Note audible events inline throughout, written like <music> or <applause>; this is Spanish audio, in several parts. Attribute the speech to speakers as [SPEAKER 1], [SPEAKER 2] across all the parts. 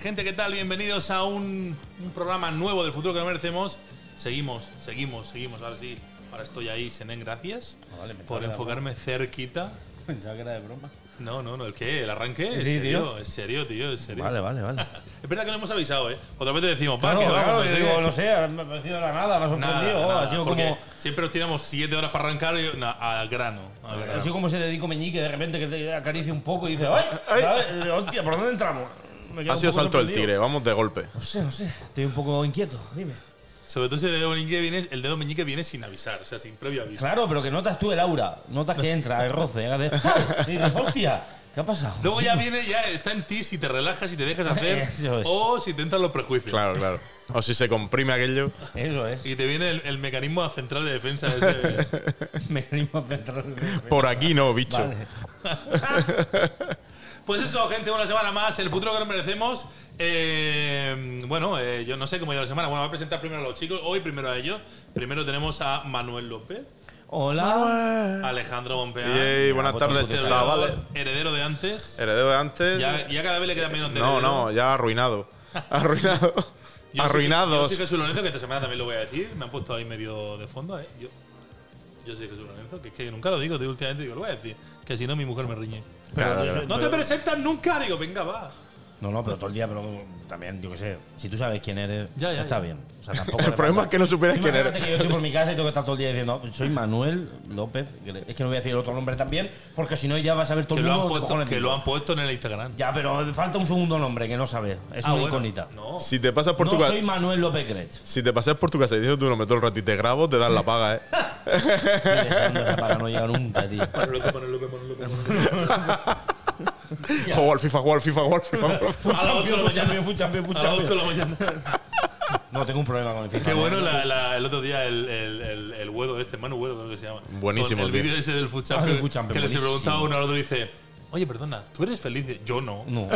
[SPEAKER 1] Gente, ¿qué tal? Bienvenidos a un, un programa nuevo del futuro que no merecemos. Seguimos, seguimos, seguimos. Ahora sí, ahora estoy ahí, Senén, gracias
[SPEAKER 2] Ah, vale, me
[SPEAKER 1] por
[SPEAKER 2] toca la
[SPEAKER 1] enfocarme cerquita.
[SPEAKER 2] Pensaba que era de broma.
[SPEAKER 1] No, no, no, ¿el qué? ¿El arranque? ¿En
[SPEAKER 2] Sí,
[SPEAKER 1] serio?
[SPEAKER 2] tío.
[SPEAKER 1] ¿En serio, tío? ¿En serio?
[SPEAKER 2] Vale, vale, <laughs> vale.
[SPEAKER 1] Es verdad que no hemos avisado, ¿eh? Otra vez te decimos,
[SPEAKER 2] Claro,
[SPEAKER 1] Paque, vamos,
[SPEAKER 2] claro,
[SPEAKER 1] no
[SPEAKER 2] yo
[SPEAKER 1] sé
[SPEAKER 2] digo,
[SPEAKER 1] qué.
[SPEAKER 2] no sé, me ha parecido de la nada, me
[SPEAKER 1] Nada,
[SPEAKER 2] ha sorprendido. oh,
[SPEAKER 1] nada,
[SPEAKER 2] ha, sido
[SPEAKER 1] porque
[SPEAKER 2] como,
[SPEAKER 1] siempre nos tiramos siete horas para arrancar y, na, al grano. al
[SPEAKER 2] ha
[SPEAKER 1] grano.
[SPEAKER 2] sido como ese dedico meñique de repente que te acaricia un poco y dice, ¡ay! ¿sabes? Eh, Hostia, ¿por dónde entramos? Me quedo
[SPEAKER 3] Ha
[SPEAKER 2] un
[SPEAKER 3] sido
[SPEAKER 2] poco
[SPEAKER 3] salto el
[SPEAKER 2] sorprendido.
[SPEAKER 3] tigre, vamos de golpe.
[SPEAKER 2] No sé, no sé. Estoy un poco inquieto, dime.
[SPEAKER 1] Sobre todo ese dedo meñique viene, el dedo meñique viene sin avisar, o sea, sin previo aviso.
[SPEAKER 2] Claro, pero que notas tú el aura. Notas que entra, el roce. hagas de, ¡ay!
[SPEAKER 3] <laughs>
[SPEAKER 2] Y dices, ¡hostia! ¿Qué ha pasado?
[SPEAKER 1] Luego ya viene, ya está en ti si te relajas, si te dejas hacer,
[SPEAKER 2] <laughs> Eso es.
[SPEAKER 1] o si te entran los prejuicios.
[SPEAKER 3] Claro, claro. O si se comprime aquello.
[SPEAKER 2] Eso
[SPEAKER 3] <laughs>
[SPEAKER 2] es.
[SPEAKER 1] Y te viene el, el mecanismo central de defensa
[SPEAKER 2] <laughs>
[SPEAKER 1] ese.
[SPEAKER 2] Mecanismo central.
[SPEAKER 3] Por aquí no, bicho.
[SPEAKER 2] Vale.
[SPEAKER 1] pues eso, gente, una semana más, el futuro que nos merecemos. Eh, bueno, eh, yo no sé cómo ha ido la semana. Bueno, voy a presentar primero a los chicos, hoy primero a ellos. Primero tenemos a Manuel López,
[SPEAKER 2] Hola.
[SPEAKER 1] Alejandro Bompeán,
[SPEAKER 3] Yey, buenas
[SPEAKER 2] pues
[SPEAKER 3] tardes,
[SPEAKER 2] tanto que
[SPEAKER 1] heredero,
[SPEAKER 3] chavales.
[SPEAKER 1] heredero de antes.
[SPEAKER 3] Heredero de antes.
[SPEAKER 1] Ya, ya cada vez le queda menos de
[SPEAKER 3] no,
[SPEAKER 1] heredero.
[SPEAKER 3] no, ya arruinado. <laughs> Arruinado.
[SPEAKER 1] Yo sí que-
[SPEAKER 3] Arruinados.
[SPEAKER 1] yo sí que soy Lorenzo, que esta semana también lo voy a decir. Me han puesto ahí medio de fondo, ¿eh? Yo, yo soy Jesús Lorenzo, que es que nunca lo digo, tío, últimamente digo, lo voy a decir. Que si no, mi mujer me riñe.
[SPEAKER 2] Pero
[SPEAKER 3] Claro,
[SPEAKER 2] yo soy-
[SPEAKER 1] No te presentas nunca, digo, venga, va.
[SPEAKER 2] No, no, pero todo el día, pero también, yo qué sé, si tú sabes quién eres,
[SPEAKER 1] Ya, ya,
[SPEAKER 2] está
[SPEAKER 1] ya.
[SPEAKER 2] bien.
[SPEAKER 1] <laughs>
[SPEAKER 2] O sea, tampoco
[SPEAKER 3] El
[SPEAKER 2] te
[SPEAKER 3] problema
[SPEAKER 2] pasa.
[SPEAKER 3] es que no supieras quién
[SPEAKER 2] Imagínate
[SPEAKER 3] eres.
[SPEAKER 2] que yo estoy por mi casa y tengo que estar todo el día diciendo, soy Manuel López. Gre-". Es que no voy a decir otro nombre también, porque si no ya vas a ver todo
[SPEAKER 1] Que
[SPEAKER 2] el
[SPEAKER 1] lo,
[SPEAKER 2] mundo.
[SPEAKER 1] han
[SPEAKER 2] qué
[SPEAKER 1] puesto,
[SPEAKER 2] cojones
[SPEAKER 1] que
[SPEAKER 2] digo.
[SPEAKER 1] lo han puesto en el Instagram.
[SPEAKER 2] Ya, pero falta un segundo nombre que no sabes. Es
[SPEAKER 1] Ah,
[SPEAKER 2] una
[SPEAKER 1] bueno,
[SPEAKER 2] iconita.
[SPEAKER 1] No.
[SPEAKER 3] Si te pasas por
[SPEAKER 2] no
[SPEAKER 3] tu casa.
[SPEAKER 2] soy Manuel
[SPEAKER 1] <laughs>
[SPEAKER 2] López Gretz.
[SPEAKER 3] Si te pasas por tu casa y dices tu nombre todo el rato y te grabo, te dan la paga, eh.
[SPEAKER 2] Estoy dejando esa paga, no llega nunca, tío.
[SPEAKER 1] Manuel López, Manuel López, Manuel
[SPEAKER 2] <laughs>
[SPEAKER 1] López, Manuel López.
[SPEAKER 3] Juego al FIFA, juego al FIFA, juego al FIFA. juego al
[SPEAKER 1] <laughs>
[SPEAKER 3] FIFA.
[SPEAKER 1] A las 8 de la mañana.
[SPEAKER 2] Fui champion, fui
[SPEAKER 1] A las 8 de
[SPEAKER 2] champion.
[SPEAKER 1] la
[SPEAKER 2] <laughs>
[SPEAKER 1] mañana.
[SPEAKER 2] No, tengo un problema con el FIFA.
[SPEAKER 1] Qué
[SPEAKER 2] ¿no?
[SPEAKER 1] bueno la- la- el otro día el, el, el, el huevo este, Manu Huedo, creo que se llama.
[SPEAKER 3] Buenísimo,
[SPEAKER 1] Con el
[SPEAKER 3] tío.
[SPEAKER 1] vídeo ese del Food
[SPEAKER 2] Ah,
[SPEAKER 1] Champion,
[SPEAKER 2] del Food Champion,
[SPEAKER 1] Que les he
[SPEAKER 2] buenísimo.
[SPEAKER 1] preguntado uno al otro y dice, oye, perdona, ¿tú eres feliz? Dice, Yo no.
[SPEAKER 2] No.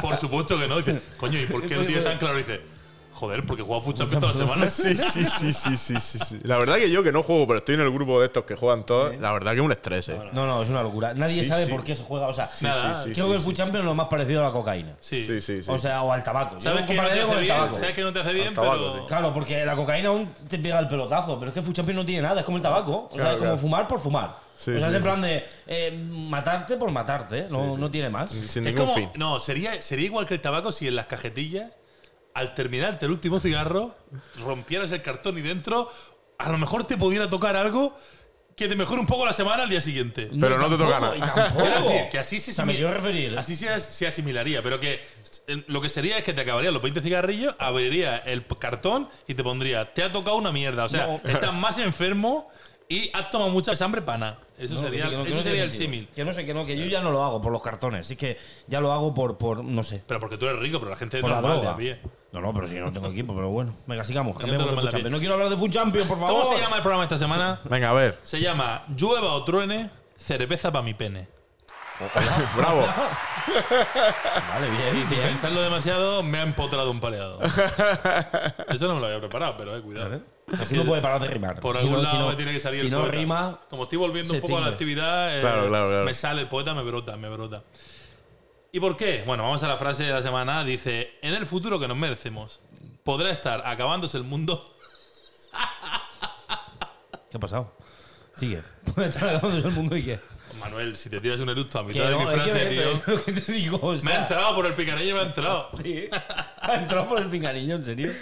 [SPEAKER 1] Por supuesto que no. Dice, coño, ¿y por qué lo tiene tan claro? Dice, joder, porque juega Food Champions todas las semanas.
[SPEAKER 3] Sí, sí, sí, sí, sí, sí, sí. La verdad que yo que no juego, pero estoy en el grupo de estos que juegan todos. La verdad que es un estrés, eh.
[SPEAKER 2] No, no, es una locura. Nadie
[SPEAKER 3] Sí,
[SPEAKER 2] sabe
[SPEAKER 3] sí.
[SPEAKER 2] por qué se juega. O sea,
[SPEAKER 3] Sí,
[SPEAKER 1] Nada,
[SPEAKER 3] sí, sí,
[SPEAKER 2] creo
[SPEAKER 3] sí,
[SPEAKER 2] que el
[SPEAKER 3] sí,
[SPEAKER 2] food
[SPEAKER 3] sí.
[SPEAKER 2] champion es lo más parecido a la cocaína.
[SPEAKER 1] Sí.
[SPEAKER 3] Sí, sí, sí.
[SPEAKER 2] O sea, o al tabaco. Yo
[SPEAKER 1] ¿Sabes
[SPEAKER 2] lo
[SPEAKER 1] que no te
[SPEAKER 2] compararía con
[SPEAKER 1] hace
[SPEAKER 2] el
[SPEAKER 1] bien?
[SPEAKER 2] tabaco.
[SPEAKER 1] ¿Sabes que no te hace bien?
[SPEAKER 3] Al tabaco,
[SPEAKER 1] pero...
[SPEAKER 2] Claro, porque la cocaína aún te pega el pelotazo, pero es que el fuchampi no tiene nada, es como el tabaco. O sea,
[SPEAKER 3] Claro,
[SPEAKER 2] es como
[SPEAKER 3] claro.
[SPEAKER 2] fumar por fumar.
[SPEAKER 3] Sí,
[SPEAKER 2] o sea,
[SPEAKER 3] sí,
[SPEAKER 2] es en
[SPEAKER 3] sí.
[SPEAKER 2] plan de eh, matarte por matarte, ¿eh? no, no tiene más.
[SPEAKER 3] Sin
[SPEAKER 1] Es
[SPEAKER 3] ningún
[SPEAKER 1] como-
[SPEAKER 3] fin.
[SPEAKER 1] No, sería, sería igual que el tabaco si en las cajetillas, al terminarte el último cigarro, rompieras el cartón y dentro, a lo mejor te pudiera tocar algo que te mejore un poco la semana al día siguiente.
[SPEAKER 3] Pero no te toca nada.
[SPEAKER 2] Y tampoco.
[SPEAKER 1] Quiero decir que así se
[SPEAKER 2] O sea, me
[SPEAKER 1] asimil-
[SPEAKER 2] quiero referir.
[SPEAKER 1] Así se, as- se asimilaría, pero que eh, lo que sería es que te acabaría los 20 cigarrillos, abriría el p- cartón y te pondría, te ha tocado una mierda. O sea,
[SPEAKER 2] No.
[SPEAKER 1] <laughs> estás más enfermo y has tomado mucha sangre pana. Eso
[SPEAKER 2] No, que
[SPEAKER 1] sería,
[SPEAKER 2] sí, que no, que
[SPEAKER 1] ese
[SPEAKER 2] no tiene
[SPEAKER 1] sería el
[SPEAKER 2] sentido.
[SPEAKER 1] símil.
[SPEAKER 2] Que no sé, que no, que yo ya no lo hago por los cartones. Es que ya lo hago por, por no sé,
[SPEAKER 1] Pero porque tú eres rico, pero la gente
[SPEAKER 2] por la
[SPEAKER 1] normal de
[SPEAKER 2] droga.
[SPEAKER 1] a pie.
[SPEAKER 2] No, no, pero si yo no tengo equipo, pero bueno. Venga, sigamos, cambiamos
[SPEAKER 1] tengo mal
[SPEAKER 2] de
[SPEAKER 1] de
[SPEAKER 2] food
[SPEAKER 1] pie.
[SPEAKER 2] champion. No quiero hablar de food champion, por favor.
[SPEAKER 1] ¿Cómo se llama el programa esta semana?
[SPEAKER 3] Venga, a ver.
[SPEAKER 1] Se llama Llueva o truene, cerveza para mi pene.
[SPEAKER 2] <laughs>
[SPEAKER 3] Bravo.
[SPEAKER 2] <laughs> Vale, bien,
[SPEAKER 1] Sin
[SPEAKER 2] bien.
[SPEAKER 1] pensarlo demasiado, me ha empotrado un
[SPEAKER 2] <laughs>
[SPEAKER 1] pareado. Eso no me lo había preparado, pero eh, cuidado.
[SPEAKER 2] Así no puede parar de rimar.
[SPEAKER 1] Por
[SPEAKER 2] Si
[SPEAKER 1] algún
[SPEAKER 2] no-
[SPEAKER 1] lado
[SPEAKER 2] si no-
[SPEAKER 1] me tiene que salir
[SPEAKER 2] Si
[SPEAKER 1] el
[SPEAKER 2] no
[SPEAKER 1] poeta.
[SPEAKER 2] rima,
[SPEAKER 1] Como estoy volviendo un
[SPEAKER 2] se
[SPEAKER 1] poco a la
[SPEAKER 2] extingue.
[SPEAKER 1] actividad, eh,
[SPEAKER 3] Claro, claro, claro.
[SPEAKER 1] me sale el poeta, me brota, me brota. ¿Y por qué? Bueno, vamos a la frase de la semana. Dice, en el futuro que nos merecemos, podrá estar acabándose el mundo. <laughs>
[SPEAKER 2] ¿Qué ha pasado? Sigue. <laughs> Puede estar acabando todo el mundo y qué.
[SPEAKER 1] Manuel, si te tiras un eructo a
[SPEAKER 2] Que
[SPEAKER 1] mitad de mi
[SPEAKER 2] es que
[SPEAKER 1] frase,
[SPEAKER 2] me- <laughs>
[SPEAKER 1] tío.
[SPEAKER 2] pero ¿Qué te digo? O
[SPEAKER 1] <laughs>
[SPEAKER 2] sea,
[SPEAKER 1] Me ha entrado por el picarillo, me ha
[SPEAKER 2] <laughs>
[SPEAKER 1] entrado.
[SPEAKER 2] sí. Ha entrado por el pinganillo, ¿en serio?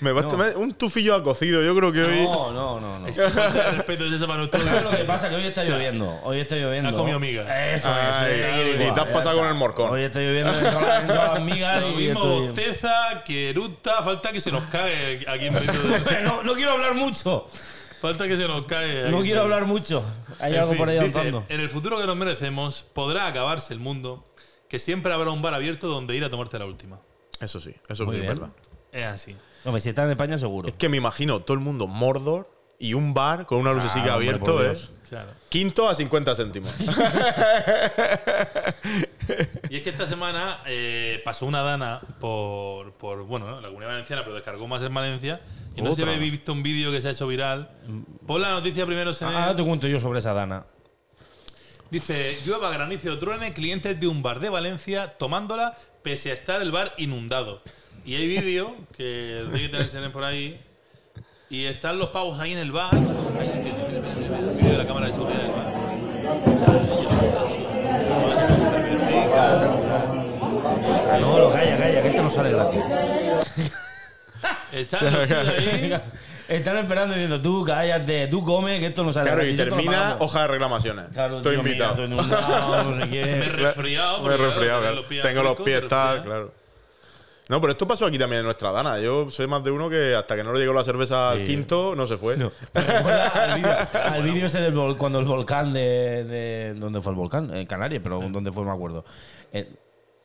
[SPEAKER 3] Me va a
[SPEAKER 2] No.
[SPEAKER 3] tomar un tufillo a cocido. Yo creo que hoy.
[SPEAKER 2] No, no, no. no.
[SPEAKER 1] Es que falta de respeto es esa para nosotros.
[SPEAKER 2] ¿Sabes lo que pasa? Que hoy
[SPEAKER 1] <laughs>
[SPEAKER 2] está lloviendo. Hoy está lloviendo.
[SPEAKER 1] Ha comido miga.
[SPEAKER 2] Eso
[SPEAKER 3] Ay,
[SPEAKER 2] es.
[SPEAKER 3] y
[SPEAKER 2] sí,
[SPEAKER 3] te has
[SPEAKER 2] igual,
[SPEAKER 3] pasado
[SPEAKER 2] ya
[SPEAKER 3] con el morcón.
[SPEAKER 2] Hoy está lloviendo dentro de dentro de las migas.
[SPEAKER 1] <laughs> Lo
[SPEAKER 2] y
[SPEAKER 1] mismo
[SPEAKER 2] estoy-
[SPEAKER 1] bosteza que eructa, falta que se nos cae aquí en medio
[SPEAKER 2] <laughs>
[SPEAKER 1] de-
[SPEAKER 2] <laughs> no, no quiero hablar mucho.
[SPEAKER 1] Falta que se nos cae.
[SPEAKER 2] No
[SPEAKER 1] aquí.
[SPEAKER 2] quiero hablar mucho. Hay
[SPEAKER 1] En
[SPEAKER 2] algo
[SPEAKER 1] fin,
[SPEAKER 2] por ahí
[SPEAKER 1] dice,
[SPEAKER 2] danzando.
[SPEAKER 1] en el futuro que nos merecemos, podrá acabarse el mundo, que siempre habrá un bar abierto donde ir a tomarte la última.
[SPEAKER 3] Eso sí, eso
[SPEAKER 2] Muy
[SPEAKER 3] sí es
[SPEAKER 2] bien.
[SPEAKER 3] verdad.
[SPEAKER 1] Es así.
[SPEAKER 2] No, si está en España, seguro.
[SPEAKER 1] eh,
[SPEAKER 3] Es que me imagino todo el mundo Mordor y un bar con una luz así que
[SPEAKER 2] Claro, Ah, hombre,
[SPEAKER 3] abierto,
[SPEAKER 2] por
[SPEAKER 3] ¿eh?
[SPEAKER 2] Dios.
[SPEAKER 1] Claro.
[SPEAKER 3] Quinto a 50 céntimos.
[SPEAKER 1] Y es que esta semana eh, pasó una dana por, por bueno, ¿no? la comunidad valenciana, pero descargó más en Valencia. Y no sé si
[SPEAKER 3] Otra.
[SPEAKER 1] habéis visto un
[SPEAKER 2] Mm. Ah,
[SPEAKER 1] vídeo que se ha hecho viral. Pon la noticia primero, Senén.
[SPEAKER 2] Ahora te cuento yo sobre esa dana.
[SPEAKER 1] Dice, llueva, granizo o truene, clientes de un bar de Valencia tomándola pese a estar el bar inundado. Y hay vídeo que el que tener por ahí. Y están los pavos ahí en el bar. Ahí, mira, mira, mira, mira, el vídeo de la cámara de seguridad del bar.
[SPEAKER 2] Ah, no, lo calla, calla, que esto no sale gratis.
[SPEAKER 1] Están los tíos
[SPEAKER 2] <laughs>
[SPEAKER 1] ahí.
[SPEAKER 2] Están esperando diciendo, tú cállate, tú come, que esto no sale
[SPEAKER 3] Claro,
[SPEAKER 2] gratis.
[SPEAKER 3] y
[SPEAKER 2] esto lo
[SPEAKER 3] termina
[SPEAKER 2] pagamos.
[SPEAKER 3] hoja de reclamaciones.
[SPEAKER 2] Claro,
[SPEAKER 3] Estoy
[SPEAKER 2] tío, mira,
[SPEAKER 3] invitado.
[SPEAKER 2] estoy inundado, no sé qué.
[SPEAKER 1] Me he resfriado.
[SPEAKER 3] <laughs> Me he
[SPEAKER 1] porque, claro,
[SPEAKER 3] resfriado,
[SPEAKER 1] tener
[SPEAKER 3] claro. Tengo los
[SPEAKER 1] frescos,
[SPEAKER 3] pies
[SPEAKER 1] te
[SPEAKER 3] tal,
[SPEAKER 1] resfrias.
[SPEAKER 3] claro. No, pero esto pasó aquí también en nuestra dana. Yo soy más de uno que hasta que no le llegó la cerveza al
[SPEAKER 2] Sí.
[SPEAKER 3] quinto no se fue.
[SPEAKER 2] Me recuerda al vídeo- Al vídeo ese del vol- cuando el volcán de, de- ¿Dónde fue el volcán? En Canarias, pero ¿dónde fue? No me acuerdo. Eh,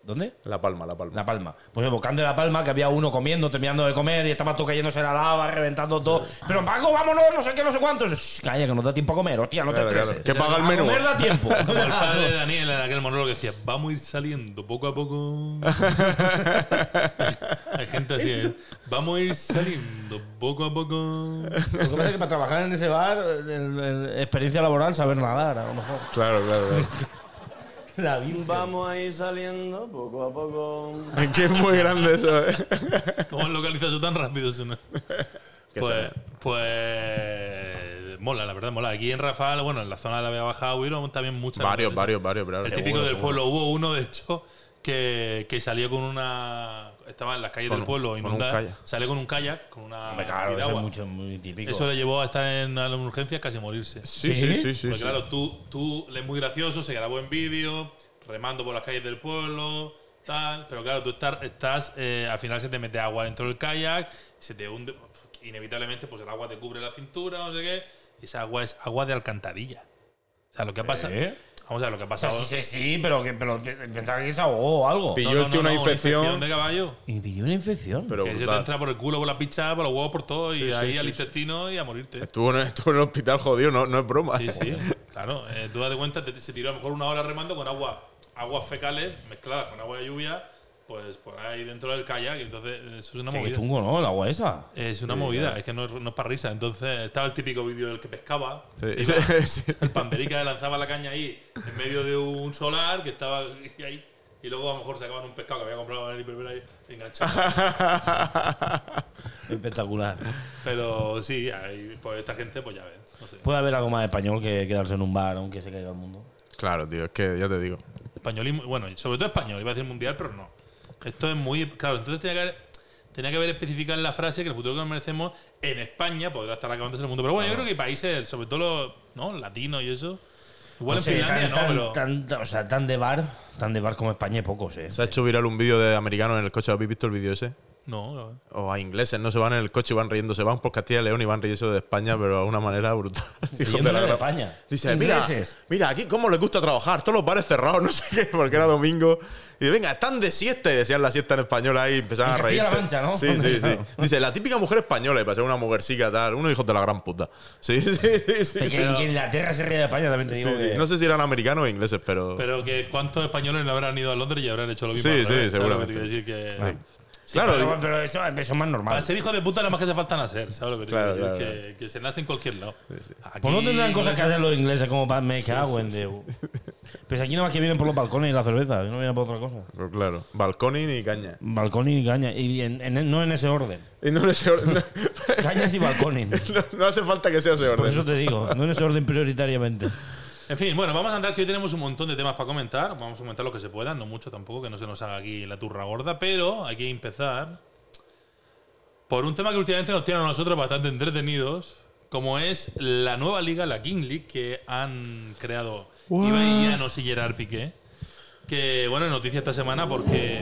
[SPEAKER 2] ¿Dónde?
[SPEAKER 3] La palma, la palma.
[SPEAKER 2] La Palma. Pues el volcán de La Palma, que había uno comiendo, terminando de comer, y estaba todo cayéndose la lava, reventando todo. Pero Paco, vámonos, no sé qué, no sé cuántos. Shh, Calla, que nos da tiempo a comer, hostia, no te
[SPEAKER 3] Claro,
[SPEAKER 2] estreses.
[SPEAKER 3] claro. Que paga el menú.
[SPEAKER 2] A comer da
[SPEAKER 3] <laughs>
[SPEAKER 2] tiempo.
[SPEAKER 1] Como el padre de Daniel en aquel monólogo que decía, vamos a ir saliendo poco a poco. Hay gente así, ¿eh? vamos a ir saliendo poco a poco.
[SPEAKER 2] Lo que pasa es que para trabajar en ese bar, en, en experiencia laboral, saber nadar, a lo mejor.
[SPEAKER 3] Claro, claro, claro.
[SPEAKER 2] <laughs> La Virgen.
[SPEAKER 4] Vamos a ir saliendo poco a poco.
[SPEAKER 3] Es que es muy grande eso, ¿eh?
[SPEAKER 1] ¿Cómo localiza eso tan rápido? si no?
[SPEAKER 3] Que
[SPEAKER 1] Pues,
[SPEAKER 3] sea.
[SPEAKER 1] pues mola, la verdad, mola. Aquí en Rafal, bueno, en la zona de la Vía Baja hubieron también muchas.
[SPEAKER 3] Varios,
[SPEAKER 1] veces.
[SPEAKER 3] varios, varios. claro.
[SPEAKER 1] El típico del pueblo. Hubo uno, de hecho, que, que salió con una. Estaba en las calles
[SPEAKER 3] Con
[SPEAKER 1] del
[SPEAKER 3] un-
[SPEAKER 1] pueblo
[SPEAKER 3] con un
[SPEAKER 1] inundada.
[SPEAKER 3] kayak.
[SPEAKER 1] Salió con un kayak, con una.
[SPEAKER 2] Hombre, claro, eso es
[SPEAKER 1] piragua.
[SPEAKER 2] mucho, muy típico.
[SPEAKER 1] Eso le llevó a estar en las urgencias casi a morirse.
[SPEAKER 3] Sí, sí, sí. sí,
[SPEAKER 1] Porque
[SPEAKER 3] sí.
[SPEAKER 1] claro, tú, tú le es muy gracioso, se grabó en vídeo, remando por las calles del pueblo, tal. Pero claro, tú estar- estás, eh, al final se te mete agua dentro del kayak, se te hunde, inevitablemente, pues el agua te cubre la cintura, no sé qué. Y esa agua es agua de alcantarilla. O sea, lo que ha pasado.
[SPEAKER 2] ¿Eh?
[SPEAKER 1] Vamos a ver lo que ha
[SPEAKER 2] O sea,
[SPEAKER 1] pasado.
[SPEAKER 2] sí, sí, sí, pero, que, pero que- pensaba que se ahogó o algo.
[SPEAKER 3] Pi- pilló usted una infección.
[SPEAKER 1] de caballo.
[SPEAKER 2] Y pilló una infección.
[SPEAKER 3] Pero
[SPEAKER 1] que se te
[SPEAKER 3] brutal.
[SPEAKER 1] entra por el culo, por la picha, por los huevos, por todo, y ahí al intestino y a morirte.
[SPEAKER 3] Estuvo, en, estuvo en el hospital jodido, no, no es broma.
[SPEAKER 1] Sí, sí, claro. Eh, tú das de cuenta, te- se tiró a lo mejor una hora remando con agua, aguas fecales mezcladas con agua de lluvia, pues por ahí dentro del kayak. y Entonces, eh, eso es una
[SPEAKER 2] Qué
[SPEAKER 1] movida.
[SPEAKER 2] chungo, ¿no? El agua esa.
[SPEAKER 1] Es una movida, es que no es, no es para risa. Entonces, estaba el típico vídeo del que pescaba.
[SPEAKER 3] <laughs> Sí,
[SPEAKER 1] se iba, <laughs>
[SPEAKER 3] sí, <laughs> sí.
[SPEAKER 1] El panderica lanzaba la caña ahí, en medio de un solar que estaba <laughs> ahí. Y luego a lo mejor sacaban un pescado que había comprado en el hiperver ahí <laughs> enganchado.
[SPEAKER 2] Espectacular.
[SPEAKER 1] Pero sí, hay- pues esta gente, pues ya ves. No sé.
[SPEAKER 2] Puede haber algo más español que quedarse en un bar aunque se caiga el mundo.
[SPEAKER 3] Claro, tío, es que ya te digo.
[SPEAKER 1] españolismo, bueno, sobre todo español, iba a decir mundial, pero no. Esto es muy. Claro, entonces tenía que haber, tenía que haber especificado en la frase que el futuro que nos merecemos en España podrá estar acabándose el mundo. Pero bueno, yo creo que hay países, sobre todo los ¿no? latinos y eso. Igual
[SPEAKER 2] No
[SPEAKER 1] en
[SPEAKER 2] sé,
[SPEAKER 1] Finlandia
[SPEAKER 2] tan-
[SPEAKER 1] no,
[SPEAKER 2] tan-
[SPEAKER 1] pero.
[SPEAKER 2] tan- o sea, tan de bar, tan de bar como España hay pocos, eh.
[SPEAKER 3] Se ha hecho viral un vídeo de americanos en el coche. ¿Habéis visto el vídeo ese?
[SPEAKER 1] no, no.
[SPEAKER 3] O a ingleses, no se van en el coche y van riendo. Se van por Castilla y León y van riendo de España, pero de una manera brutal. Hijos
[SPEAKER 2] Riéndose
[SPEAKER 3] la
[SPEAKER 2] de
[SPEAKER 3] gran-
[SPEAKER 2] España.
[SPEAKER 3] Dice, mira,
[SPEAKER 2] Ingleses.
[SPEAKER 3] mira, aquí cómo les gusta trabajar. Todos los bares cerrados, <laughs> no sé qué, porque era domingo. Y dice, venga, están de siesta. Y decían la siesta en español ahí y empezaban
[SPEAKER 2] En
[SPEAKER 3] a reírse.
[SPEAKER 2] Castilla-La Mancha, ¿no?
[SPEAKER 3] Sí, sí,
[SPEAKER 2] <laughs>
[SPEAKER 3] sí. <laughs>
[SPEAKER 2] Claro.
[SPEAKER 3] Dice, la típica mujer española. Y para ser una mujercica, tal. Unos hijos de la gran puta. <laughs> Sí, sí, sí. sí,
[SPEAKER 2] Que-
[SPEAKER 3] sí.
[SPEAKER 2] que Inglaterra se ríe de España también te digo
[SPEAKER 3] Sí, sí.
[SPEAKER 2] que-
[SPEAKER 3] No sé si eran americanos o ingleses, pero.
[SPEAKER 1] Pero que cuántos españoles no habrán ido a Londres y habrán hecho lo mismo.
[SPEAKER 3] Sí,
[SPEAKER 1] al
[SPEAKER 3] sí,
[SPEAKER 1] revés, ¿sabes lo que
[SPEAKER 3] seguramente.
[SPEAKER 1] te quiero decir que. Sí,
[SPEAKER 3] claro,
[SPEAKER 1] pero-
[SPEAKER 2] pero, pero eso, eso es más normal.
[SPEAKER 1] Para ser hijo de puta nada más que te falta nacer, ¿sabes lo que te
[SPEAKER 3] Claro,
[SPEAKER 1] quiero decir?
[SPEAKER 3] claro,
[SPEAKER 1] que, que se nace en cualquier lado. Aquí-
[SPEAKER 2] Pues no tendrán cosas que hacer los ingleses como para me cago en Dios. Pues aquí nomás que vienen por los balcones y la cerveza, no vienen por otra cosa.
[SPEAKER 3] Pero claro, balconing y caña.
[SPEAKER 2] Balcones y caña, y en- en- no en ese orden.
[SPEAKER 3] Y no, en ese orden- <laughs> no,
[SPEAKER 2] Cañas y balcones.
[SPEAKER 3] no hace falta que sea ese
[SPEAKER 2] Por
[SPEAKER 3] orden.
[SPEAKER 2] eso te digo, no en ese orden prioritariamente.
[SPEAKER 1] En fin, bueno, vamos a andar que hoy tenemos un montón de temas para comentar. Vamos a comentar lo que se pueda, no mucho tampoco, que no se nos haga aquí la turra gorda, pero hay que empezar por un tema que últimamente nos tiene a nosotros bastante entretenidos, como es la nueva liga, la King League, que han creado Ibai Llanos y Gerard Piqué. Que, bueno, noticia esta semana porque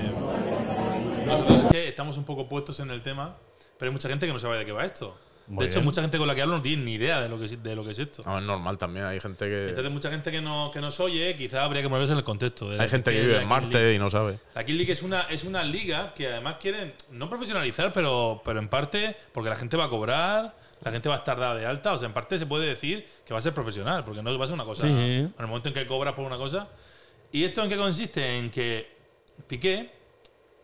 [SPEAKER 1] nosotros es que estamos un poco puestos en el tema, pero hay mucha gente que no sabe de qué va esto.
[SPEAKER 2] Muy
[SPEAKER 1] de hecho,
[SPEAKER 2] bien.
[SPEAKER 1] mucha gente con la que hablo no tiene ni idea de lo que, es- de lo que es esto.
[SPEAKER 3] No, es normal también, hay gente que.
[SPEAKER 1] Entonces, mucha gente que, no, que nos oye, quizás habría que ponerse en el contexto. de la
[SPEAKER 3] Hay gente que
[SPEAKER 1] es
[SPEAKER 3] vive
[SPEAKER 1] la
[SPEAKER 3] en
[SPEAKER 1] King League.
[SPEAKER 3] Marte y no sabe.
[SPEAKER 1] La King League es una, es una liga que además quieren no profesionalizar, pero, pero en parte porque la gente va a cobrar, la gente va a estar dada de alta. O sea, en parte se puede decir que va a ser profesional, porque no va a ser una cosa.
[SPEAKER 2] Sí, sí.
[SPEAKER 1] En el momento en que cobras por una cosa. ¿Y esto en qué consiste? En que Piqué,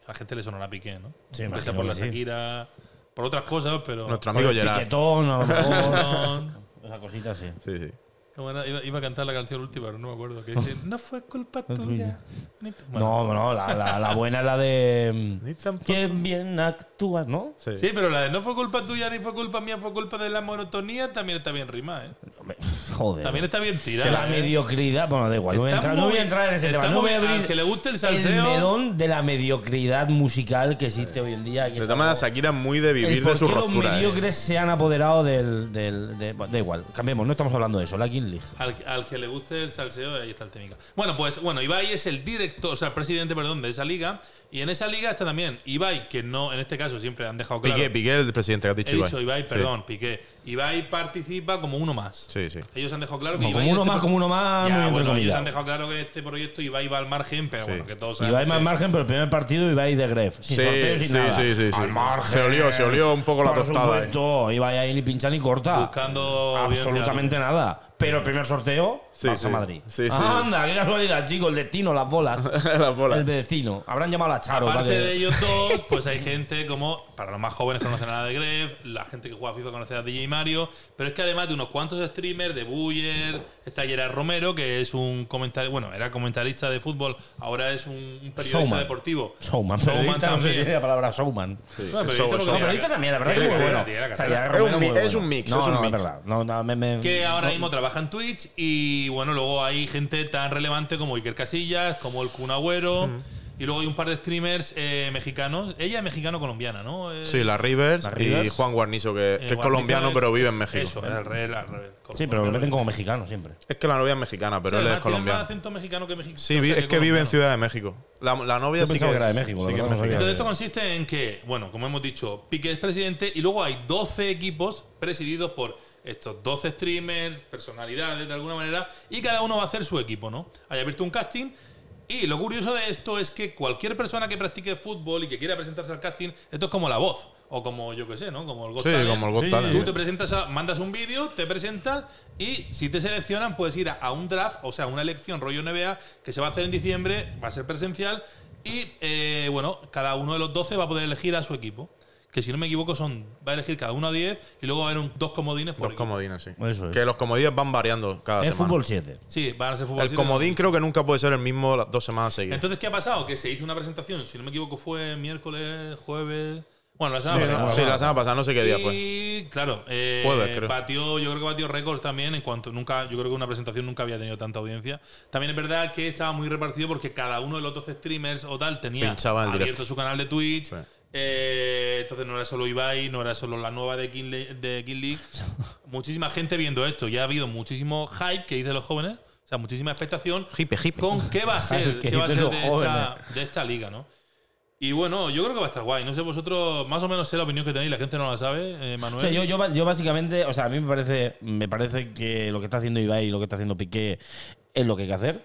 [SPEAKER 1] a la gente le sonará Piqué, ¿no?
[SPEAKER 2] Sí,
[SPEAKER 1] Aunque sea
[SPEAKER 2] imagino
[SPEAKER 1] por
[SPEAKER 2] que
[SPEAKER 1] la
[SPEAKER 2] sí.
[SPEAKER 1] Shakira, por otras cosas, pero.
[SPEAKER 3] Nuestro amigo
[SPEAKER 2] Por el
[SPEAKER 3] Gerard.
[SPEAKER 1] <laughs>
[SPEAKER 2] Piquetón, a lo mejor.
[SPEAKER 1] Son-
[SPEAKER 2] Esa cosita sí.
[SPEAKER 3] Sí, sí.
[SPEAKER 1] ¿Cómo era? Iba, iba a cantar la canción última, pero no me acuerdo. Que dice, no fue
[SPEAKER 2] <laughs>
[SPEAKER 1] culpa tuya. ni tu madre".
[SPEAKER 2] No, no, la, la, la buena es la de. mm,
[SPEAKER 3] Ni tampoco.
[SPEAKER 2] Quien bien actúa, ¿no?
[SPEAKER 3] Sí.
[SPEAKER 1] Sí, pero la de no fue culpa tuya, ni fue culpa mía, fue culpa de la monotonía, también está bien rima, ¿eh?
[SPEAKER 2] Hombre, Joder.
[SPEAKER 1] También está bien
[SPEAKER 2] que
[SPEAKER 1] tirada.
[SPEAKER 2] la
[SPEAKER 1] ¿eh?
[SPEAKER 2] mediocridad. Bueno, da igual. No voy a
[SPEAKER 1] Está
[SPEAKER 2] entrar, no voy a
[SPEAKER 1] movi-
[SPEAKER 2] entrar en ese
[SPEAKER 1] está
[SPEAKER 2] tema. No voy a
[SPEAKER 1] movi-
[SPEAKER 2] abrir
[SPEAKER 1] al que le guste el
[SPEAKER 2] El
[SPEAKER 1] salseo.
[SPEAKER 2] melón de la mediocridad musical que existe hoy en día. que
[SPEAKER 3] De
[SPEAKER 2] es
[SPEAKER 3] todas maneras,
[SPEAKER 2] algo-
[SPEAKER 3] Shakira es muy de
[SPEAKER 2] el
[SPEAKER 3] vivir
[SPEAKER 2] por
[SPEAKER 3] de su
[SPEAKER 2] qué los
[SPEAKER 3] ruptura. ¿eh?
[SPEAKER 2] mediocres se han apoderado del. del de, bueno, da igual, cambiemos, no estamos hablando de eso. La King League.
[SPEAKER 1] Al, al que le guste el salseo, ahí está el temica. Bueno, pues bueno, Ibai es el director, o sea, el presidente, perdón, de esa liga. Y en esa liga está también Ibai, que no, en este caso siempre han dejado claro.
[SPEAKER 3] Piqué, Piqué, el presidente que has dicho
[SPEAKER 1] He dicho
[SPEAKER 3] Ibai.
[SPEAKER 1] Ibai, perdón, Piqué. Ibai participa como uno más.
[SPEAKER 3] Sí, sí.
[SPEAKER 1] Ellos han dejado claro que
[SPEAKER 2] Como,
[SPEAKER 1] Ibai
[SPEAKER 2] uno
[SPEAKER 1] este
[SPEAKER 2] más,
[SPEAKER 1] pro-
[SPEAKER 2] como uno más.
[SPEAKER 1] Ya,
[SPEAKER 2] muy
[SPEAKER 1] bueno, ellos
[SPEAKER 2] entrecomillado.
[SPEAKER 1] han dejado claro que este proyecto Ibai va al margen, pero
[SPEAKER 3] Sí.
[SPEAKER 1] bueno, que todos
[SPEAKER 2] Y
[SPEAKER 1] sabemos.
[SPEAKER 2] vais más
[SPEAKER 1] que-
[SPEAKER 2] margen, pero el primer partido y vais de gref. Sin
[SPEAKER 3] Sí,
[SPEAKER 2] sorteo, sin
[SPEAKER 3] sí,
[SPEAKER 2] nada.
[SPEAKER 3] sí, sí, sí.
[SPEAKER 2] Al margen.
[SPEAKER 3] Se olió, se olió un poco la
[SPEAKER 2] Por
[SPEAKER 3] tostada, ¿eh?
[SPEAKER 2] Supuesto, y vais ahí ni pincha ni corta.
[SPEAKER 1] Buscando audiencia.
[SPEAKER 2] Absolutamente nada. Pero el primer sorteo,
[SPEAKER 3] Sí,
[SPEAKER 2] Barça
[SPEAKER 3] sí.
[SPEAKER 2] Madrid.
[SPEAKER 3] Sí, sí.
[SPEAKER 2] Anda, qué casualidad, chicos. El destino, las bolas.
[SPEAKER 3] <laughs> Las bolas.
[SPEAKER 2] El vecino. Habrán llamado a la Charo.
[SPEAKER 1] Aparte
[SPEAKER 2] para que-
[SPEAKER 1] de
[SPEAKER 2] <laughs>
[SPEAKER 1] ellos dos, pues hay gente como, para los más jóvenes conocen a la de Gref, la gente que juega a FIFA conoce a DJ Mario, pero es que además de unos cuantos streamers, de Buller, está Gerard Romero, que es un comentarista, bueno, era comentarista de fútbol, ahora es un, un periodista
[SPEAKER 2] Showman.
[SPEAKER 1] deportivo.
[SPEAKER 2] Showman.
[SPEAKER 1] Showman
[SPEAKER 2] Periodista, no sé si
[SPEAKER 1] también.
[SPEAKER 2] es la palabra showman.
[SPEAKER 3] Sí.
[SPEAKER 1] No, pero ahorita
[SPEAKER 3] Eso- eso-
[SPEAKER 2] No,
[SPEAKER 1] porque-
[SPEAKER 2] periodista también, la verdad
[SPEAKER 1] Tiene
[SPEAKER 2] que es muy
[SPEAKER 1] carrera,
[SPEAKER 2] bueno.
[SPEAKER 1] tiene la
[SPEAKER 2] O sea,
[SPEAKER 1] carrera.
[SPEAKER 2] Gerard
[SPEAKER 3] Es un
[SPEAKER 2] Romero
[SPEAKER 3] mi-
[SPEAKER 2] muy
[SPEAKER 3] es
[SPEAKER 2] bueno.
[SPEAKER 3] un mix,
[SPEAKER 2] No,
[SPEAKER 3] es un
[SPEAKER 2] no,
[SPEAKER 3] mix.
[SPEAKER 2] verdad. No, no, me- me-
[SPEAKER 3] Mm,
[SPEAKER 1] que ahora
[SPEAKER 2] no,
[SPEAKER 1] mismo trabaja en Twitch y bueno, luego hay gente tan relevante como Iker Casillas, como el Kun Agüero
[SPEAKER 3] Mm.
[SPEAKER 1] y luego hay un par de streamers eh, mexicanos. Ella es mexicano-colombiana, ¿no? Eh,
[SPEAKER 3] Sí, la Rivers, y
[SPEAKER 2] Rivers.
[SPEAKER 3] Juan Guarnizo, que, que
[SPEAKER 1] eh,
[SPEAKER 3] es colombiano
[SPEAKER 1] Guarnizo,
[SPEAKER 3] pero vive en México. Eh.
[SPEAKER 1] Eso, al revés, al revés.
[SPEAKER 2] Sí, pero lo meten como mexicano siempre.
[SPEAKER 3] Es que la novia es mexicana, pero
[SPEAKER 1] Sí,
[SPEAKER 3] él es
[SPEAKER 1] además tiene más
[SPEAKER 3] colombiano.
[SPEAKER 1] acento mexicano que mexicano.
[SPEAKER 3] Sí, vi- es que vive en Ciudad de México. La, la novia
[SPEAKER 2] Yo
[SPEAKER 3] sí
[SPEAKER 2] pensaba
[SPEAKER 3] que
[SPEAKER 2] que era de
[SPEAKER 3] es-
[SPEAKER 2] México,
[SPEAKER 3] sí
[SPEAKER 2] la
[SPEAKER 3] que es
[SPEAKER 2] verdad, no sabía.
[SPEAKER 1] Entonces
[SPEAKER 3] mexicana.
[SPEAKER 1] esto consiste en que, bueno, como hemos dicho, Piqué es presidente y luego hay 12 equipos presididos por estos 12 streamers, personalidades de alguna manera, y cada uno va a hacer su equipo, ¿no? Hay abierto un casting y lo curioso de esto es que cualquier persona que practique fútbol y que quiera presentarse al casting, esto es como la voz. O como yo que sé, ¿no? Como el Got
[SPEAKER 3] Sí,
[SPEAKER 1] Talent.
[SPEAKER 3] como el Got
[SPEAKER 2] Sí.
[SPEAKER 3] Talent.
[SPEAKER 1] Tú te presentas, a- mandas un vídeo, te presentas y si te seleccionan puedes ir a, a un draft, o sea, una elección rollo NBA que se va a hacer en diciembre, va a ser presencial y eh, bueno, cada uno de los 12 va a poder elegir a su equipo. Que si no me equivoco son, va a elegir cada uno a 10 y luego va a haber un, dos comodines por
[SPEAKER 3] Dos
[SPEAKER 1] equipo.
[SPEAKER 3] comodines, sí.
[SPEAKER 2] Eso es.
[SPEAKER 3] Que los comodines van variando cada
[SPEAKER 2] Es
[SPEAKER 3] semana.
[SPEAKER 2] fútbol 7.
[SPEAKER 1] Sí, van a ser fútbol
[SPEAKER 3] El
[SPEAKER 1] siete.
[SPEAKER 3] comodín creo que nunca puede ser el mismo las dos semanas seguidas.
[SPEAKER 1] Entonces, ¿qué ha pasado? Que se hizo una presentación, si no me equivoco fue miércoles, jueves... Bueno, la
[SPEAKER 3] Sí,
[SPEAKER 1] semana pasada.
[SPEAKER 3] sí, la semana pasada no sé qué día fue.
[SPEAKER 1] Y claro, eh,
[SPEAKER 3] Jueves, creo.
[SPEAKER 1] batió, yo creo que batió récords también en cuanto nunca, yo creo que una presentación nunca había tenido tanta audiencia. También es verdad que estaba muy repartido porque cada uno de los 12 streamers o tal tenía
[SPEAKER 3] Pinchaba en
[SPEAKER 1] abierto
[SPEAKER 3] directo.
[SPEAKER 1] su canal de Twitch.
[SPEAKER 3] Sí.
[SPEAKER 1] eh, entonces no era solo Ibai, no era solo la nueva de King, Le- de King
[SPEAKER 3] <laughs>
[SPEAKER 1] League. muchísima gente viendo esto. Ya ha habido muchísimo hype que dicen los jóvenes. O sea, muchísima expectación.
[SPEAKER 3] Hipe, hipe.
[SPEAKER 1] ¿Con qué
[SPEAKER 3] <laughs>
[SPEAKER 1] va a ser?
[SPEAKER 2] Hype que
[SPEAKER 1] ¿Qué va a
[SPEAKER 2] dicen
[SPEAKER 1] ser
[SPEAKER 2] los
[SPEAKER 1] de esta,
[SPEAKER 2] jóvenes.
[SPEAKER 1] de esta liga, no? Y bueno, yo creo que va a estar guay. No sé vosotros, más o menos sé la opinión que tenéis, la gente no la sabe, eh, Manuel.
[SPEAKER 2] O sea, yo, yo, ba- yo básicamente, o sea, a mí me parece, me parece que lo que está haciendo Ibai y lo que está haciendo Piqué es lo que hay que hacer.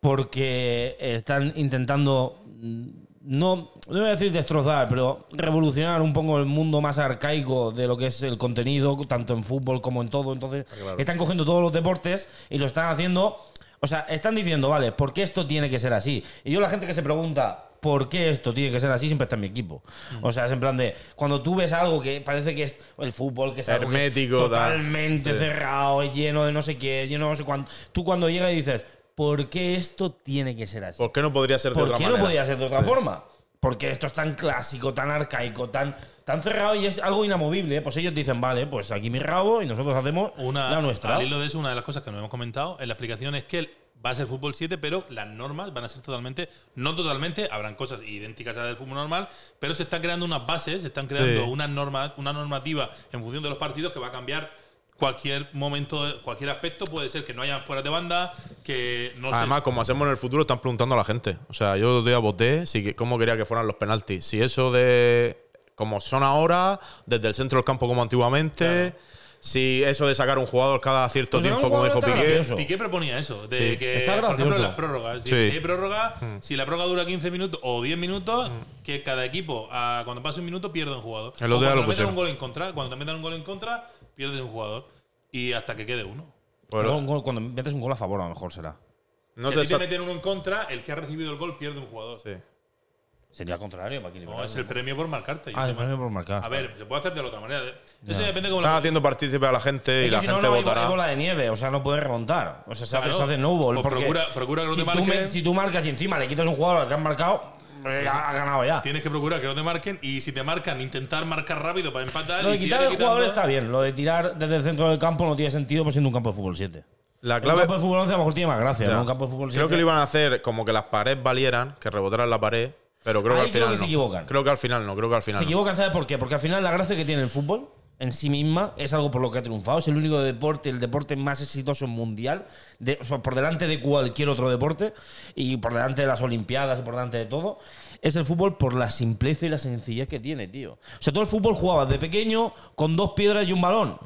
[SPEAKER 2] Porque están intentando, mm, no, no voy a decir destrozar, pero revolucionar un poco el mundo más arcaico de lo que es el contenido, tanto en fútbol como en todo. Entonces, están cogiendo todos los deportes y lo están haciendo. O sea, están diciendo, vale, ¿por qué esto tiene que ser así? Y yo la gente que se pregunta, ¿por qué esto tiene que ser así? Siempre está en mi equipo.
[SPEAKER 3] Mm.
[SPEAKER 2] O sea, es en plan de, cuando tú ves algo que parece que es el fútbol, que es algo que es
[SPEAKER 3] Hermético, tal.
[SPEAKER 2] totalmente
[SPEAKER 3] Sí.
[SPEAKER 2] cerrado, lleno de no sé qué, lleno de no sé cuánto, tú cuando llegas y dices, ¿por qué esto tiene que ser así?
[SPEAKER 3] ¿Por qué no podría ser de
[SPEAKER 2] ¿Por
[SPEAKER 3] otra
[SPEAKER 2] qué
[SPEAKER 3] manera?
[SPEAKER 2] no podía ser de otra forma? Porque esto es tan clásico, tan arcaico, tan, tan cerrado y es algo inamovible. Pues ellos dicen, vale, pues aquí mi rabo y nosotros hacemos
[SPEAKER 1] una,
[SPEAKER 2] la nuestra.
[SPEAKER 1] Al hilo de eso, una de las cosas que no hemos comentado en la explicación es que el- va a ser fútbol 7, pero las normas van a ser totalmente, no totalmente, habrán cosas idénticas a las del fútbol normal, pero se están creando unas bases, se están creando
[SPEAKER 3] Sí.
[SPEAKER 1] unas normas, una normativa en función de los partidos que va a cambiar cualquier momento, cualquier aspecto. Puede ser que no hayan fuera de banda, que no se-
[SPEAKER 3] Además, como hacemos en el futuro, están preguntando a la gente. O sea, yo el otro día voté si, que- cómo quería que fueran los penaltis. Si eso de. como son ahora, desde el centro del campo como antiguamente. Si eso de sacar un jugador cada cierto
[SPEAKER 2] Pues era un
[SPEAKER 3] tiempo, como dijo
[SPEAKER 2] jugador tan
[SPEAKER 3] Piqué.
[SPEAKER 2] gracioso.
[SPEAKER 1] Piqué proponía eso, de
[SPEAKER 3] Sí.
[SPEAKER 1] que,
[SPEAKER 2] Está
[SPEAKER 1] por ejemplo,
[SPEAKER 2] gracioso.
[SPEAKER 1] las prórrogas. Si,
[SPEAKER 3] Sí. Mm.
[SPEAKER 1] si hay prórroga, si la prórroga dura 15 minutos o 10 minutos, que cada equipo, a- cuando pase un minuto, pierde un jugador.
[SPEAKER 3] El otro
[SPEAKER 1] O cuando
[SPEAKER 3] día lo
[SPEAKER 1] te metan
[SPEAKER 3] pusieron.
[SPEAKER 1] un gol en contra, cuando te metan un gol en contra, pierdes un jugador. Y hasta que quede uno.
[SPEAKER 3] Pues,
[SPEAKER 2] Luego un gol- cuando metes un gol a favor, a lo mejor será.
[SPEAKER 3] no
[SPEAKER 1] si
[SPEAKER 3] sé
[SPEAKER 1] a ti te
[SPEAKER 3] exact-
[SPEAKER 1] meten uno en contra, el que ha recibido el gol pierde un jugador.
[SPEAKER 3] Sí.
[SPEAKER 2] Sería al contrario, para equilibrar.
[SPEAKER 1] No, es el premio por marcarte. Yo
[SPEAKER 2] Ah,
[SPEAKER 1] te
[SPEAKER 2] el premio por
[SPEAKER 1] mar-
[SPEAKER 2] marcar.
[SPEAKER 1] A ver, se puede hacer de la otra manera. Eso
[SPEAKER 2] Ya.
[SPEAKER 1] depende como
[SPEAKER 3] Están
[SPEAKER 1] la.
[SPEAKER 3] haciendo partícipe a la gente y
[SPEAKER 2] Es que
[SPEAKER 3] la
[SPEAKER 2] si
[SPEAKER 3] gente
[SPEAKER 2] no, no, hay
[SPEAKER 3] votará.
[SPEAKER 2] bola de nieve, o sea, no puedes remontar. O sea, se hace,
[SPEAKER 1] Claro.
[SPEAKER 2] se hace snowball.
[SPEAKER 1] Pues
[SPEAKER 2] porque
[SPEAKER 1] procura- procura que no
[SPEAKER 2] si,
[SPEAKER 1] te
[SPEAKER 2] tú
[SPEAKER 1] marquen.
[SPEAKER 2] me- si tú marcas y encima le quitas un jugador al que han marcado, eh, ha, ha ganado ya.
[SPEAKER 1] Tienes que procurar que no te marquen y si te marcan, intentar marcar rápido para empatar.
[SPEAKER 2] Lo
[SPEAKER 1] y
[SPEAKER 2] de
[SPEAKER 1] si
[SPEAKER 2] quitar
[SPEAKER 1] ya te
[SPEAKER 2] el jugador
[SPEAKER 1] quitando- ¿eh?
[SPEAKER 2] está bien. Lo de tirar desde el centro del campo no tiene sentido, pues siendo un campo de fútbol 7.
[SPEAKER 3] La
[SPEAKER 2] Un
[SPEAKER 3] clave.
[SPEAKER 2] campo de fútbol 11 a lo mejor tiene más gracia.
[SPEAKER 3] Ya.
[SPEAKER 2] ¿no? Un campo de fútbol 7.
[SPEAKER 3] Creo que lo iban a hacer como que las paredes valieran, que rebotaran la pared, pero creo
[SPEAKER 2] Ahí Ah,
[SPEAKER 3] que al
[SPEAKER 2] creo
[SPEAKER 3] final
[SPEAKER 2] que
[SPEAKER 3] no.
[SPEAKER 2] se equivocan.
[SPEAKER 3] Creo que al final no, creo que al final.
[SPEAKER 2] Se
[SPEAKER 3] no.
[SPEAKER 2] equivocan, ¿sabes por qué? Porque al final la gracia que tiene el fútbol en sí misma es algo por lo que ha triunfado. Es el único deporte, el deporte más exitoso mundial, de- o sea, por delante de cualquier otro deporte y por delante de las Olimpiadas y por delante de todo. Es el fútbol por la simpleza y la sencillez que tiene, tío. O sea, todo el fútbol jugabas de pequeño con dos piedras y un balón.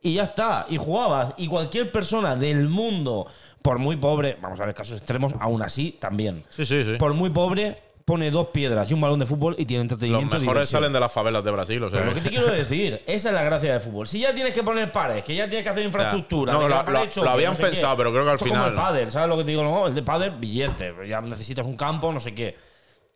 [SPEAKER 2] Y ya está, y jugabas. Y cualquier persona del mundo, por muy pobre, vamos a ver casos extremos, aún así también.
[SPEAKER 3] Sí, sí, sí.
[SPEAKER 2] Por muy pobre, pone dos piedras y un balón de fútbol y tiene
[SPEAKER 3] Los
[SPEAKER 2] entretenimiento.
[SPEAKER 3] mejores
[SPEAKER 2] diversión.
[SPEAKER 3] salen de las favelas de Brasil, o sea.
[SPEAKER 2] Pero lo que te
[SPEAKER 3] <laughs>
[SPEAKER 2] quiero decir, esa es la gracia del fútbol. Si ya tienes que poner pares, que ya tienes que hacer infraestructura.
[SPEAKER 3] No,
[SPEAKER 2] de que
[SPEAKER 3] lo-
[SPEAKER 2] la pared
[SPEAKER 3] lo-
[SPEAKER 2] choque,
[SPEAKER 3] lo habían
[SPEAKER 2] no sé
[SPEAKER 3] pensado,
[SPEAKER 2] qué.
[SPEAKER 3] pero creo que al
[SPEAKER 2] Esto es como
[SPEAKER 3] final-
[SPEAKER 2] el pádel, ¿sabes lo que te digo? No, el de pádel, billete. Ya necesitas un campo, no sé qué.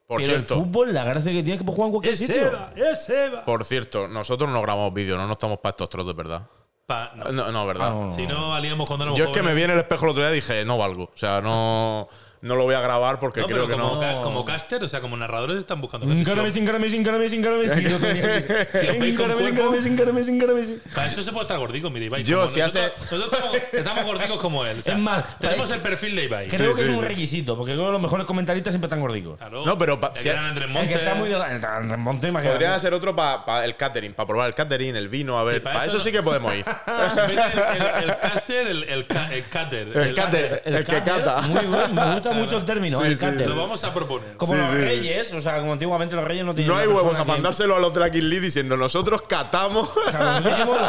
[SPEAKER 3] por
[SPEAKER 2] pero
[SPEAKER 3] cierto,
[SPEAKER 2] el fútbol, la gracia que tiene es que puedes jugar en cualquier
[SPEAKER 1] ¡Es
[SPEAKER 2] sitio.
[SPEAKER 1] Eva! ¡Es Eva!
[SPEAKER 3] por cierto, nosotros no grabamos vídeo, no, no estamos para estos trotes, ¿verdad?
[SPEAKER 1] Pa- no.
[SPEAKER 3] No, no, ¿verdad?
[SPEAKER 2] Ah, no, no.
[SPEAKER 1] Si no, alíamos cuando éramos
[SPEAKER 3] Oh. Yo es que me
[SPEAKER 1] jóvenes.
[SPEAKER 3] vi en el espejo el otro día y dije, no valgo. O sea, no, no lo voy a grabar porque
[SPEAKER 1] No,
[SPEAKER 3] creo
[SPEAKER 1] pero
[SPEAKER 3] que
[SPEAKER 1] como,
[SPEAKER 3] no.
[SPEAKER 1] ca- como caster, o sea, como narradores están buscando
[SPEAKER 2] Mm,
[SPEAKER 1] gente.
[SPEAKER 2] caramés,
[SPEAKER 1] Si-
[SPEAKER 2] sin caramés, sin caramés, sin caramés. Y yo tenía así.
[SPEAKER 3] <laughs>
[SPEAKER 1] Si os veis con
[SPEAKER 2] Mm, caramés, sin
[SPEAKER 1] cuerpo-
[SPEAKER 2] caramés, sin caramés, sin caramés.
[SPEAKER 1] Para eso se puede estar gordico, mire, Ibai.
[SPEAKER 3] Yo,
[SPEAKER 1] Como
[SPEAKER 3] si
[SPEAKER 1] nosotros,
[SPEAKER 3] hace- eh,
[SPEAKER 1] Nosotros estamos, estamos gordicos como él. o sea,
[SPEAKER 2] Es más,
[SPEAKER 1] tenemos
[SPEAKER 2] parece-
[SPEAKER 1] el perfil de Ibai.
[SPEAKER 2] Creo
[SPEAKER 3] Sí,
[SPEAKER 2] que
[SPEAKER 3] sí, Ah,
[SPEAKER 2] es un
[SPEAKER 3] sí.
[SPEAKER 2] requisito, porque creo que los mejores comentaristas siempre están gordicos.
[SPEAKER 1] Claro.
[SPEAKER 3] No, pero pa-
[SPEAKER 1] El
[SPEAKER 3] si-
[SPEAKER 1] gran Andrés
[SPEAKER 2] El
[SPEAKER 1] Montes.
[SPEAKER 2] que está
[SPEAKER 1] <laughs>
[SPEAKER 2] muy delgado. el Monte, imagínate.
[SPEAKER 3] Podrían hacer otro para el catering, para probar el catering, el vino, a ver.
[SPEAKER 1] pa'
[SPEAKER 3] para
[SPEAKER 1] eso
[SPEAKER 3] eso,
[SPEAKER 1] no-
[SPEAKER 3] sí que podemos
[SPEAKER 2] <laughs>
[SPEAKER 3] ir.
[SPEAKER 1] Vete el, el- el caster, el, el, ca- el cutter.
[SPEAKER 3] El cutter. El que
[SPEAKER 2] cáter,
[SPEAKER 3] cata.
[SPEAKER 2] Muy bueno, me
[SPEAKER 3] <laughs>
[SPEAKER 2] gusta mucho el término,
[SPEAKER 3] Sí,
[SPEAKER 2] el
[SPEAKER 3] sí,
[SPEAKER 2] cáter.
[SPEAKER 1] Lo vamos a proponer.
[SPEAKER 2] Como
[SPEAKER 3] Sí,
[SPEAKER 2] los
[SPEAKER 3] sí.
[SPEAKER 2] reyes, o sea, como antiguamente los reyes no tenían.
[SPEAKER 3] No hay huevos a
[SPEAKER 2] mandarse.
[SPEAKER 3] mandárselo a los de la King Lee diciendo nosotros catamos. <laughs>
[SPEAKER 2] los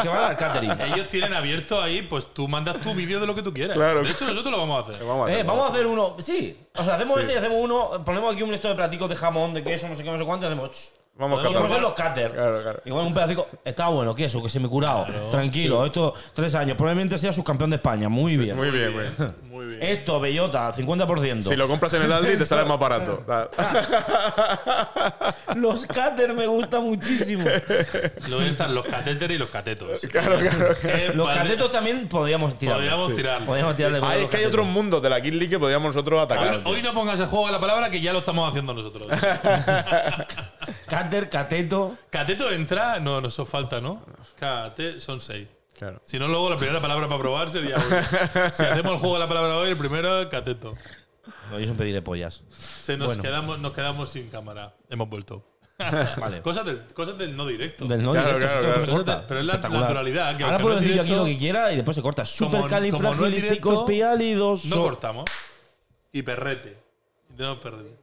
[SPEAKER 2] que van al catering. Eh,
[SPEAKER 1] Ellos tienen abierto ahí, pues tú mandas tu vídeo de lo que tú quieras.
[SPEAKER 3] Claro.
[SPEAKER 1] De hecho, nosotros lo vamos a hacer.
[SPEAKER 3] vamos
[SPEAKER 2] Eh,
[SPEAKER 3] hacerlo.
[SPEAKER 2] vamos a hacer uno. Sí. O sea, hacemos ese y hacemos uno. Ponemos aquí un esto de platicos de jamón, de queso, no sé qué, no sé cuánto, y hacemos. ch.
[SPEAKER 3] Vamos a
[SPEAKER 2] Y
[SPEAKER 3] catar.
[SPEAKER 2] vamos a hacer los cáter.
[SPEAKER 3] Claro, claro.
[SPEAKER 2] Igual un pedacito. Está bueno, queso, que se me he curado. Tranquilo, esto tres años. Probablemente sea subcampeón de España. Muy bien.
[SPEAKER 3] Muy bien, güey.
[SPEAKER 1] <laughs> Muy bien.
[SPEAKER 2] Esto, bellota, 50%.
[SPEAKER 3] Si lo compras en el Aldi te sale más <laughs> barato.
[SPEAKER 2] Los cáter me gusta muchísimo.
[SPEAKER 1] Luego están los catéteres y los catetos.
[SPEAKER 3] Claro, claro.
[SPEAKER 1] Eh,
[SPEAKER 2] Los
[SPEAKER 1] padre-
[SPEAKER 2] catetos también podríamos tirar.
[SPEAKER 1] Podríamos tirarlo.
[SPEAKER 2] Podríamos tirarle con
[SPEAKER 3] Ah, es
[SPEAKER 2] los
[SPEAKER 3] que hay
[SPEAKER 2] catetos.
[SPEAKER 3] otros mundos de la King Lee que podríamos nosotros
[SPEAKER 1] Hoy,
[SPEAKER 3] atacar.
[SPEAKER 1] hoy no pongas en juego la palabra que ya lo estamos haciendo
[SPEAKER 2] <laughs>
[SPEAKER 1] nosotros.
[SPEAKER 2] Cáter, cateto.
[SPEAKER 1] Cateto entra. No, nos falta, ¿no? Cate son seis.
[SPEAKER 3] Claro.
[SPEAKER 1] Si no, luego la primera palabra para probar sería.
[SPEAKER 2] <laughs>
[SPEAKER 1] uno. si hacemos el juego de la palabra hoy, el primero es cateto.
[SPEAKER 2] No, yo siempre diré pollas.
[SPEAKER 1] Se nos,
[SPEAKER 2] Bueno.
[SPEAKER 1] quedamos, nos quedamos sin cámara. Hemos vuelto.
[SPEAKER 2] Vale.
[SPEAKER 1] Cosas del, cosas del no directo.
[SPEAKER 2] <laughs> Del no
[SPEAKER 3] Claro,
[SPEAKER 2] directo,
[SPEAKER 3] claro,
[SPEAKER 2] esto
[SPEAKER 3] claro.
[SPEAKER 2] se corta.
[SPEAKER 1] Pero es la
[SPEAKER 2] Espectacular.
[SPEAKER 1] naturalidad, que
[SPEAKER 2] Ahora
[SPEAKER 1] aunque
[SPEAKER 2] puedo
[SPEAKER 1] no es
[SPEAKER 2] decir yo aquí
[SPEAKER 1] directo-
[SPEAKER 2] lo que quiera y después se corta.
[SPEAKER 1] como no es directo,
[SPEAKER 2] Supercalifragilísticos pialidos.
[SPEAKER 1] No cortamos. Y perrete. Intentamos perrete.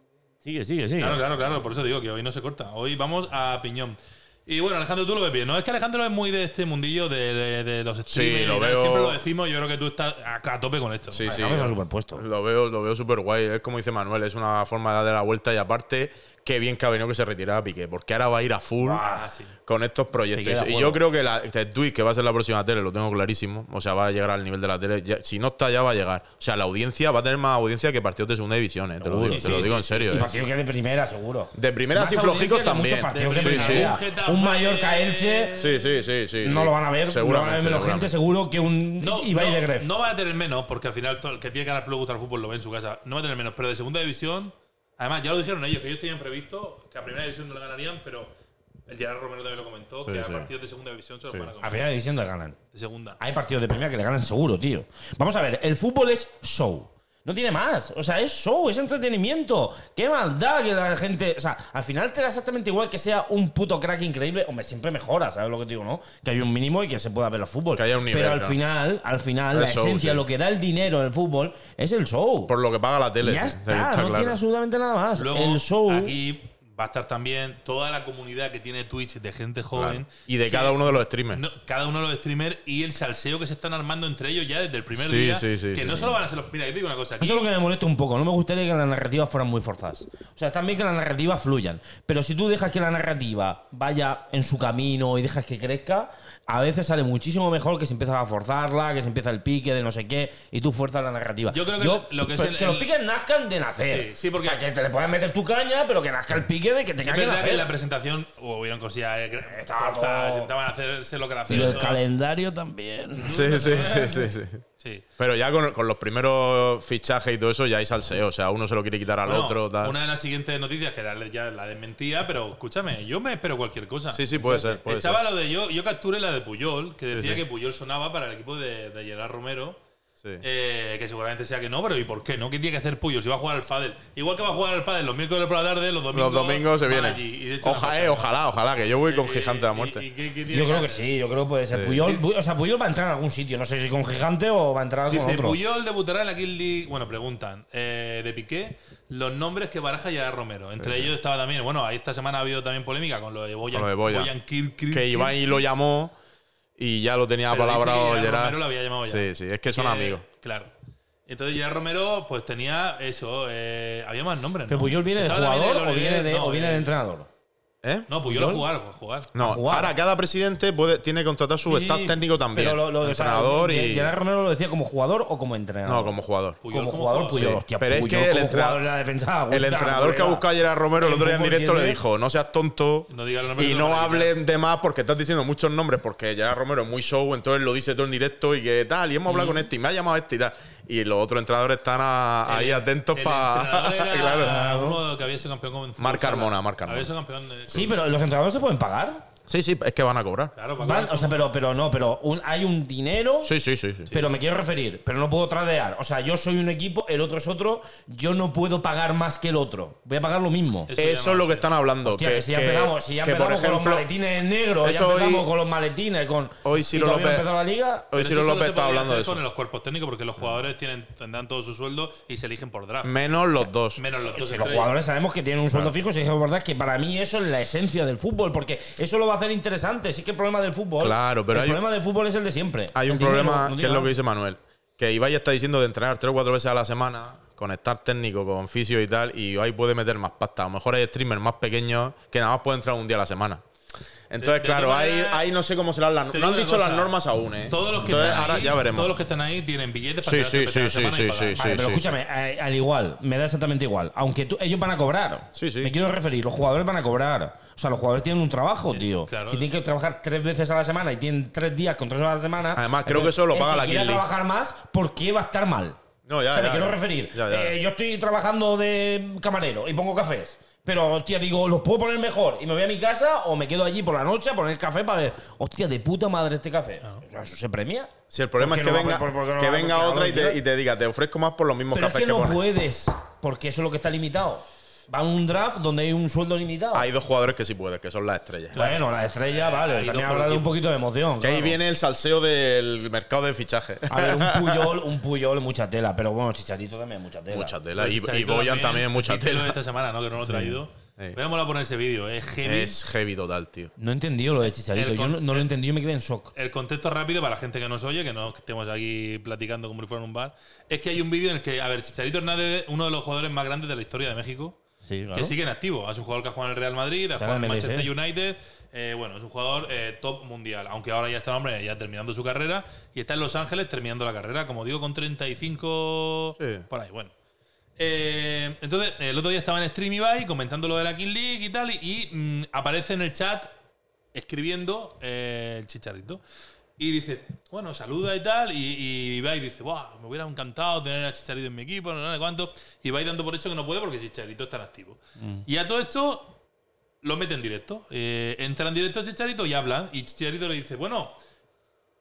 [SPEAKER 2] Sigue, sigue, sigue.
[SPEAKER 1] Claro, claro, claro. Por eso digo que hoy no se corta. Hoy vamos a piñón. Y bueno, Alejandro, tú lo ves bien, ¿no? Es que Alejandro es muy de este mundillo de, de- de los streamers.
[SPEAKER 3] lo
[SPEAKER 1] y tal.
[SPEAKER 3] veo.
[SPEAKER 1] Siempre lo decimos. Yo creo que tú estás a, a tope con esto.
[SPEAKER 3] Sí, sí.
[SPEAKER 2] Vamos a superpuesto.
[SPEAKER 3] Lo veo, lo veo súper guay. Es como dice Manuel, es una forma de darle la vuelta y aparte, qué bien que ha venido que se retirara Piqué, porque ahora va a ir a full
[SPEAKER 1] Ah, sí.
[SPEAKER 3] con estos
[SPEAKER 2] Piqué da
[SPEAKER 3] proyectos. Y
[SPEAKER 2] juego.
[SPEAKER 3] yo creo que la, este Twitch, que va a ser la próxima tele, lo tengo clarísimo. O sea, va a llegar al nivel de la tele. Ya- si no está, ya va a llegar. O sea, la audiencia va a tener más audiencia que partidos de segunda división, eh, te lo digo,
[SPEAKER 1] Sí,
[SPEAKER 3] te
[SPEAKER 1] sí,
[SPEAKER 3] lo digo
[SPEAKER 1] sí,
[SPEAKER 3] en serio.
[SPEAKER 2] Y
[SPEAKER 3] eh.
[SPEAKER 2] partido que de primera, seguro.
[SPEAKER 3] De primera
[SPEAKER 2] Más
[SPEAKER 3] y
[SPEAKER 2] audiencia
[SPEAKER 3] flojicos
[SPEAKER 2] que muchos
[SPEAKER 3] también.
[SPEAKER 2] partidos
[SPEAKER 1] de
[SPEAKER 2] que
[SPEAKER 3] Sí,
[SPEAKER 1] primera.
[SPEAKER 2] primera.
[SPEAKER 3] sí.
[SPEAKER 1] Getafe. eh,
[SPEAKER 2] Un Mallorca-Elche
[SPEAKER 3] Sí, sí, sí, sí.
[SPEAKER 2] no
[SPEAKER 3] sí.
[SPEAKER 2] lo van a ver. Seguramente.
[SPEAKER 3] Seguramente,
[SPEAKER 2] lo van a ver menos gente,
[SPEAKER 3] seguramente.
[SPEAKER 2] seguro, que un
[SPEAKER 1] No,
[SPEAKER 2] Ibai
[SPEAKER 1] no,
[SPEAKER 2] de Gref.
[SPEAKER 1] no va a tener menos, porque al final todo el que tiene ganas de gustar al fútbol lo ve en su casa. No va a tener menos, pero de segunda división, además ya lo dijeron ellos, que ellos tenían previsto que a primera división no le ganarían, pero el Gerard Romero también lo comentó, que a
[SPEAKER 3] sí.
[SPEAKER 1] partidos de segunda división se los van a
[SPEAKER 2] A
[SPEAKER 1] comer.
[SPEAKER 2] primera división le ganan.
[SPEAKER 1] De segunda.
[SPEAKER 2] Hay partidos de primera que le ganan seguro, tío. Vamos a ver, el fútbol es show. No tiene más. O sea, es show, es entretenimiento. Qué maldad que la gente. O sea, al final te da exactamente igual que sea un puto crack increíble. Hombre, siempre mejora, ¿sabes lo que te digo, no? Que hay un mínimo y que se pueda ver el fútbol.
[SPEAKER 3] Que haya un nivel,
[SPEAKER 2] Pero al
[SPEAKER 3] ¿no?
[SPEAKER 2] final, al final, la
[SPEAKER 3] Es show,
[SPEAKER 2] esencia,
[SPEAKER 3] sí.
[SPEAKER 2] lo que da el dinero en el fútbol es el show.
[SPEAKER 3] Por lo que paga la tele.
[SPEAKER 2] ya
[SPEAKER 3] sí,
[SPEAKER 2] está, no tiene absolutamente nada más.
[SPEAKER 1] Luego,
[SPEAKER 2] el show.
[SPEAKER 1] aquí va a estar también toda la comunidad que tiene Twitch de gente joven.
[SPEAKER 3] Claro. Y de cada uno de los streamers.
[SPEAKER 1] No, cada uno de los streamers y el salseo que se están armando entre ellos ya desde el primer
[SPEAKER 3] Sí,
[SPEAKER 1] día.
[SPEAKER 3] sí, sí,
[SPEAKER 1] que
[SPEAKER 3] sí,
[SPEAKER 1] no
[SPEAKER 3] sí.
[SPEAKER 1] solo van a ser los. Mira, yo te digo una cosa. Aquí,
[SPEAKER 2] Eso es lo que me molesta un poco. No me gustaría que las narrativas fueran muy forzadas. O sea, está bien que las narrativas fluyan. Pero si tú dejas que la narrativa vaya en su camino y dejas que crezca, a veces sale muchísimo mejor que si empiezas a forzarla, que se empieza el pique de no sé qué y tú fuerzas la narrativa.
[SPEAKER 1] Yo creo que lo que es el-
[SPEAKER 2] los
[SPEAKER 1] el-
[SPEAKER 2] piques nazcan de nacer.
[SPEAKER 1] Sí, sí, porque-
[SPEAKER 2] O sea, que te le puedes meter tu caña, pero que nazca el pique de que te
[SPEAKER 1] es
[SPEAKER 2] que
[SPEAKER 1] verdad que en la
[SPEAKER 2] nacer.
[SPEAKER 1] presentación hubieron cosillas eh,
[SPEAKER 2] Estaba
[SPEAKER 1] forzadas,
[SPEAKER 2] todo-
[SPEAKER 1] intentaban hacerse lo
[SPEAKER 2] Pero
[SPEAKER 1] gracioso.
[SPEAKER 2] el calendario también.
[SPEAKER 3] Sí, sí, sí, sí, sí.
[SPEAKER 1] Sí.
[SPEAKER 3] Pero ya con, con los primeros fichajes y todo eso ya hay salseo. O sea, uno se lo quiere quitar al
[SPEAKER 1] Bueno,
[SPEAKER 3] otro. Tal.
[SPEAKER 1] Una de las siguientes noticias, que era ya la desmentía, pero escúchame, yo me espero cualquier cosa.
[SPEAKER 3] Sí, sí, puede ser. Puede
[SPEAKER 1] Estaba
[SPEAKER 3] ser.
[SPEAKER 1] lo de yo, yo capturé la de Puyol, que decía
[SPEAKER 3] sí.
[SPEAKER 1] que Puyol sonaba para el equipo de, de Gerard Romero.
[SPEAKER 3] Sí.
[SPEAKER 1] eh, que seguramente sea que no, pero ¿y por qué no? ¿Qué tiene que hacer Puyol si va a jugar al pádel? Igual que va a jugar al pádel los miércoles por la tarde, los domingos.
[SPEAKER 3] Los domingos se
[SPEAKER 1] van
[SPEAKER 3] viene.
[SPEAKER 1] allí. Y de hecho,
[SPEAKER 3] Oja,
[SPEAKER 1] no,
[SPEAKER 3] eh, ojalá, ojalá, que yo voy con
[SPEAKER 1] eh,
[SPEAKER 3] gigante a
[SPEAKER 1] y-
[SPEAKER 3] muerte.
[SPEAKER 1] y- y- ¿qué- qué tiene
[SPEAKER 2] Yo creo que
[SPEAKER 1] hacer?
[SPEAKER 2] sí, yo creo que puede ser. Puyol, o sea, Puyol va a entrar en algún sitio. No sé si con Gigante o va a entrar con
[SPEAKER 1] Dice,
[SPEAKER 2] otro.
[SPEAKER 1] Puyol debutará en la Kill League. Bueno, preguntan, eh, de Piqué, los nombres que baraja Gerard Romero. Entre ellos estaba también, bueno, ahí esta semana ha habido también polémica con lo de Boyan,
[SPEAKER 3] Con lo de Boyan.
[SPEAKER 1] Kir- Kir-
[SPEAKER 3] que
[SPEAKER 1] Kir-
[SPEAKER 3] Iván y lo llamó y ya lo tenía
[SPEAKER 1] Pero dice que
[SPEAKER 3] apalabrado
[SPEAKER 1] Gerard
[SPEAKER 3] Gerard.
[SPEAKER 1] Romero lo había llamado ya.
[SPEAKER 3] Sí, sí, es que son
[SPEAKER 1] Que-
[SPEAKER 3] amigos.
[SPEAKER 1] Claro. Entonces Gerard Romero, pues tenía eso, eh, había más nombres.
[SPEAKER 2] ¿Pero
[SPEAKER 1] ¿no?
[SPEAKER 2] Puyol viene de
[SPEAKER 1] Estaba también
[SPEAKER 2] jugador
[SPEAKER 1] el
[SPEAKER 2] o viene de,
[SPEAKER 1] Oleguer, no,
[SPEAKER 2] o viene de
[SPEAKER 1] eh,
[SPEAKER 2] entrenador?
[SPEAKER 3] ¿Eh?
[SPEAKER 1] No, Puyol a jugar, a jugar.
[SPEAKER 2] A
[SPEAKER 3] No,
[SPEAKER 2] jugar.
[SPEAKER 3] ahora cada presidente puede, tiene que contratar su
[SPEAKER 2] Sí, sí,
[SPEAKER 3] staff
[SPEAKER 2] sí.
[SPEAKER 3] técnico también.
[SPEAKER 2] Pero lo, lo- o sea,
[SPEAKER 3] entrenador
[SPEAKER 2] Ge-
[SPEAKER 3] y.
[SPEAKER 2] Gerard Romero lo decía como jugador o como entrenador.
[SPEAKER 3] no, como jugador.
[SPEAKER 1] Puyol
[SPEAKER 2] como
[SPEAKER 1] como
[SPEAKER 2] jugador,
[SPEAKER 1] jugador,
[SPEAKER 2] Puyol.
[SPEAKER 1] sí.
[SPEAKER 2] Hostia,
[SPEAKER 3] Pero es
[SPEAKER 2] Puyol
[SPEAKER 3] que el
[SPEAKER 2] como
[SPEAKER 3] entra-
[SPEAKER 2] jugador en la defensa,
[SPEAKER 3] El
[SPEAKER 2] aguanta,
[SPEAKER 3] entrenador que
[SPEAKER 2] colega.
[SPEAKER 3] ha buscado a Gerard Romero el
[SPEAKER 2] El
[SPEAKER 3] otro día en
[SPEAKER 2] fútbol
[SPEAKER 3] directo le
[SPEAKER 2] tiene-
[SPEAKER 3] dijo: No seas tonto
[SPEAKER 1] No diga los nombres
[SPEAKER 3] y
[SPEAKER 1] que
[SPEAKER 3] no
[SPEAKER 1] van a quitar.
[SPEAKER 3] hablen de más porque estás diciendo muchos nombres. Porque Gerard Romero es muy show, entonces lo dice todo en directo y que tal. Y
[SPEAKER 2] Mm.
[SPEAKER 3] hemos hablado con este y me ha llamado este y tal. Y los otros entrenadores están a-
[SPEAKER 1] El-
[SPEAKER 3] ahí atentos
[SPEAKER 1] el
[SPEAKER 3] para. <laughs>
[SPEAKER 1] entrenador era
[SPEAKER 3] claro.
[SPEAKER 1] uno que había sido campeón con
[SPEAKER 3] Marc Carmona, Marc Carmona.
[SPEAKER 1] Había sido campeón de-
[SPEAKER 2] Sí, pero los entrenadores se pueden pagar.
[SPEAKER 3] Sí, sí, es que van a cobrar.
[SPEAKER 1] Claro, para
[SPEAKER 2] Van-
[SPEAKER 1] acabar.
[SPEAKER 2] o sea, pero, pero no, pero un- hay un dinero.
[SPEAKER 3] Sí, sí, sí. sí.
[SPEAKER 2] Pero me quiero referir, pero no puedo tradear. O sea, yo soy un equipo, el otro es otro, yo no puedo pagar más que el otro. Voy a pagar lo mismo.
[SPEAKER 1] Es-
[SPEAKER 3] Eso,
[SPEAKER 1] ya
[SPEAKER 3] es
[SPEAKER 1] no
[SPEAKER 3] lo
[SPEAKER 1] sé.
[SPEAKER 3] que están hablando.
[SPEAKER 2] Hostia,
[SPEAKER 3] que,
[SPEAKER 2] que, si ya
[SPEAKER 3] que-
[SPEAKER 2] empezamos, si ya
[SPEAKER 3] que,
[SPEAKER 2] empezamos con los maletines en negro, ya
[SPEAKER 3] eso hoy-
[SPEAKER 2] empezamos con los maletines, con.
[SPEAKER 3] hoy
[SPEAKER 2] y
[SPEAKER 3] Ciro
[SPEAKER 2] todavía no
[SPEAKER 3] López-
[SPEAKER 2] ha empezado la liga.
[SPEAKER 3] Hoy
[SPEAKER 1] Pero
[SPEAKER 3] Ciro
[SPEAKER 1] eso solo
[SPEAKER 3] López
[SPEAKER 1] se podría
[SPEAKER 3] estaba hablando de
[SPEAKER 1] hacer
[SPEAKER 3] eso.
[SPEAKER 1] Con los cuerpos técnicos, porque los jugadores tienen, tendrán todo su sueldo y se eligen por draft.
[SPEAKER 3] Menos los dos.
[SPEAKER 1] menos los dos.
[SPEAKER 2] Si los
[SPEAKER 1] estrellas.
[SPEAKER 2] jugadores sabemos que tienen un sueldo fijo, si es verdad que para mí eso es la esencia del fútbol, porque eso lo va a hacer interesante. Sí que el problema del fútbol.
[SPEAKER 3] Claro, pero
[SPEAKER 2] el
[SPEAKER 3] hay-
[SPEAKER 2] problema del fútbol es el de siempre.
[SPEAKER 3] Hay
[SPEAKER 2] El
[SPEAKER 3] un
[SPEAKER 2] dinero,
[SPEAKER 3] problema
[SPEAKER 2] no
[SPEAKER 3] que es
[SPEAKER 2] digo
[SPEAKER 3] lo que
[SPEAKER 2] nada.
[SPEAKER 3] dice Manuel. Que Ibai está diciendo de entrenar tres o cuatro veces a la semana, con estar técnico, con fisio y tal, y ahí puede meter más pasta. A lo mejor hay streamers más pequeños que nada más pueden entrar un día a la semana. Entonces,
[SPEAKER 1] De- de
[SPEAKER 3] claro,
[SPEAKER 1] todas
[SPEAKER 3] ahí,
[SPEAKER 1] maneras,
[SPEAKER 3] ahí no sé cómo serán las
[SPEAKER 1] Te
[SPEAKER 3] No han
[SPEAKER 1] digo
[SPEAKER 3] dicho
[SPEAKER 1] una
[SPEAKER 3] las
[SPEAKER 1] cosa.
[SPEAKER 3] normas aún, ¿eh?
[SPEAKER 1] Todos los que
[SPEAKER 3] Entonces,
[SPEAKER 1] están
[SPEAKER 3] ahora
[SPEAKER 1] ahí,
[SPEAKER 3] ya veremos.
[SPEAKER 1] todos los que están ahí tienen billetes para
[SPEAKER 3] Sí,
[SPEAKER 1] quedarse
[SPEAKER 3] sí,
[SPEAKER 1] empezar
[SPEAKER 3] sí,
[SPEAKER 1] la semana
[SPEAKER 3] sí,
[SPEAKER 1] y pagar.
[SPEAKER 3] sí,
[SPEAKER 2] Vale, pero
[SPEAKER 3] sí,
[SPEAKER 2] escúchame, eh, al igual, me da exactamente igual. Aunque tú- ellos van a cobrar.
[SPEAKER 3] Sí, sí.
[SPEAKER 2] Me quiero referir, los jugadores van a cobrar. O sea, los jugadores tienen un trabajo, tío.
[SPEAKER 1] claro.
[SPEAKER 2] Si tienen que trabajar tres veces a la semana y tienen tres días con tres horas a la semana.
[SPEAKER 3] Además, creo que eso lo
[SPEAKER 2] el
[SPEAKER 3] paga la
[SPEAKER 2] quiera
[SPEAKER 3] Kid League.
[SPEAKER 2] trabajar más, ¿por qué va a estar mal?
[SPEAKER 3] No, ya,
[SPEAKER 2] O sea, me
[SPEAKER 3] ya,
[SPEAKER 2] quiero
[SPEAKER 3] ya.
[SPEAKER 2] referir.
[SPEAKER 3] Ya, ya.
[SPEAKER 2] eh, yo estoy trabajando de camarero y pongo cafés. Pero, hostia, digo, ¿los puedo poner mejor? ¿Y me voy a mi casa o me quedo allí por la noche a poner café para ver, hostia, de puta madre este café?
[SPEAKER 3] Ah.
[SPEAKER 2] O sea, ¿Eso se premia?
[SPEAKER 3] Si el problema es
[SPEAKER 2] ¿Por qué
[SPEAKER 3] que
[SPEAKER 2] no
[SPEAKER 3] venga,
[SPEAKER 2] va- por- por qué no
[SPEAKER 3] que
[SPEAKER 2] va-
[SPEAKER 3] venga
[SPEAKER 2] por qué no
[SPEAKER 3] otra y
[SPEAKER 2] lo
[SPEAKER 3] te, y te diga, te ofrezco más por los mismos
[SPEAKER 2] Pero es
[SPEAKER 3] cafés
[SPEAKER 2] que, no
[SPEAKER 3] pones.
[SPEAKER 2] puedes, porque eso es lo que está limitado. Va a un draft donde hay un sueldo limitado.
[SPEAKER 3] Hay dos jugadores que sí pueden, que son las estrellas.
[SPEAKER 2] bueno, la estrella, vale.
[SPEAKER 1] Hay dos
[SPEAKER 2] También
[SPEAKER 1] por
[SPEAKER 2] habla de un
[SPEAKER 1] equipo.
[SPEAKER 2] poquito de emoción.
[SPEAKER 3] Que ahí
[SPEAKER 2] claro.
[SPEAKER 3] viene el salseo del mercado de fichajes.
[SPEAKER 2] A ver, un puyol, un puyol, mucha tela. Pero bueno, chicharito también, mucha tela.
[SPEAKER 3] <laughs> Mucha tela. Y,
[SPEAKER 1] Chicharito
[SPEAKER 3] y Boyan también, mucha
[SPEAKER 1] Chicharito
[SPEAKER 3] tela.
[SPEAKER 1] esta semana, ¿no? Que no lo he traído.
[SPEAKER 3] Sí.
[SPEAKER 1] Pero hemos poner ese vídeo. ¿eh? Es heavy.
[SPEAKER 3] Es heavy total, tío.
[SPEAKER 2] No he entendido lo de chicharito.
[SPEAKER 1] El
[SPEAKER 2] Yo no,
[SPEAKER 1] con-
[SPEAKER 2] no lo he entendido y me quedé en shock.
[SPEAKER 1] El contexto rápido para la gente que nos oye, que no estemos aquí platicando como si fuera un bar, es que hay un vídeo en el que, a ver, Chicharito Hernández es uno de los jugadores más grandes de la historia de México,
[SPEAKER 2] Sí, claro.
[SPEAKER 1] que sigue en activo. Es un jugador que ha jugado en el Real Madrid, ha jugado en el
[SPEAKER 2] merece.
[SPEAKER 1] Manchester United, eh, bueno, es un jugador eh, top mundial, aunque ahora ya está, hombre, ya terminando su carrera y está en Los Ángeles terminando la carrera, como digo, con 35
[SPEAKER 3] Sí.
[SPEAKER 1] por ahí, bueno. Eh, entonces, el otro día estaba en Stream Ibai comentando lo de la King League y tal, y, y, mm, aparece en el chat escribiendo eh, el chicharito. Y dice, bueno, saluda y tal, y, y Ibai dice, Buah, me hubiera encantado tener a Chicharito en mi equipo, no sé cuánto. Y Ibai dando por hecho que no puede porque Chicharito está en activo.
[SPEAKER 2] Mm.
[SPEAKER 1] Y a todo esto lo mete en directo. Eh, entra en directo Chicharito y hablan. Y Chicharito le dice, bueno,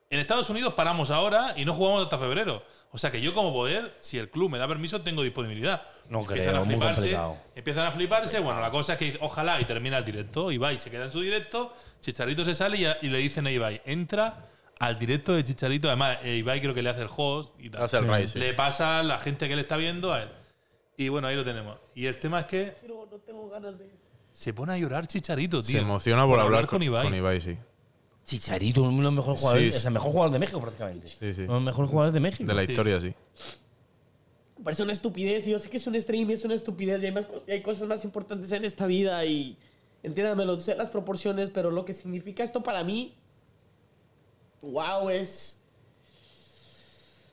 [SPEAKER 1] en Estados Unidos paramos ahora y no jugamos hasta febrero. O sea que yo como poder, si el club me da permiso, tengo disponibilidad.
[SPEAKER 2] No
[SPEAKER 1] empiezan
[SPEAKER 2] creo,
[SPEAKER 1] a
[SPEAKER 2] muy
[SPEAKER 1] fliparse.
[SPEAKER 2] complicado.
[SPEAKER 1] Empiezan a fliparse. Bueno, la cosa es que ojalá y termina el directo. Ibai se queda en su directo. Chicharito se sale y, a- y le dicen a Ibai, entra al directo de Chicharito. Además, eh, Ibai creo que le hace el host y tal.
[SPEAKER 3] Hace el raid, sí.
[SPEAKER 1] Le pasa a la gente que le está viendo a él. Y bueno, ahí lo tenemos. Y el tema es que Se pone a llorar Chicharito, tío.
[SPEAKER 3] Se emociona por, hablar
[SPEAKER 1] con Ibai.
[SPEAKER 3] sí.
[SPEAKER 2] Chicharito, uno de los mejores jugadores.
[SPEAKER 3] Sí.
[SPEAKER 2] Es el mejor jugador de México, prácticamente.
[SPEAKER 3] Sí,
[SPEAKER 2] Uno
[SPEAKER 3] sí.
[SPEAKER 2] de los mejores jugadores de México.
[SPEAKER 3] De la
[SPEAKER 1] Sí.
[SPEAKER 3] historia, sí.
[SPEAKER 5] Parece una estupidez. Yo sé que es un stream y es una estupidez. Y hay, más cos- y hay cosas más importantes en esta vida. Y entiéndamelo, sé las proporciones, pero lo que significa esto para mí. Wow, es.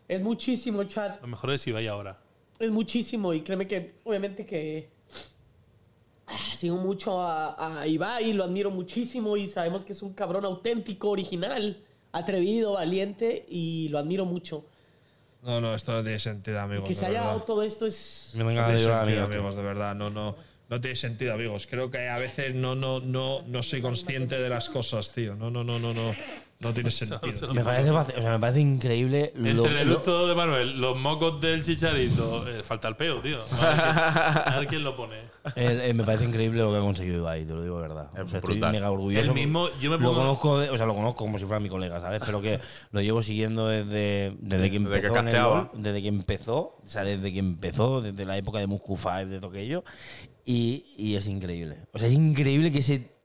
[SPEAKER 5] Es muchísimo, chat.
[SPEAKER 1] Lo mejor es Ibai ahora.
[SPEAKER 5] Es muchísimo. Y créeme que, obviamente, que. ah, Sigo mucho a, a Ibai, lo admiro muchísimo. Y sabemos que es un cabrón auténtico, original, atrevido, valiente. Y lo admiro mucho.
[SPEAKER 6] No, no, esto no tiene sentido, amigos.
[SPEAKER 5] que se
[SPEAKER 6] de
[SPEAKER 5] haya
[SPEAKER 6] verdad.
[SPEAKER 5] dado todo esto es.
[SPEAKER 2] Me dan
[SPEAKER 6] No
[SPEAKER 2] ganas de
[SPEAKER 6] tiene
[SPEAKER 2] llorar,
[SPEAKER 6] sentido,
[SPEAKER 2] amigo.
[SPEAKER 6] amigos, de verdad. No, no, no tiene sentido, amigos. Creo que a veces no, no, no, no soy consciente de las cosas, tío. No, no, no, no, no. No tiene sentido.
[SPEAKER 2] Me parece, vac- o sea, me parece increíble lo,
[SPEAKER 1] Entre el
[SPEAKER 2] lo-
[SPEAKER 1] luto de Manuel, los mocos del Chicharito. eh, falta el peo, tío. A ver, quién- a ver quién lo pone.
[SPEAKER 2] el- eh, me parece increíble lo que ha conseguido Ibai, te lo digo de verdad. O
[SPEAKER 3] Es
[SPEAKER 2] sea, estoy
[SPEAKER 3] brutal.
[SPEAKER 2] mega orgulloso.
[SPEAKER 1] Él mismo, yo me
[SPEAKER 2] lo
[SPEAKER 1] pongo-
[SPEAKER 2] conozco, de- o sea, lo conozco como si fuera mi colega, ¿sabes? Pero que lo llevo siguiendo desde, desde que empezó.
[SPEAKER 3] Desde que
[SPEAKER 2] en el
[SPEAKER 3] casteaba.
[SPEAKER 2] LoL, desde que empezó, o sea, desde que empezó, desde la época de Muscu 5, de todo aquello. Y, y es increíble. O sea, es increíble que ese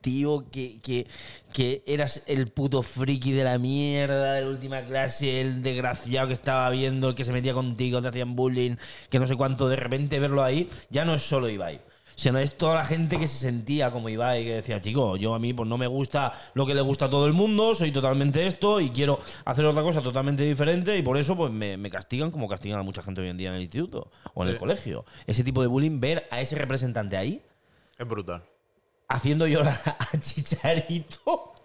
[SPEAKER 2] tío que, que, que eras el puto friki de la mierda, de la última clase, el desgraciado que estaba viendo, el que se metía contigo, te hacían bullying, que no sé cuánto, de repente verlo ahí, ya no es solo Ibai. Sino es toda la gente que se sentía como Ibai, que decía, chico, yo a mí pues no me gusta lo que le gusta a todo el mundo, soy totalmente esto y quiero hacer otra cosa totalmente diferente y por eso pues me, me castigan como castigan a mucha gente hoy en día en el instituto o en el colegio. Ese tipo de bullying, ver a ese representante ahí,
[SPEAKER 3] Es brutal.
[SPEAKER 2] haciendo llorar <laughs> a Chicharito. <laughs>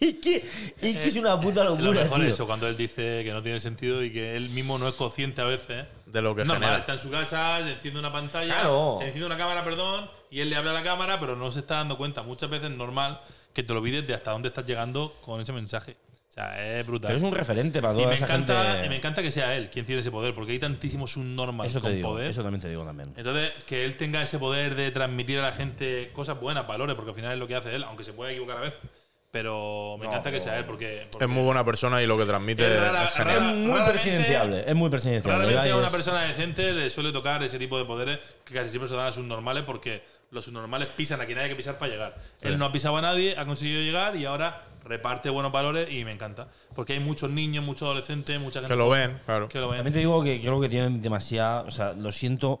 [SPEAKER 2] Y que, y que es una puta
[SPEAKER 1] Eh, Lo
[SPEAKER 2] locura.
[SPEAKER 1] mejor
[SPEAKER 2] tío.
[SPEAKER 1] es eso, cuando él dice que no tiene sentido y que él mismo no es consciente a veces. ¿eh?
[SPEAKER 3] De lo que
[SPEAKER 1] Normal,
[SPEAKER 3] genera.
[SPEAKER 1] está en su casa, se enciende una pantalla,
[SPEAKER 2] Claro.
[SPEAKER 1] se enciende una cámara, perdón, y él le habla a la cámara, pero no se está dando cuenta. Muchas veces es normal que te olvides de hasta dónde estás llegando con ese mensaje. O sea, es brutal.
[SPEAKER 2] Pero es un referente para
[SPEAKER 1] y
[SPEAKER 2] toda
[SPEAKER 1] me,
[SPEAKER 2] esa
[SPEAKER 1] encanta, y me
[SPEAKER 2] gente.
[SPEAKER 1] encanta que sea él quien tiene ese poder, porque hay tantísimos subnormales
[SPEAKER 2] Eso te
[SPEAKER 1] con
[SPEAKER 2] digo,
[SPEAKER 1] poder.
[SPEAKER 2] eso también te digo también.
[SPEAKER 1] Entonces, que él tenga ese poder de transmitir a la gente cosas buenas, valores, porque al final es lo que hace él, aunque se pueda equivocar a veces. Pero me encanta que sea él, porque, porque
[SPEAKER 3] Es muy buena persona y lo que transmite
[SPEAKER 1] Es rara-
[SPEAKER 3] es genial.
[SPEAKER 1] rara-
[SPEAKER 2] Es muy
[SPEAKER 1] Raramente-
[SPEAKER 2] presidenciable, es muy presidenciable.
[SPEAKER 1] Raramente a
[SPEAKER 2] Ibai
[SPEAKER 1] una
[SPEAKER 2] es-
[SPEAKER 1] persona decente le suele tocar ese tipo de poderes que casi siempre se dan a subnormales porque los subnormales pisan a quien haya que pisar para llegar. Él no ha pisado a nadie, ha conseguido llegar y ahora reparte buenos valores y me encanta. Porque hay muchos niños, muchos adolescentes, mucha gente
[SPEAKER 3] Que lo ven, claro.
[SPEAKER 1] que lo ven.
[SPEAKER 2] También te digo que creo que tienen demasiada. O sea, lo siento.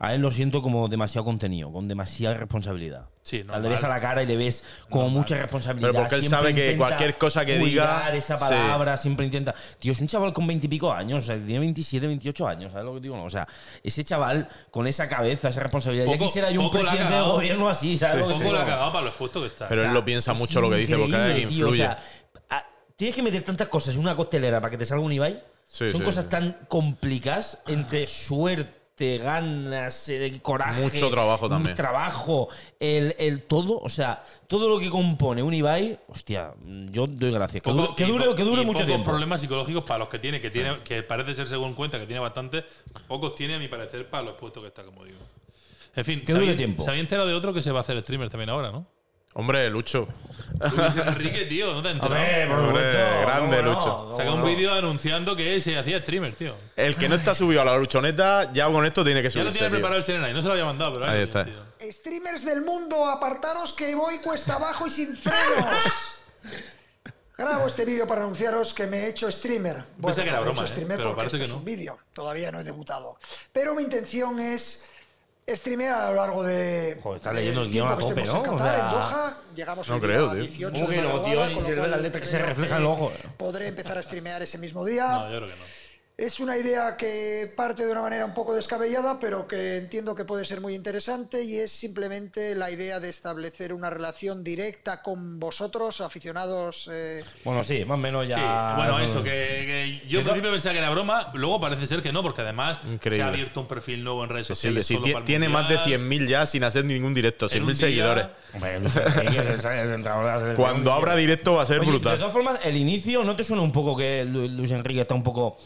[SPEAKER 2] A él lo siento como demasiado contenido, con demasiada responsabilidad.
[SPEAKER 1] Sí,
[SPEAKER 2] O sea, le
[SPEAKER 1] normal.
[SPEAKER 2] ves a la cara y le ves como mucha responsabilidad.
[SPEAKER 3] Pero porque él
[SPEAKER 2] Siempre
[SPEAKER 3] sabe que
[SPEAKER 2] intenta
[SPEAKER 3] cualquier cosa que diga,
[SPEAKER 2] cuidar esa
[SPEAKER 3] sí.
[SPEAKER 2] palabra, siempre intenta. Tío, es un chaval con veintipico años, o sea, tiene 27, 28 años, ¿sabes lo que digo? No, o sea, ese chaval con esa cabeza, esa responsabilidad. ya
[SPEAKER 1] Poco-
[SPEAKER 2] quisiera yo un
[SPEAKER 1] poco la ha
[SPEAKER 2] presidente de
[SPEAKER 1] cagado.
[SPEAKER 2] gobierno así, ¿sabes? lo que
[SPEAKER 1] Poco
[SPEAKER 2] digo?
[SPEAKER 1] la ha cagado para lo expuesto que está.
[SPEAKER 3] Pero
[SPEAKER 2] O sea,
[SPEAKER 3] él lo piensa
[SPEAKER 2] es
[SPEAKER 3] mucho lo que dice porque cada vez que
[SPEAKER 2] increíble, tío, o
[SPEAKER 3] influye.
[SPEAKER 2] sea, a- tienes que meter tantas cosas en una costelera para que te salga un Ibai.
[SPEAKER 3] Sí,
[SPEAKER 2] Son
[SPEAKER 3] sí,
[SPEAKER 2] cosas
[SPEAKER 3] sí.
[SPEAKER 2] tan complicadas entre suerte, ganas, eh, coraje. mm,
[SPEAKER 3] Mucho trabajo también.
[SPEAKER 2] Trabajo, el, el todo, o sea, todo lo que compone un Ibai, hostia, mm, yo doy gracias. Que
[SPEAKER 1] Poco-
[SPEAKER 2] dure, que
[SPEAKER 1] y
[SPEAKER 2] dure,
[SPEAKER 1] po-
[SPEAKER 2] que
[SPEAKER 1] y
[SPEAKER 2] dure mucho
[SPEAKER 1] pocos
[SPEAKER 2] tiempo.
[SPEAKER 1] problemas psicológicos para los que tiene, que tiene, que parece ser según cuenta que tiene bastante, pocos tiene a mi parecer para los puestos que está, como digo. En fin,
[SPEAKER 2] Que dure
[SPEAKER 1] se había-
[SPEAKER 2] tiempo.
[SPEAKER 1] se había enterado de otro que se va a hacer streamer también ahora, ¿no?
[SPEAKER 3] Hombre, Lucho.
[SPEAKER 1] Luis Enrique, tío, no te has enterado.
[SPEAKER 2] Hombre, por
[SPEAKER 3] Hombre,
[SPEAKER 2] supuesto,
[SPEAKER 3] grande,
[SPEAKER 2] ¿cómo no?
[SPEAKER 3] Lucho.
[SPEAKER 2] ¿Cómo
[SPEAKER 1] Saca un
[SPEAKER 2] no?
[SPEAKER 1] vídeo anunciando que se hacía streamer, tío.
[SPEAKER 3] El que no está subido a la luchoneta, ya con esto tiene que
[SPEAKER 1] Ya
[SPEAKER 3] subirse.
[SPEAKER 1] lo tiene
[SPEAKER 3] tío.
[SPEAKER 1] preparado el Senena y no se lo había mandado, pero
[SPEAKER 3] Ahí está.
[SPEAKER 1] tío.
[SPEAKER 7] Streamers del mundo, apartaros que voy cuesta abajo y sin frenos. Grabo este vídeo para anunciaros que me he hecho streamer.
[SPEAKER 1] que era broma,
[SPEAKER 7] no me he hecho
[SPEAKER 1] ¿eh?
[SPEAKER 7] streamer
[SPEAKER 1] Pero
[SPEAKER 7] porque
[SPEAKER 1] parece
[SPEAKER 7] esto
[SPEAKER 1] que
[SPEAKER 7] es
[SPEAKER 1] no.
[SPEAKER 7] un vídeo, todavía no he debutado. Pero mi intención es streamear a lo largo de.
[SPEAKER 2] Joder, estás
[SPEAKER 7] del
[SPEAKER 2] leyendo el guión
[SPEAKER 7] tiempo
[SPEAKER 2] a
[SPEAKER 7] que
[SPEAKER 2] tope,
[SPEAKER 7] estemos
[SPEAKER 2] ¿no?
[SPEAKER 7] En
[SPEAKER 2] O
[SPEAKER 7] Qatar,
[SPEAKER 2] sea,
[SPEAKER 7] en Doha, llegamos
[SPEAKER 3] no
[SPEAKER 7] al
[SPEAKER 3] creo,
[SPEAKER 7] día
[SPEAKER 3] tío.
[SPEAKER 7] 18
[SPEAKER 2] ¿Cómo que
[SPEAKER 7] de
[SPEAKER 2] no,
[SPEAKER 7] madrugada,
[SPEAKER 2] tío?
[SPEAKER 7] con
[SPEAKER 2] Si
[SPEAKER 7] lo
[SPEAKER 2] se ve
[SPEAKER 7] cual
[SPEAKER 2] la letra que se
[SPEAKER 7] creo
[SPEAKER 2] refleja en
[SPEAKER 7] que
[SPEAKER 2] el ojo. eh.
[SPEAKER 7] Podré empezar a streamear ese mismo día.
[SPEAKER 1] No, yo creo que no.
[SPEAKER 7] Es una idea que parte de una manera un poco descabellada, pero que entiendo que puede ser muy interesante y es simplemente la idea de establecer una relación directa con vosotros, aficionados. eh,
[SPEAKER 2] Bueno, sí, más o menos ya.
[SPEAKER 1] Sí, bueno, eso, que, que yo al
[SPEAKER 2] Entonces-
[SPEAKER 1] principio pensaba que era broma, luego parece ser que no, porque además se
[SPEAKER 3] Increíble.
[SPEAKER 1] ha abierto un perfil nuevo en redes
[SPEAKER 3] Que sí, que
[SPEAKER 1] sociales.
[SPEAKER 3] sí.
[SPEAKER 1] solo
[SPEAKER 3] Tie-
[SPEAKER 1] para el
[SPEAKER 3] Tiene más de
[SPEAKER 1] mundial.
[SPEAKER 3] 100.000 ya sin hacer ningún directo,
[SPEAKER 1] En un
[SPEAKER 3] 100.000
[SPEAKER 1] día-
[SPEAKER 3] seguidores.
[SPEAKER 2] Hombre, Luis Enrique es el- es el entrenador de la selección.
[SPEAKER 3] Cuando abra directo va a ser
[SPEAKER 2] Oye,
[SPEAKER 3] brutal.
[SPEAKER 2] De todas formas, el inicio, ¿no te suena un poco que Lu- Luis Enrique está un poco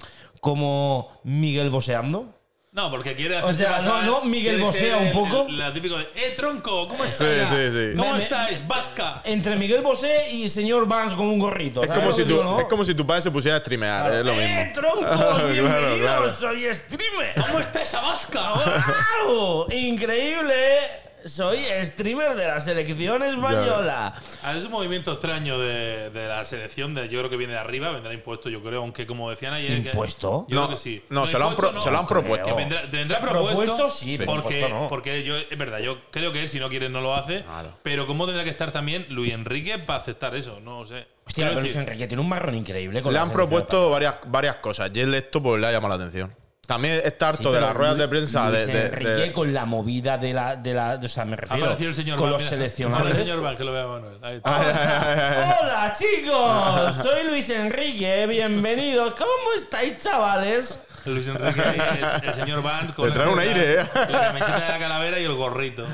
[SPEAKER 2] como Miguel boseando?
[SPEAKER 1] No, porque quiere hacer.
[SPEAKER 2] sea, no, no, Miguel Bosé un poco.
[SPEAKER 1] La típico de, eh, tronco, ¿cómo
[SPEAKER 3] Sí,
[SPEAKER 1] estáis?
[SPEAKER 3] sí, sí.
[SPEAKER 1] ¿Cómo
[SPEAKER 2] Me- me-
[SPEAKER 1] estáis? Vasca.
[SPEAKER 2] Entre Miguel Bosé y señor Vance con un gorrito.
[SPEAKER 3] Es
[SPEAKER 2] ¿sabes
[SPEAKER 3] como,
[SPEAKER 2] lo
[SPEAKER 3] si
[SPEAKER 2] que
[SPEAKER 3] tu,
[SPEAKER 2] digo, no?
[SPEAKER 3] es como si tu padre se pusiera a streamear,
[SPEAKER 2] Claro.
[SPEAKER 3] es lo mismo.
[SPEAKER 2] ¡Eh, tronco!
[SPEAKER 3] <laughs> Claro,
[SPEAKER 2] ¡Bienvenidos!
[SPEAKER 3] claro.
[SPEAKER 2] ¡Soy streamer!
[SPEAKER 1] ¿Cómo está esa vasca?
[SPEAKER 2] ¡Claro! ¡Increíble! ¿eh? soy streamer de la selección española.
[SPEAKER 1] Ah, Es un movimiento extraño de, de la selección, de, yo creo que viene de arriba, vendrá impuesto, yo creo, aunque como decían ayer... que-
[SPEAKER 2] ¿Impuesto?
[SPEAKER 1] yo
[SPEAKER 3] No,
[SPEAKER 1] creo que sí.
[SPEAKER 3] no, se lo han
[SPEAKER 1] impuesto
[SPEAKER 3] pro- se lo han propuesto.
[SPEAKER 1] Que vendrá, vendrá
[SPEAKER 2] Se ha
[SPEAKER 1] propuesto,
[SPEAKER 2] propuesto, sí, pero
[SPEAKER 1] porque,
[SPEAKER 2] impuesto no.
[SPEAKER 1] porque yo, es verdad, yo creo que él si no quiere no lo hace,
[SPEAKER 3] Claro.
[SPEAKER 1] pero cómo tendrá que estar también Luis Enrique para aceptar eso, no sé.
[SPEAKER 2] Hostia,
[SPEAKER 1] Quiero
[SPEAKER 2] pero Luis
[SPEAKER 1] decir,
[SPEAKER 2] Enrique tiene un marrón increíble. Con
[SPEAKER 3] Le
[SPEAKER 2] la
[SPEAKER 3] han
[SPEAKER 2] selección
[SPEAKER 3] propuesto varias, varias cosas y él esto pues, le ha llamado la atención. También está harto
[SPEAKER 2] Sí,
[SPEAKER 3] de
[SPEAKER 2] pero
[SPEAKER 3] las ruedas de
[SPEAKER 2] Luis-
[SPEAKER 3] prensa.
[SPEAKER 2] Luis
[SPEAKER 3] de- de- de-
[SPEAKER 2] Enrique con la movida de la, de la. O sea, me
[SPEAKER 1] ha
[SPEAKER 2] refiero.
[SPEAKER 1] aparecido el señor
[SPEAKER 2] con
[SPEAKER 1] Van,
[SPEAKER 2] los
[SPEAKER 1] mira.
[SPEAKER 2] seleccionadores.
[SPEAKER 1] el señor Van, que lo vea Manuel. Ahí está.
[SPEAKER 3] Ah.
[SPEAKER 2] <laughs> ¡Hola, chicos! Soy Luis Enrique. Bienvenidos. ¿Cómo estáis, chavales?
[SPEAKER 1] Luis Enrique, el, el señor
[SPEAKER 3] <laughs>
[SPEAKER 1] Van con
[SPEAKER 3] Le trae
[SPEAKER 1] la-
[SPEAKER 3] un aire, ¿eh?
[SPEAKER 1] la camiseta de la calavera y el gorrito.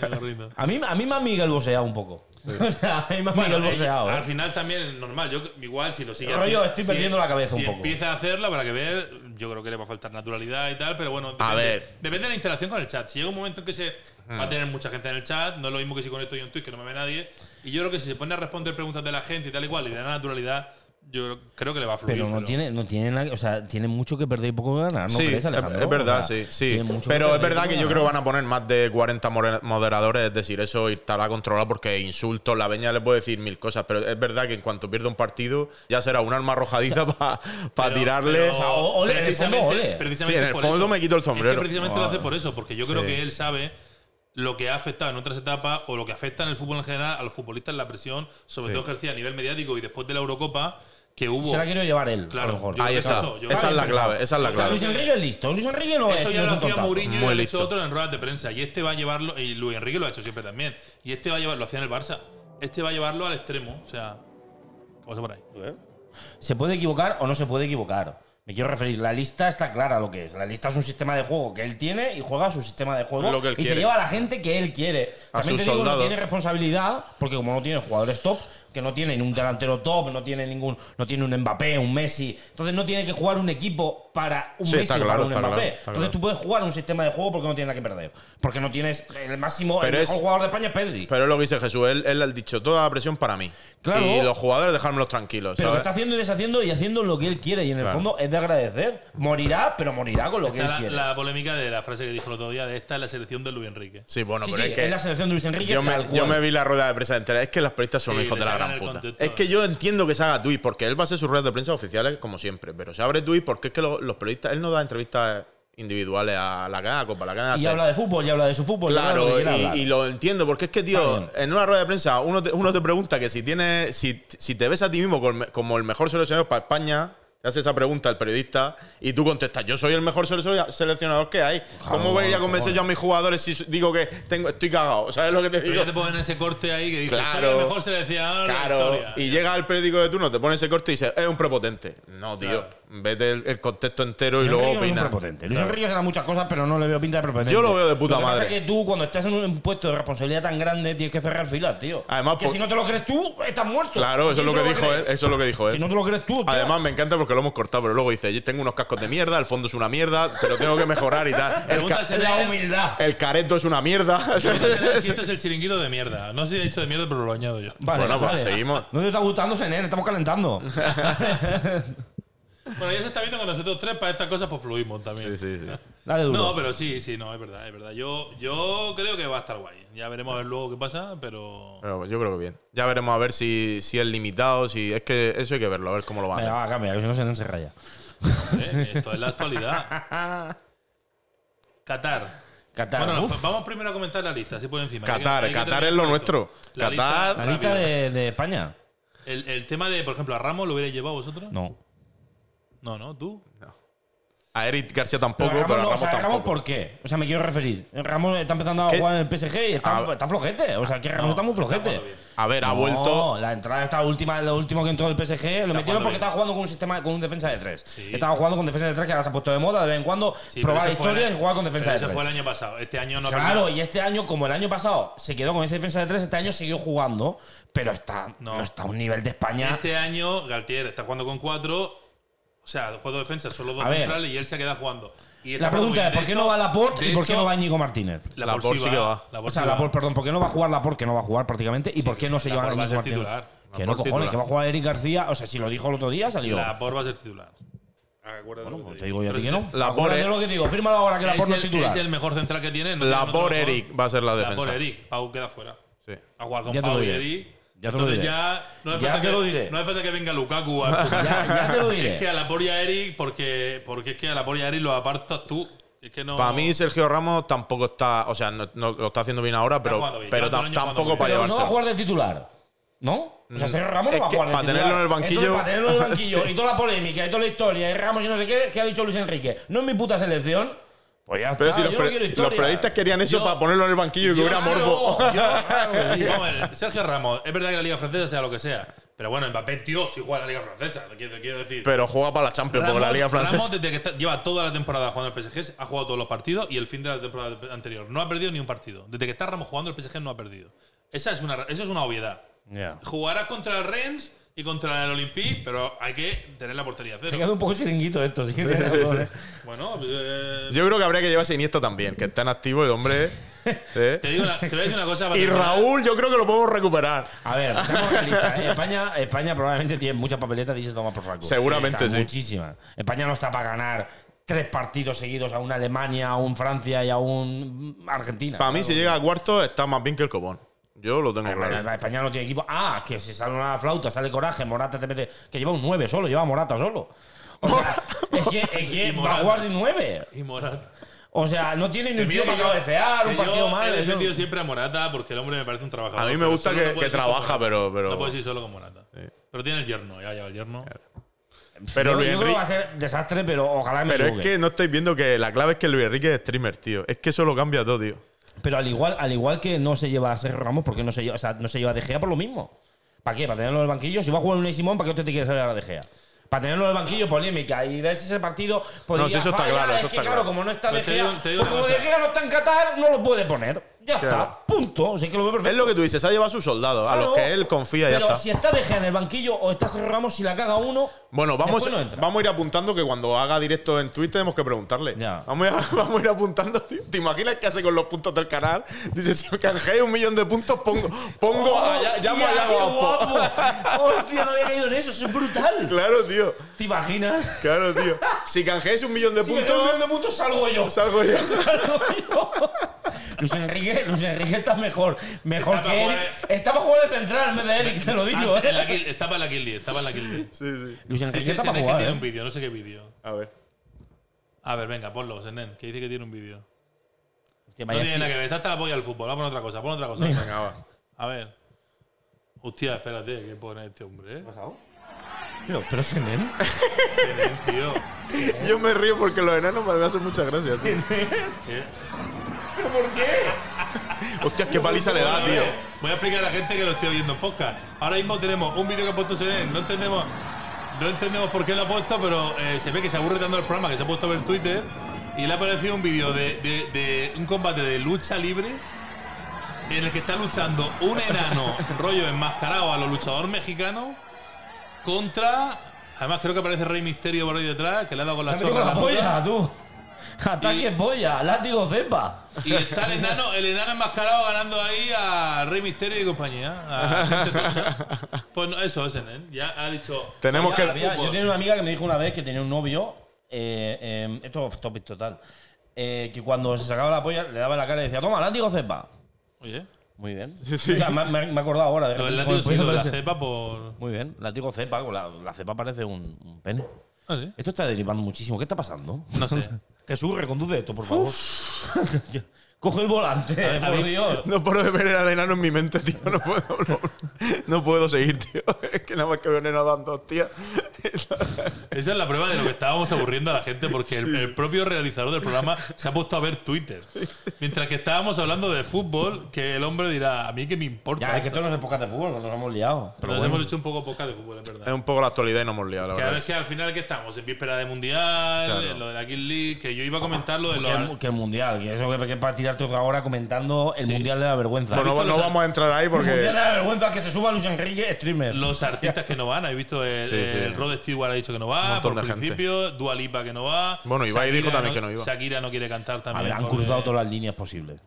[SPEAKER 1] El gorrito.
[SPEAKER 2] A mí, a mí me ha Miguel boseado un poco. <laughs> O sea, a mí me ha
[SPEAKER 1] Bueno,
[SPEAKER 2] Miguel
[SPEAKER 1] eh,
[SPEAKER 2] boseado.
[SPEAKER 1] al final también es normal. Yo igual si lo sigue
[SPEAKER 2] Rollo,
[SPEAKER 1] haciendo-
[SPEAKER 2] estoy
[SPEAKER 1] si-
[SPEAKER 2] perdiendo la cabeza
[SPEAKER 1] si
[SPEAKER 2] un poco.
[SPEAKER 1] empieza a hacerla para que ver, yo creo que le va a faltar naturalidad y tal, pero bueno, depende,
[SPEAKER 3] A ver. Mm.
[SPEAKER 1] depende de la interacción con el chat. Si llega un momento en que se va a tener mucha gente en el chat, no es lo mismo que si conecto yo en Twitch que no me ve nadie. Y yo creo que si se pone a responder preguntas de la gente y tal igual y le da naturalidad, yo creo que le va a fluir.
[SPEAKER 2] Pero no tiene, no tiene nada, o sea, tiene mucho que perder y poco que ganar, ¿no
[SPEAKER 3] sí,
[SPEAKER 2] crees,
[SPEAKER 3] es,
[SPEAKER 2] Alejandro?
[SPEAKER 3] es verdad,
[SPEAKER 2] O sea,
[SPEAKER 3] sí. sí.
[SPEAKER 2] tiene mucho
[SPEAKER 3] Pero es
[SPEAKER 2] perder y
[SPEAKER 3] verdad
[SPEAKER 2] poco
[SPEAKER 3] que yo
[SPEAKER 2] ganar.
[SPEAKER 3] creo que van a poner más de 40 more- moderadores, es decir, eso estará controlado porque insultos, la peña le puede decir mil cosas, pero es verdad que en cuanto pierda un partido ya será un arma arrojadiza para
[SPEAKER 1] Pero-
[SPEAKER 3] tirarle.
[SPEAKER 1] pero
[SPEAKER 2] sea, o- ole, en el fondo,
[SPEAKER 1] precisamente-
[SPEAKER 2] ole.
[SPEAKER 1] precisamente
[SPEAKER 3] Sí, en el
[SPEAKER 1] por
[SPEAKER 3] fondo
[SPEAKER 1] eso.
[SPEAKER 3] me quito el
[SPEAKER 1] Es que
[SPEAKER 3] sombrero.
[SPEAKER 1] precisamente lo hace por eso, porque yo creo
[SPEAKER 3] Sí.
[SPEAKER 1] que él sabe lo que ha afectado en otras etapas o lo que afecta en el fútbol en general a los futbolistas la presión, sobre
[SPEAKER 3] Sí.
[SPEAKER 1] todo ejercida a nivel mediático y después de la Eurocopa, que hubo.
[SPEAKER 2] Se la quiero llevar él,
[SPEAKER 1] Claro,
[SPEAKER 2] a lo mejor.
[SPEAKER 1] yo-
[SPEAKER 3] Ahí
[SPEAKER 1] creo que
[SPEAKER 3] está.
[SPEAKER 1] eso, yo-
[SPEAKER 3] esa es la clave, esa es la
[SPEAKER 1] O sea,
[SPEAKER 3] clave.
[SPEAKER 2] Luis Enrique es listo, Luis Enrique no
[SPEAKER 1] Eso
[SPEAKER 2] es,
[SPEAKER 1] ya lo
[SPEAKER 2] no es un
[SPEAKER 1] hacía
[SPEAKER 2] tontazo.
[SPEAKER 1] Mourinho y
[SPEAKER 3] Muy
[SPEAKER 1] lo ha hecho
[SPEAKER 3] listo.
[SPEAKER 1] otro en ruedas de prensa. Y este va a llevarlo, y Luis Enrique lo ha hecho siempre también. Y este va a llevarlo, lo hacía en el Barça. Este va a llevarlo al extremo. O sea, cosa por ahí.
[SPEAKER 2] ¿Se puede equivocar o no se puede equivocar? Me quiero referir, la lista está clara lo que es. La lista es un sistema de juego que él tiene y juega a su sistema de juego
[SPEAKER 3] Lo que él
[SPEAKER 2] y se
[SPEAKER 3] quiere.
[SPEAKER 2] lleva a la gente que él quiere.
[SPEAKER 3] A
[SPEAKER 2] También te
[SPEAKER 3] sus
[SPEAKER 2] digo, no
[SPEAKER 3] soldados.
[SPEAKER 2] tiene responsabilidad porque como no tiene jugadores top, que no tiene ni un delantero top, no tiene ningún, no tiene un Mbappé, un Messi, entonces no tiene que jugar un equipo para un
[SPEAKER 3] Sí,
[SPEAKER 2] Messi
[SPEAKER 3] está
[SPEAKER 2] o
[SPEAKER 3] claro,
[SPEAKER 2] para un
[SPEAKER 3] está
[SPEAKER 2] Mbappé.
[SPEAKER 3] claro, está
[SPEAKER 2] entonces
[SPEAKER 3] claro.
[SPEAKER 2] tú puedes jugar un sistema de juego porque no tienes nada que perder, porque no tienes el máximo,
[SPEAKER 3] Pero
[SPEAKER 2] el mejor
[SPEAKER 3] es-
[SPEAKER 2] jugador de España es Pedri.
[SPEAKER 3] Pero es lo que dice Jesús, él, él ha dicho, toda la presión para mí.
[SPEAKER 2] Claro.
[SPEAKER 3] Y los jugadores dejármelos tranquilos.
[SPEAKER 2] Pero
[SPEAKER 3] ¿sabes?
[SPEAKER 2] está haciendo y deshaciendo y haciendo lo que él quiere. Y en el
[SPEAKER 3] Claro.
[SPEAKER 2] fondo es de agradecer. Morirá, pero morirá con lo que él
[SPEAKER 1] Está la,
[SPEAKER 2] quiere.
[SPEAKER 1] la polémica de la frase que dijo el otro día de esta es la selección de Luis Enrique.
[SPEAKER 3] Sí, bueno,
[SPEAKER 2] Sí,
[SPEAKER 3] pero
[SPEAKER 2] sí,
[SPEAKER 3] es que.
[SPEAKER 2] es la selección de Luis Enrique.
[SPEAKER 3] yo, me,
[SPEAKER 2] tal cual.
[SPEAKER 3] yo me vi la rueda de prensa entera. Es que las periodistas son
[SPEAKER 1] Sí,
[SPEAKER 3] hijos
[SPEAKER 1] le
[SPEAKER 3] de la
[SPEAKER 1] sacan
[SPEAKER 3] gran
[SPEAKER 1] el
[SPEAKER 3] puta.
[SPEAKER 1] contexto.
[SPEAKER 3] Es que yo entiendo que se haga tuit, porque él va a hacer sus ruedas de prensa oficiales como siempre. Pero se abre tuit porque es que lo- los periodistas. Él no da entrevistas individuales a la gana, Copa, a la gana.
[SPEAKER 2] Y habla de fútbol, y habla de su fútbol. y habla de lo
[SPEAKER 3] Claro,
[SPEAKER 2] que quiera hablar.
[SPEAKER 3] y, y lo entiendo, porque es que,
[SPEAKER 2] Está
[SPEAKER 3] tío,
[SPEAKER 2] bien.
[SPEAKER 3] en una rueda de prensa uno te, uno te pregunta que si tienes, si, si te ves a ti mismo como, como el mejor seleccionador para España, te hace esa pregunta el periodista y tú contestas, yo soy el mejor sele- seleccionador que hay. ¿Cómo voy a ir a convencer yo a mis jugadores si digo que tengo, estoy cagado? ¿Sabes lo que te
[SPEAKER 1] Pero
[SPEAKER 3] digo?
[SPEAKER 1] ya te ponen ese corte ahí que dice,
[SPEAKER 3] Claro.
[SPEAKER 1] "Soy el mejor seleccionador de la
[SPEAKER 3] Claro,
[SPEAKER 1] <laughs> historia".
[SPEAKER 3] y llega al periódico de turno, te pone ese corte y dice, es un prepotente. No, tío,
[SPEAKER 1] Claro.
[SPEAKER 3] vete el, el contexto entero y
[SPEAKER 2] Luis
[SPEAKER 3] luego
[SPEAKER 2] Enrique no es un
[SPEAKER 3] opina.
[SPEAKER 2] prepotente. Luis Enrique será muchas cosas, pero no le veo pinta de prepotente.
[SPEAKER 3] Yo lo veo de puta
[SPEAKER 2] Lo que pasa
[SPEAKER 3] madre.
[SPEAKER 2] es que tú, cuando estás en un puesto de responsabilidad tan grande, tienes que cerrar filas, tío.
[SPEAKER 3] Además,
[SPEAKER 2] que
[SPEAKER 3] por-
[SPEAKER 2] si no te lo crees tú, estás muerto.
[SPEAKER 3] Claro, eso es lo
[SPEAKER 2] ¿Quién
[SPEAKER 3] que
[SPEAKER 2] se va
[SPEAKER 3] dijo
[SPEAKER 2] a
[SPEAKER 3] él.
[SPEAKER 2] creer?
[SPEAKER 3] Eso es lo que dijo él.
[SPEAKER 2] Si no te lo crees tú, tío.
[SPEAKER 3] Además, me encanta porque lo hemos cortado, pero luego dice: Tengo unos cascos de mierda, el fondo es una mierda, pero tengo que mejorar y tal. El, ca-
[SPEAKER 1] Pregúntaselo
[SPEAKER 2] la humildad.
[SPEAKER 3] el careto es
[SPEAKER 1] <laughs>
[SPEAKER 3] una mierda.
[SPEAKER 1] Si esto es el chiringuito de mierda. No sé si he dicho de mierda, pero lo añado yo.
[SPEAKER 2] Vale,
[SPEAKER 3] Bueno, pues
[SPEAKER 2] vale.
[SPEAKER 3] seguimos.
[SPEAKER 2] No te está gustando, CNN, estamos
[SPEAKER 3] <laughs>
[SPEAKER 2] calentando.
[SPEAKER 1] Bueno, ya se está viendo que nosotros tres para estas cosas pues fluimos también.
[SPEAKER 3] Sí, sí, sí.
[SPEAKER 2] Dale duro.
[SPEAKER 1] No, pero sí, sí, no, es verdad, es verdad. Yo, yo creo que va a estar guay. Ya veremos a ver luego qué pasa, pero. eh,
[SPEAKER 3] <laughs> Pero yo creo que bien. Ya veremos a ver si, si es limitado, si. Es que eso hay que verlo, a ver cómo lo van
[SPEAKER 2] Venga,
[SPEAKER 3] a hacer.
[SPEAKER 2] va, cambia, que si no CNN se raya.
[SPEAKER 1] eh, esto es la actualidad. Qatar.
[SPEAKER 2] Qatar,
[SPEAKER 1] Bueno, no,
[SPEAKER 2] uf.
[SPEAKER 1] vamos primero a comentar la lista, así por encima.
[SPEAKER 3] Qatar,
[SPEAKER 1] Hay que- hay que terminar
[SPEAKER 3] Qatar es lo
[SPEAKER 1] con
[SPEAKER 3] nuestro.
[SPEAKER 1] esto. La
[SPEAKER 3] Qatar-
[SPEAKER 2] La
[SPEAKER 1] lista,
[SPEAKER 2] lista
[SPEAKER 1] rápido.
[SPEAKER 2] de, de España.
[SPEAKER 1] El, el tema de, por ejemplo, a Ramos lo hubierais llevado vosotros.
[SPEAKER 2] No.
[SPEAKER 1] no, no, tú.
[SPEAKER 3] A Eric García tampoco, pero,
[SPEAKER 2] Ramos no,
[SPEAKER 3] a
[SPEAKER 2] o
[SPEAKER 3] Ramos
[SPEAKER 2] sea, Ramos,
[SPEAKER 3] tampoco.
[SPEAKER 2] ¿por qué? O sea, me quiero referir. Ramos está empezando a
[SPEAKER 3] ¿Qué?
[SPEAKER 2] jugar en el PSG y está,
[SPEAKER 3] Ah,
[SPEAKER 2] está flojete. O sea, que Ramos
[SPEAKER 1] No,
[SPEAKER 2] está muy
[SPEAKER 1] está
[SPEAKER 2] flojete.
[SPEAKER 1] jugando bien.
[SPEAKER 3] A ver, ha
[SPEAKER 2] No,
[SPEAKER 3] vuelto.
[SPEAKER 2] La entrada esta última, lo último que entró el PSG, lo metieron
[SPEAKER 1] jugando
[SPEAKER 2] porque
[SPEAKER 1] bien.
[SPEAKER 2] estaba jugando con un sistema, con un defensa de tres.
[SPEAKER 1] Sí.
[SPEAKER 2] Estaba jugando con defensa de tres que ahora se ha puesto de moda de vez en cuando
[SPEAKER 1] Sí, pero
[SPEAKER 2] probar
[SPEAKER 1] ese fue el
[SPEAKER 2] historias y
[SPEAKER 1] año-
[SPEAKER 2] jugar con defensa
[SPEAKER 1] pero
[SPEAKER 2] de
[SPEAKER 1] Ese
[SPEAKER 2] tres.
[SPEAKER 1] fue el año pasado. Este año no ha
[SPEAKER 2] Claro,
[SPEAKER 1] aprendido.
[SPEAKER 2] y este año, como el año pasado, se quedó con esa defensa de tres, este año siguió jugando, pero está, no.
[SPEAKER 1] No.
[SPEAKER 2] está a un nivel de España.
[SPEAKER 1] Este año Galtier está jugando con cuatro. O sea, cuatro defensas, solo dos
[SPEAKER 2] A ver.
[SPEAKER 1] centrales y él se ha quedado jugando. Y está
[SPEAKER 2] la pregunta
[SPEAKER 1] jugando
[SPEAKER 2] es,
[SPEAKER 1] bien.
[SPEAKER 2] ¿por
[SPEAKER 1] De
[SPEAKER 2] qué no
[SPEAKER 1] hecho-
[SPEAKER 2] va Laporte
[SPEAKER 1] de
[SPEAKER 2] y por qué
[SPEAKER 1] hecho,
[SPEAKER 2] no va Íñigo Martínez?
[SPEAKER 1] La,
[SPEAKER 3] La
[SPEAKER 1] por
[SPEAKER 3] Por sí que va.
[SPEAKER 1] La
[SPEAKER 2] O
[SPEAKER 1] por
[SPEAKER 2] sea,
[SPEAKER 1] sí
[SPEAKER 2] la
[SPEAKER 1] va.
[SPEAKER 2] por, perdón, ¿por qué no va a jugar la por? Que no va a jugar prácticamente. ¿Y por qué no se
[SPEAKER 1] la
[SPEAKER 2] llevan a
[SPEAKER 1] por va a
[SPEAKER 2] Íñigo
[SPEAKER 1] ser
[SPEAKER 2] Martínez?
[SPEAKER 1] titular.
[SPEAKER 2] Que
[SPEAKER 3] La
[SPEAKER 2] no
[SPEAKER 3] por
[SPEAKER 2] cojones,
[SPEAKER 3] titular.
[SPEAKER 2] que va a jugar Eric García. O sea, si lo dijo el otro día, salió.
[SPEAKER 1] La por va a ser titular. Acuérdate
[SPEAKER 2] Bueno,
[SPEAKER 1] lo que
[SPEAKER 2] pues
[SPEAKER 1] te
[SPEAKER 2] te
[SPEAKER 1] digo.
[SPEAKER 2] digo yo a ti que no.
[SPEAKER 3] La
[SPEAKER 2] Acuérdate
[SPEAKER 3] Bore-
[SPEAKER 2] lo que te digo. Fírmalo ahora que la
[SPEAKER 1] Es
[SPEAKER 2] porno es
[SPEAKER 1] el,
[SPEAKER 2] titular.
[SPEAKER 1] es el mejor central que tiene. no
[SPEAKER 3] La
[SPEAKER 1] tiene otro
[SPEAKER 3] por
[SPEAKER 1] mejor.
[SPEAKER 3] Eric va a ser la
[SPEAKER 1] La por
[SPEAKER 3] defensa.
[SPEAKER 1] Eric. Pau queda fuera.
[SPEAKER 3] Sí.
[SPEAKER 1] A jugar con
[SPEAKER 2] Ya te
[SPEAKER 1] Pau
[SPEAKER 2] lo
[SPEAKER 1] y
[SPEAKER 2] diré.
[SPEAKER 1] Eric.
[SPEAKER 2] Ya te lo
[SPEAKER 1] Entonces
[SPEAKER 2] diré.
[SPEAKER 1] ya no hace
[SPEAKER 2] Ya
[SPEAKER 1] falta
[SPEAKER 2] te
[SPEAKER 1] que,
[SPEAKER 2] lo diré.
[SPEAKER 1] No hace falta que venga Lukaku. a
[SPEAKER 2] <laughs>
[SPEAKER 1] empujar.
[SPEAKER 2] Ya, ya
[SPEAKER 3] <laughs>
[SPEAKER 2] te lo diré.
[SPEAKER 1] es que a la por y a Eric, porque, porque es que a la por y a Eric lo apartas tú. Es que no.
[SPEAKER 3] Para mí, Sergio Ramos tampoco está. O sea, no, no lo está haciendo bien ahora, pero,
[SPEAKER 1] jugando bien.
[SPEAKER 3] pero
[SPEAKER 1] Lleva
[SPEAKER 3] tam-
[SPEAKER 1] otro año
[SPEAKER 3] tampoco
[SPEAKER 1] jugando
[SPEAKER 3] para
[SPEAKER 1] bien.
[SPEAKER 2] Pero no
[SPEAKER 3] llevarse.
[SPEAKER 2] va a jugar de titular. ¿No? O sea, Sergio Ramos
[SPEAKER 3] Mm. Es
[SPEAKER 2] no va a
[SPEAKER 3] que
[SPEAKER 2] jugar de
[SPEAKER 3] para
[SPEAKER 2] titular.
[SPEAKER 3] tenerlo en el
[SPEAKER 2] Entonces,
[SPEAKER 3] banquillo-
[SPEAKER 2] para
[SPEAKER 3] <laughs>
[SPEAKER 2] tenerlo en el banquillo y toda la polémica y toda la historia y Ramos y no sé qué, ¿qué ha dicho Luis Enrique? No es mi puta selección. Pues ya
[SPEAKER 3] Pero
[SPEAKER 2] está.
[SPEAKER 3] si los,
[SPEAKER 2] yo no
[SPEAKER 3] pre-
[SPEAKER 2] quiero
[SPEAKER 3] los
[SPEAKER 2] historia.
[SPEAKER 3] periodistas querían eso
[SPEAKER 2] Yo-
[SPEAKER 3] para ponerlo en el banquillo y que
[SPEAKER 2] yo
[SPEAKER 3] hubiera
[SPEAKER 2] sé,
[SPEAKER 3] morbo.
[SPEAKER 2] no.
[SPEAKER 1] Sí, vamos a ver, Sergio Ramos, es verdad que la Liga Francesa sea lo que sea. Pero bueno, Mbappé, tío, si juega en la Liga Francesa. Quiero, quiero decir.
[SPEAKER 3] <laughs> Pero juega para la Champions, porque la Liga
[SPEAKER 1] Ramos,
[SPEAKER 3] Francesa.
[SPEAKER 1] desde que está- lleva toda la temporada jugando el PSG, ha jugado todos los partidos y el fin de la temporada anterior. No ha perdido ni un partido. Desde que está Ramos jugando, el PSG no ha perdido. Esa es una, eso es una obviedad.
[SPEAKER 2] Ya.
[SPEAKER 1] Jugarás contra el Rennes y contra el Olympique, pero hay que tener la portería
[SPEAKER 2] Se
[SPEAKER 1] cero.
[SPEAKER 2] queda un poco chiringuito
[SPEAKER 3] <laughs>
[SPEAKER 2] esto. sí que tiene razón, ¿eh?
[SPEAKER 1] Bueno, eh,
[SPEAKER 3] Yo creo que habría que llevarse Iniesta también, que está en activo el hombre. <laughs> ¿eh?
[SPEAKER 1] te, digo una- te voy a decir una
[SPEAKER 2] <laughs>
[SPEAKER 1] cosa. para
[SPEAKER 3] Y
[SPEAKER 1] terminar.
[SPEAKER 3] Raúl, yo creo que lo podemos recuperar.
[SPEAKER 2] A ver, seamos realistas. ¿eh? España, España probablemente tiene muchas papeletas y se toma por saco.
[SPEAKER 3] Seguramente
[SPEAKER 2] O sea,
[SPEAKER 3] sí.
[SPEAKER 2] Muchísimas. España no está para ganar tres partidos seguidos a una Alemania, a un Francia y a un Argentina.
[SPEAKER 3] Para mí, ¿eh? si llega a cuarto, está más bien que el copón. Yo lo tengo
[SPEAKER 2] Además,
[SPEAKER 3] claro.
[SPEAKER 2] la España no tiene equipo. Ah, que si sale una flauta, sale coraje, Morata te mete. Que lleva un 9 solo, lleva a Morata solo. O
[SPEAKER 3] <laughs>
[SPEAKER 2] sea, es que, es que
[SPEAKER 1] Y
[SPEAKER 2] va a
[SPEAKER 1] Morata.
[SPEAKER 2] jugar sin 9.
[SPEAKER 1] Y Morata.
[SPEAKER 2] O sea, no tiene ni un
[SPEAKER 1] Mira
[SPEAKER 2] tío
[SPEAKER 1] que
[SPEAKER 2] para
[SPEAKER 1] yo-
[SPEAKER 2] cabecear, un
[SPEAKER 1] que yo
[SPEAKER 2] partido mal.
[SPEAKER 1] He
[SPEAKER 2] eso-
[SPEAKER 1] defendido siempre a Morata porque el hombre me parece un trabajador.
[SPEAKER 3] A mí me
[SPEAKER 1] pero
[SPEAKER 3] gusta
[SPEAKER 1] solo
[SPEAKER 3] que-
[SPEAKER 1] no puedes
[SPEAKER 3] que
[SPEAKER 1] ir con
[SPEAKER 3] trabaja,
[SPEAKER 1] Morata.
[SPEAKER 3] pero- pero-
[SPEAKER 1] No puedes ir solo con Morata. Pero tiene el yerno, ya lleva el yerno.
[SPEAKER 3] Pero
[SPEAKER 2] yo,
[SPEAKER 3] Luis
[SPEAKER 2] yo creo que va a
[SPEAKER 3] Enrique.
[SPEAKER 2] ser desastre, pero ojalá me
[SPEAKER 3] Pero es
[SPEAKER 2] equivoque.
[SPEAKER 3] que no estáis viendo que la clave es que Luis Enrique es streamer, tío. Es que eso lo cambia todo, tío.
[SPEAKER 2] Pero al igual, al igual que no se lleva a Sergio Ramos, porque no se lleva, o sea, no se lleva a De Gea por lo mismo. ¿Para qué? ¿Para tenerlo en el banquillo? Si va a jugar un Simón, ¿para qué usted te quiere saber a De Gea? Para tenerlo en el banquillo, polémica. Y ver si ese partido. podría
[SPEAKER 3] si eso está
[SPEAKER 2] fallar.
[SPEAKER 3] claro,
[SPEAKER 2] Es
[SPEAKER 3] eso
[SPEAKER 2] que,
[SPEAKER 3] está
[SPEAKER 2] claro,
[SPEAKER 3] claro. Pues
[SPEAKER 2] como no está De
[SPEAKER 1] Pero te
[SPEAKER 2] Gea,
[SPEAKER 1] digo-
[SPEAKER 2] pues
[SPEAKER 1] te digo una
[SPEAKER 2] como De
[SPEAKER 1] cosa.
[SPEAKER 2] Gea no está en Qatar, no lo puede poner. Ya
[SPEAKER 3] Claro.
[SPEAKER 2] está. Punto. O sea, que lo veo perfecto.
[SPEAKER 3] Es lo que tú dices, ha llevado a sus soldados, a los
[SPEAKER 2] Claro.
[SPEAKER 3] que él confía y ya
[SPEAKER 2] Pero
[SPEAKER 3] está.
[SPEAKER 2] si está De Gea en el banquillo o está Sergio Ramos, si la caga uno.
[SPEAKER 3] Bueno, vamos,
[SPEAKER 2] después no entra.
[SPEAKER 3] vamos a ir apuntando que cuando haga directo en Twitter tenemos que preguntarle.
[SPEAKER 2] Ya.
[SPEAKER 3] Vamos, a, <laughs> vamos a ir apuntando, tío. ¿Te imaginas qué hace con los puntos del canal? Dice, si me canjeáis un millón de puntos, pongo, pongo a, Ah, ya- llamo a
[SPEAKER 2] Hostia,
[SPEAKER 3] Yago
[SPEAKER 2] Oh, qué
[SPEAKER 3] Aspo.
[SPEAKER 2] guapo. Hostia, no había caído en eso. Eso es brutal.
[SPEAKER 3] <laughs> Claro, tío.
[SPEAKER 2] ¿Te imaginas?
[SPEAKER 3] Claro, tío. Si canjeáis un millón de
[SPEAKER 2] Si me
[SPEAKER 3] puntos,
[SPEAKER 2] dan un millón de puntos, salgo yo.
[SPEAKER 3] salgo yo.
[SPEAKER 2] Luis Enrique, Luis Enrique está mejor. Mejor eh.
[SPEAKER 1] Está
[SPEAKER 2] que
[SPEAKER 1] para
[SPEAKER 2] Eric.
[SPEAKER 1] jugar,
[SPEAKER 2] Estaba jugando de central en vez de Eric, te lo digo.
[SPEAKER 1] Antes, en la
[SPEAKER 2] ¿eh?
[SPEAKER 1] kill- Estaba en la kill list, estaba en la kill list.
[SPEAKER 3] <laughs> Sí, sí.
[SPEAKER 2] Luis
[SPEAKER 1] Es
[SPEAKER 2] Enrique
[SPEAKER 1] que
[SPEAKER 2] está para
[SPEAKER 1] Senen que
[SPEAKER 2] jugar.
[SPEAKER 1] tiene un
[SPEAKER 2] ¿eh?
[SPEAKER 1] vídeo, no sé qué vídeo.
[SPEAKER 3] A ver.
[SPEAKER 1] A ver, venga, ponlo, Senen, que dice que tiene un vídeo.
[SPEAKER 2] Que
[SPEAKER 1] No
[SPEAKER 2] vaya
[SPEAKER 1] tiene nada que
[SPEAKER 2] chido.
[SPEAKER 1] ver, está hasta la polla al fútbol. Vamos a otra cosa, pon otra cosa.
[SPEAKER 3] Venga, va.
[SPEAKER 1] A ver. Hostia, espérate, ¿qué pone este hombre?
[SPEAKER 2] Pues
[SPEAKER 1] eh?
[SPEAKER 2] Pero, pero Senen. ¿eh?
[SPEAKER 1] Senen, tío.
[SPEAKER 3] Yo me río porque los enanos me hacen muchas gracias,
[SPEAKER 2] <laughs>
[SPEAKER 3] tío.
[SPEAKER 1] ¿Qué?
[SPEAKER 3] Hostias, qué paliza le da, tío.
[SPEAKER 1] Voy a explicar a la gente que lo esté oyendo en podcast. Ahora mismo tenemos un vídeo que ha puesto Seren. No entendemos, no entendemos por qué lo ha puesto, pero eh, se ve que se aburre tanto el programa que se ha puesto a ver Twitter. Y le ha aparecido un vídeo de, de- de un combate de lucha libre en el que está luchando un
[SPEAKER 3] <laughs>
[SPEAKER 1] enano rollo enmascarado a los luchadores mexicanos contra. Además, creo que aparece Rey Misterio por ahí detrás, que le ha dado con la
[SPEAKER 2] Te con
[SPEAKER 1] chorra. en
[SPEAKER 2] la
[SPEAKER 1] la boca.
[SPEAKER 2] polla, tú. Ataque
[SPEAKER 1] Y-
[SPEAKER 2] polla, látigo cepa.
[SPEAKER 1] Y está el enano, el enano enmascarado ganando ahí a Rey Misterio y compañía.
[SPEAKER 3] <laughs>
[SPEAKER 1] a gente tocha. pues no, eso es Nen. Ya ha dicho.
[SPEAKER 3] Tenemos
[SPEAKER 1] ya,
[SPEAKER 3] que-
[SPEAKER 1] ya,
[SPEAKER 2] Había- yo tenía una amiga que me dijo una vez que tenía un novio. eh, eh, esto es off topic total. eh, que cuando se sacaba la polla le daba en la cara y decía, toma, látigo cepa.
[SPEAKER 1] Oye,
[SPEAKER 2] Muy bien.
[SPEAKER 3] sí.
[SPEAKER 2] O sea, me, me- me he acordado ahora. de-
[SPEAKER 1] lo del
[SPEAKER 2] con
[SPEAKER 1] látigo
[SPEAKER 2] el
[SPEAKER 1] sí, lo de la
[SPEAKER 2] ese.
[SPEAKER 1] cepa por.
[SPEAKER 2] Muy bien, látigo cepa. con La, la cepa parece un, un pene.
[SPEAKER 1] Ah, sí.
[SPEAKER 2] Esto está derivando muchísimo. ¿Qué está pasando? <laughs>
[SPEAKER 1] No sé.
[SPEAKER 2] Jesús, reconduce esto, por favor. Coge el volante, por Dios.
[SPEAKER 3] No puedo de ver al enano en mi mente, tío. No puedo, no, no puedo seguir, tío. <laughs> Es que nada más que veo un enano dando <laughs> hostias.
[SPEAKER 1] Esa es la prueba de lo que estábamos aburriendo a la gente porque el, el propio realizador del programa se ha puesto a ver Twitter. Mientras que estábamos hablando de fútbol, que el hombre dirá, a mí que me importa.
[SPEAKER 2] Ya, es que esto no es época de fútbol, nos hemos liado.
[SPEAKER 1] Pero
[SPEAKER 2] Pero
[SPEAKER 1] nos
[SPEAKER 2] bueno.
[SPEAKER 1] hemos hecho un poco poca de fútbol, en
[SPEAKER 3] Es
[SPEAKER 1] verdad.
[SPEAKER 3] un poco la actualidad y no hemos liado, la
[SPEAKER 1] Que ahora es
[SPEAKER 3] verdad.
[SPEAKER 1] que al final que estamos, en víspera de mundial, eh,
[SPEAKER 3] Claro.
[SPEAKER 1] lo de la Kill League, que yo iba a comentar lo de
[SPEAKER 2] que, el,
[SPEAKER 1] los.
[SPEAKER 2] que el mundial, que eso que, que para tirarte otra hora comentando el
[SPEAKER 1] Sí. eh,
[SPEAKER 2] mundial de la vergüenza.
[SPEAKER 3] Bueno,
[SPEAKER 1] visto
[SPEAKER 3] no
[SPEAKER 1] los-
[SPEAKER 3] vamos a entrar ahí
[SPEAKER 2] el mundial de
[SPEAKER 3] porque.
[SPEAKER 2] la vergüenza que se suba Luis Enrique, streamer.
[SPEAKER 1] Los artistas que no van, habéis visto el,
[SPEAKER 3] Sí, sí.
[SPEAKER 1] el Rod Stewart ha dicho que no
[SPEAKER 3] Un
[SPEAKER 1] va,
[SPEAKER 3] montón
[SPEAKER 1] por
[SPEAKER 3] de gente.
[SPEAKER 1] principio, Dua Lipa que no va.
[SPEAKER 3] Bueno, Ibai dijo
[SPEAKER 1] no-
[SPEAKER 3] también que no iba.
[SPEAKER 1] Shakira no quiere cantar
[SPEAKER 2] A
[SPEAKER 1] también.
[SPEAKER 2] ver, han
[SPEAKER 1] porque
[SPEAKER 2] cruzado todas las líneas posibles.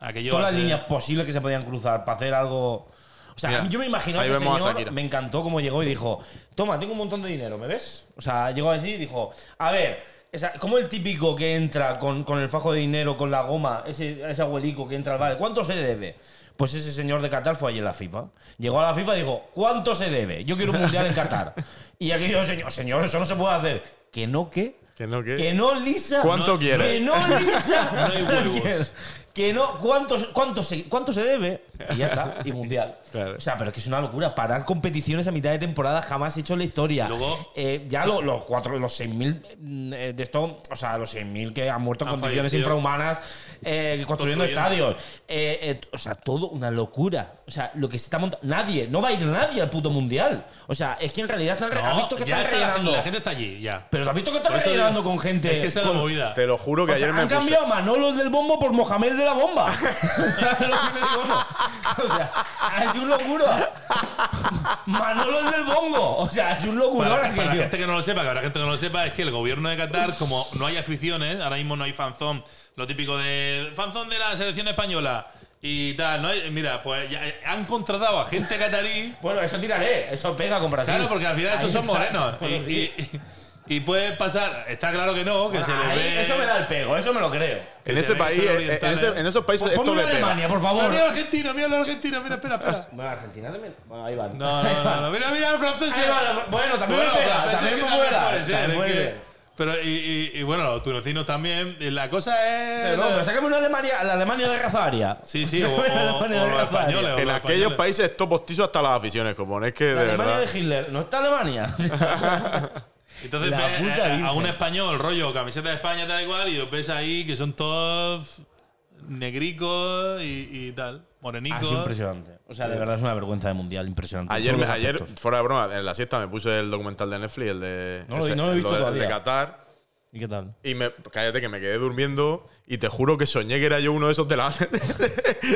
[SPEAKER 1] aquello
[SPEAKER 2] Todas
[SPEAKER 1] va a
[SPEAKER 2] las
[SPEAKER 1] ser-
[SPEAKER 2] líneas posibles que se podían cruzar para hacer algo. O sea,
[SPEAKER 3] Mira,
[SPEAKER 2] yo me imagino a
[SPEAKER 3] ahí
[SPEAKER 2] ese
[SPEAKER 3] vemos a
[SPEAKER 2] señor,
[SPEAKER 3] Shakira.
[SPEAKER 2] me encantó cómo llegó y dijo, toma, tengo un montón de dinero, ¿me ves? O sea, llegó así y dijo, a ver, o sea, como el típico que entra con, con el fajo de dinero, con la goma, ese, ese abuelico que entra al bar, ¿cuánto se debe? Pues ese señor de Qatar fue allí en la FIFA. Llegó a la FIFA y dijo, ¿cuánto se debe? Yo quiero un mundial en Qatar. Y aquello, señor, señor, eso no se puede hacer. ¿Que no qué?
[SPEAKER 3] Que no, que-
[SPEAKER 2] Que no lisa.
[SPEAKER 3] ¿Cuánto
[SPEAKER 2] No,
[SPEAKER 3] quiere?
[SPEAKER 2] Que <laughs> no lisa.
[SPEAKER 1] No hay huevos.
[SPEAKER 2] Que- que no, ¿cuánto, cuánto, se, cuánto se debe? Y ya está,
[SPEAKER 1] <laughs>
[SPEAKER 2] y mundial.
[SPEAKER 3] Claro.
[SPEAKER 2] O sea, pero es que es una locura. Parar competiciones a mitad de temporada jamás he hecho en la historia.
[SPEAKER 1] Luego-
[SPEAKER 2] Eh, ya lo- los, cuatro, los 6.000 mm, eh, de esto, o sea, los 6.000 que han muerto en
[SPEAKER 1] Han
[SPEAKER 2] condiciones
[SPEAKER 1] fallecido.
[SPEAKER 2] infrahumanas, eh,
[SPEAKER 1] Construyendo.
[SPEAKER 2] construyendo, estadios. Eh, eh, o sea, todo una locura. O sea, lo que se está montando. Nadie, no va a ir nadie al puto mundial. O sea, es que en realidad están, re-
[SPEAKER 1] No,
[SPEAKER 2] has visto que
[SPEAKER 1] ya
[SPEAKER 2] están
[SPEAKER 1] está la, gente,
[SPEAKER 2] rellenando.
[SPEAKER 1] la gente está allí, ya.
[SPEAKER 2] Pero has visto que están
[SPEAKER 1] Por eso
[SPEAKER 2] rellenando
[SPEAKER 1] digo,
[SPEAKER 2] con gente.
[SPEAKER 1] es que esa es la
[SPEAKER 2] con-
[SPEAKER 1] movida.
[SPEAKER 3] Te lo juro que
[SPEAKER 2] o sea,
[SPEAKER 3] ayer me
[SPEAKER 2] han
[SPEAKER 3] puse.
[SPEAKER 2] cambiado a Manolos del bombo por Mohamed de la bomba. <laughs> ¿Sabes lo que te digo, no? O sea, es un locura. Manolos del bongo. O sea, es un locura
[SPEAKER 1] Para,
[SPEAKER 2] ahora
[SPEAKER 1] para la
[SPEAKER 2] que
[SPEAKER 1] gente que no lo sepa, que habrá gente que no lo sepa, es que el gobierno de Qatar, como no hay aficiones, ahora mismo no hay fanzón, lo típico de fanzón de la selección española y tal, no hay- mira, pues ya, eh, han contratado a gente catarí,
[SPEAKER 2] Bueno, eso tiraré. Eso pega con Brasil.
[SPEAKER 1] claro, porque al final estos
[SPEAKER 2] Ahí
[SPEAKER 1] son
[SPEAKER 2] está.
[SPEAKER 1] morenos y,
[SPEAKER 2] Bueno, sí.
[SPEAKER 1] y- y- y puede pasar, está claro que no, que se les
[SPEAKER 2] Ahí,
[SPEAKER 1] ve.
[SPEAKER 2] Eso me da el pego. Eso me lo creo.
[SPEAKER 1] que
[SPEAKER 3] En
[SPEAKER 1] se
[SPEAKER 3] ese
[SPEAKER 1] ve que
[SPEAKER 3] país, eh,
[SPEAKER 1] son
[SPEAKER 3] en, en
[SPEAKER 1] orientales.
[SPEAKER 3] ese- en esos países
[SPEAKER 2] Pon-
[SPEAKER 3] es todo
[SPEAKER 2] Ponme
[SPEAKER 3] de
[SPEAKER 2] a
[SPEAKER 3] tela.
[SPEAKER 2] Pues Alemania, por
[SPEAKER 1] Ah,
[SPEAKER 2] favor.
[SPEAKER 1] Mira la Argentina, mira la Argentina, mira, espera,
[SPEAKER 2] <laughs>
[SPEAKER 1] espera.
[SPEAKER 2] Bueno, Argentina también. Bueno, ahí van.
[SPEAKER 1] No, no, no, no, mira, mira el francés.
[SPEAKER 2] Ahí van. Bueno, también me
[SPEAKER 1] Bueno,
[SPEAKER 2] pega.
[SPEAKER 1] franceses
[SPEAKER 2] También
[SPEAKER 1] que
[SPEAKER 2] me
[SPEAKER 1] también puede
[SPEAKER 2] vuela.
[SPEAKER 1] ser,
[SPEAKER 2] También
[SPEAKER 1] es que-
[SPEAKER 2] puede.
[SPEAKER 1] Pero, y, y, y bueno, los tunecinos también. Y La cosa es.
[SPEAKER 2] Pero no, pero sácame una Alemania, la Alemania de raza aria.
[SPEAKER 1] Sí, sí, o, o-
[SPEAKER 2] Sácame una
[SPEAKER 1] o
[SPEAKER 2] Alemania de
[SPEAKER 1] los
[SPEAKER 2] raza aria.
[SPEAKER 1] españoles. o
[SPEAKER 3] En
[SPEAKER 1] los
[SPEAKER 3] aquellos
[SPEAKER 1] españoles.
[SPEAKER 3] países esto postizo hasta las aficiones, como es que de
[SPEAKER 2] La Alemania
[SPEAKER 3] verdad.
[SPEAKER 2] de Ah, Hitler. ¿No está <laughs> Alemania?
[SPEAKER 1] Entonces
[SPEAKER 2] La
[SPEAKER 1] ves
[SPEAKER 2] puta
[SPEAKER 1] a- a,
[SPEAKER 2] virgen.
[SPEAKER 1] un español, rollo, camiseta de España, tal y cual, y los ves ahí que son todos negricos y, y tal,
[SPEAKER 2] Ha sido
[SPEAKER 1] morenicos.
[SPEAKER 2] Ah, impresionante. O sea, de verdad es una vergüenza de mundial, impresionante.
[SPEAKER 3] Ayer,
[SPEAKER 2] En
[SPEAKER 3] me-
[SPEAKER 2] todos los
[SPEAKER 3] ayer
[SPEAKER 2] aspectos.
[SPEAKER 3] fuera de broma, en la siesta me puse el documental de Netflix, el de.
[SPEAKER 2] No lo vi- no lo he visto
[SPEAKER 3] del-
[SPEAKER 2] todavía.
[SPEAKER 3] de Qatar.
[SPEAKER 2] ¿Y qué tal?
[SPEAKER 3] Y me, cállate que me quedé durmiendo y te juro que soñé que era yo uno de esos de la... <laughs>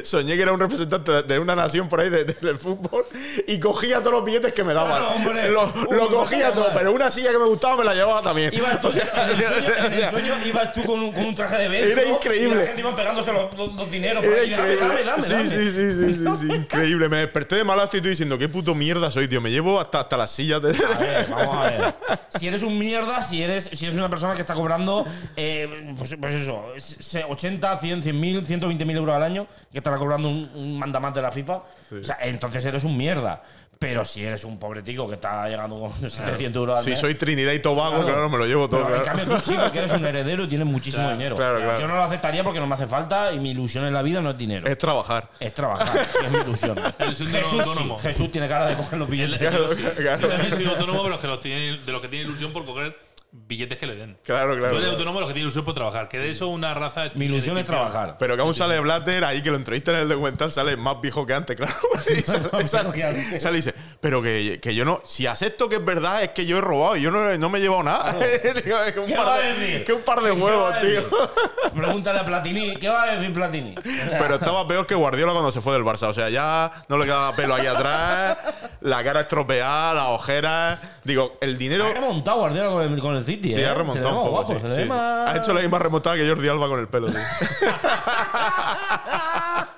[SPEAKER 3] soñé que era un representante de- de una nación por ahí de- de- del fútbol y cogía todos los billetes que me daban.
[SPEAKER 2] Claro, hombre.
[SPEAKER 3] Lo,
[SPEAKER 2] Uy,
[SPEAKER 3] lo cogía
[SPEAKER 2] vaya
[SPEAKER 3] todo,
[SPEAKER 2] madre.
[SPEAKER 3] pero una silla que me gustaba me la llevaba también. <laughs>
[SPEAKER 2] Ibas tú,
[SPEAKER 3] O sea,
[SPEAKER 2] <laughs> en el sueño, en el
[SPEAKER 3] o sea,
[SPEAKER 2] sueño ibas tú con un, con un traje de béisbol.
[SPEAKER 3] Era
[SPEAKER 2] Y
[SPEAKER 3] increíble.
[SPEAKER 2] la gente iba pegándose los, los- los dineros. por
[SPEAKER 3] Era
[SPEAKER 2] ahí, dame, dame,
[SPEAKER 3] increíble.
[SPEAKER 2] dame,
[SPEAKER 3] sí,
[SPEAKER 2] dame.
[SPEAKER 3] sí, sí, sí, sí,
[SPEAKER 2] <laughs>
[SPEAKER 3] sí, increíble. Me desperté de mala actitud diciendo, qué puto mierda soy, tío. Me llevo hasta, hasta las sillas de...
[SPEAKER 2] A
[SPEAKER 3] <laughs>
[SPEAKER 2] ver, vamos a ver. Si eres un mierda, si eres, si eres una persona que está cobrando, eh, pues, pues eso, se- 80, 100, 100 mil, 120 mil euros al año, que estará cobrando un, un mandamás de la FIFA, o sea, entonces eres un mierda. Pero si eres un pobre tico que está llegando con 700 euros al
[SPEAKER 3] Si
[SPEAKER 2] mes,
[SPEAKER 3] soy Trinidad y Tobago, claro, me lo llevo todo.
[SPEAKER 2] Pero en
[SPEAKER 3] claro.
[SPEAKER 2] cambio tú sí, porque eres un heredero
[SPEAKER 3] <laughs>
[SPEAKER 2] y tienes muchísimo dinero.
[SPEAKER 3] claro, claro. Eh.
[SPEAKER 2] Yo no lo aceptaría porque no me hace falta y mi ilusión en la vida no es dinero.
[SPEAKER 3] Es trabajar.
[SPEAKER 2] Es trabajar, es mi ilusión.
[SPEAKER 1] Eres un
[SPEAKER 2] Jesús,
[SPEAKER 1] autónomo.
[SPEAKER 2] sí, Jesús tiene cara de coger los billetes.
[SPEAKER 1] <laughs>
[SPEAKER 3] Claro,
[SPEAKER 1] Yo
[SPEAKER 3] claro.
[SPEAKER 1] también soy autónomo de los que, los tienen, de los que tienen ilusión por coger billetes que le den.
[SPEAKER 3] Claro, claro,
[SPEAKER 1] Yo eres
[SPEAKER 3] claro.
[SPEAKER 1] autónomo de los que tienen ilusión por trabajar, que de eso una raza.
[SPEAKER 2] Mi ilusión
[SPEAKER 1] distinción.
[SPEAKER 2] es trabajar.
[SPEAKER 3] Pero que aún sale Blatter, ahí que lo entrevistan en el documental, sale más viejo que antes,
[SPEAKER 2] <laughs>
[SPEAKER 3] claro. <laughs> Y sale,
[SPEAKER 2] Más viejo
[SPEAKER 3] sale-
[SPEAKER 2] que antes.
[SPEAKER 3] sale y dice, pero que, que yo no, si acepto que es verdad, es que yo he robado, y yo no, no me he llevado nada. <laughs> Digo, que, un
[SPEAKER 2] ¿Qué va
[SPEAKER 3] par
[SPEAKER 2] a
[SPEAKER 3] de,
[SPEAKER 2] decir?
[SPEAKER 3] que un par de
[SPEAKER 2] ¿Qué
[SPEAKER 3] huevos,
[SPEAKER 2] va a decir?
[SPEAKER 3] tío.
[SPEAKER 2] Pregúntale a Platini. ¿Qué va a decir Platini?
[SPEAKER 3] <laughs> Pero estaba peor que Guardiola cuando se fue del Barça. O sea, ya no le quedaba pelo ahí atrás, la cara estropeada, las ojeras. Digo, el dinero.
[SPEAKER 2] Ha remontado Guardiola con el, con el City.
[SPEAKER 3] Sí,
[SPEAKER 2] ¿eh?
[SPEAKER 3] ha remontado
[SPEAKER 2] Se le ve
[SPEAKER 3] un poco.
[SPEAKER 2] guapo,
[SPEAKER 3] sí,
[SPEAKER 2] se le
[SPEAKER 3] sí,
[SPEAKER 2] ve
[SPEAKER 3] sí.
[SPEAKER 2] más-
[SPEAKER 3] Ha hecho la misma remontada que Jordi Alba con
[SPEAKER 2] <laughs>
[SPEAKER 3] el pelo, tío.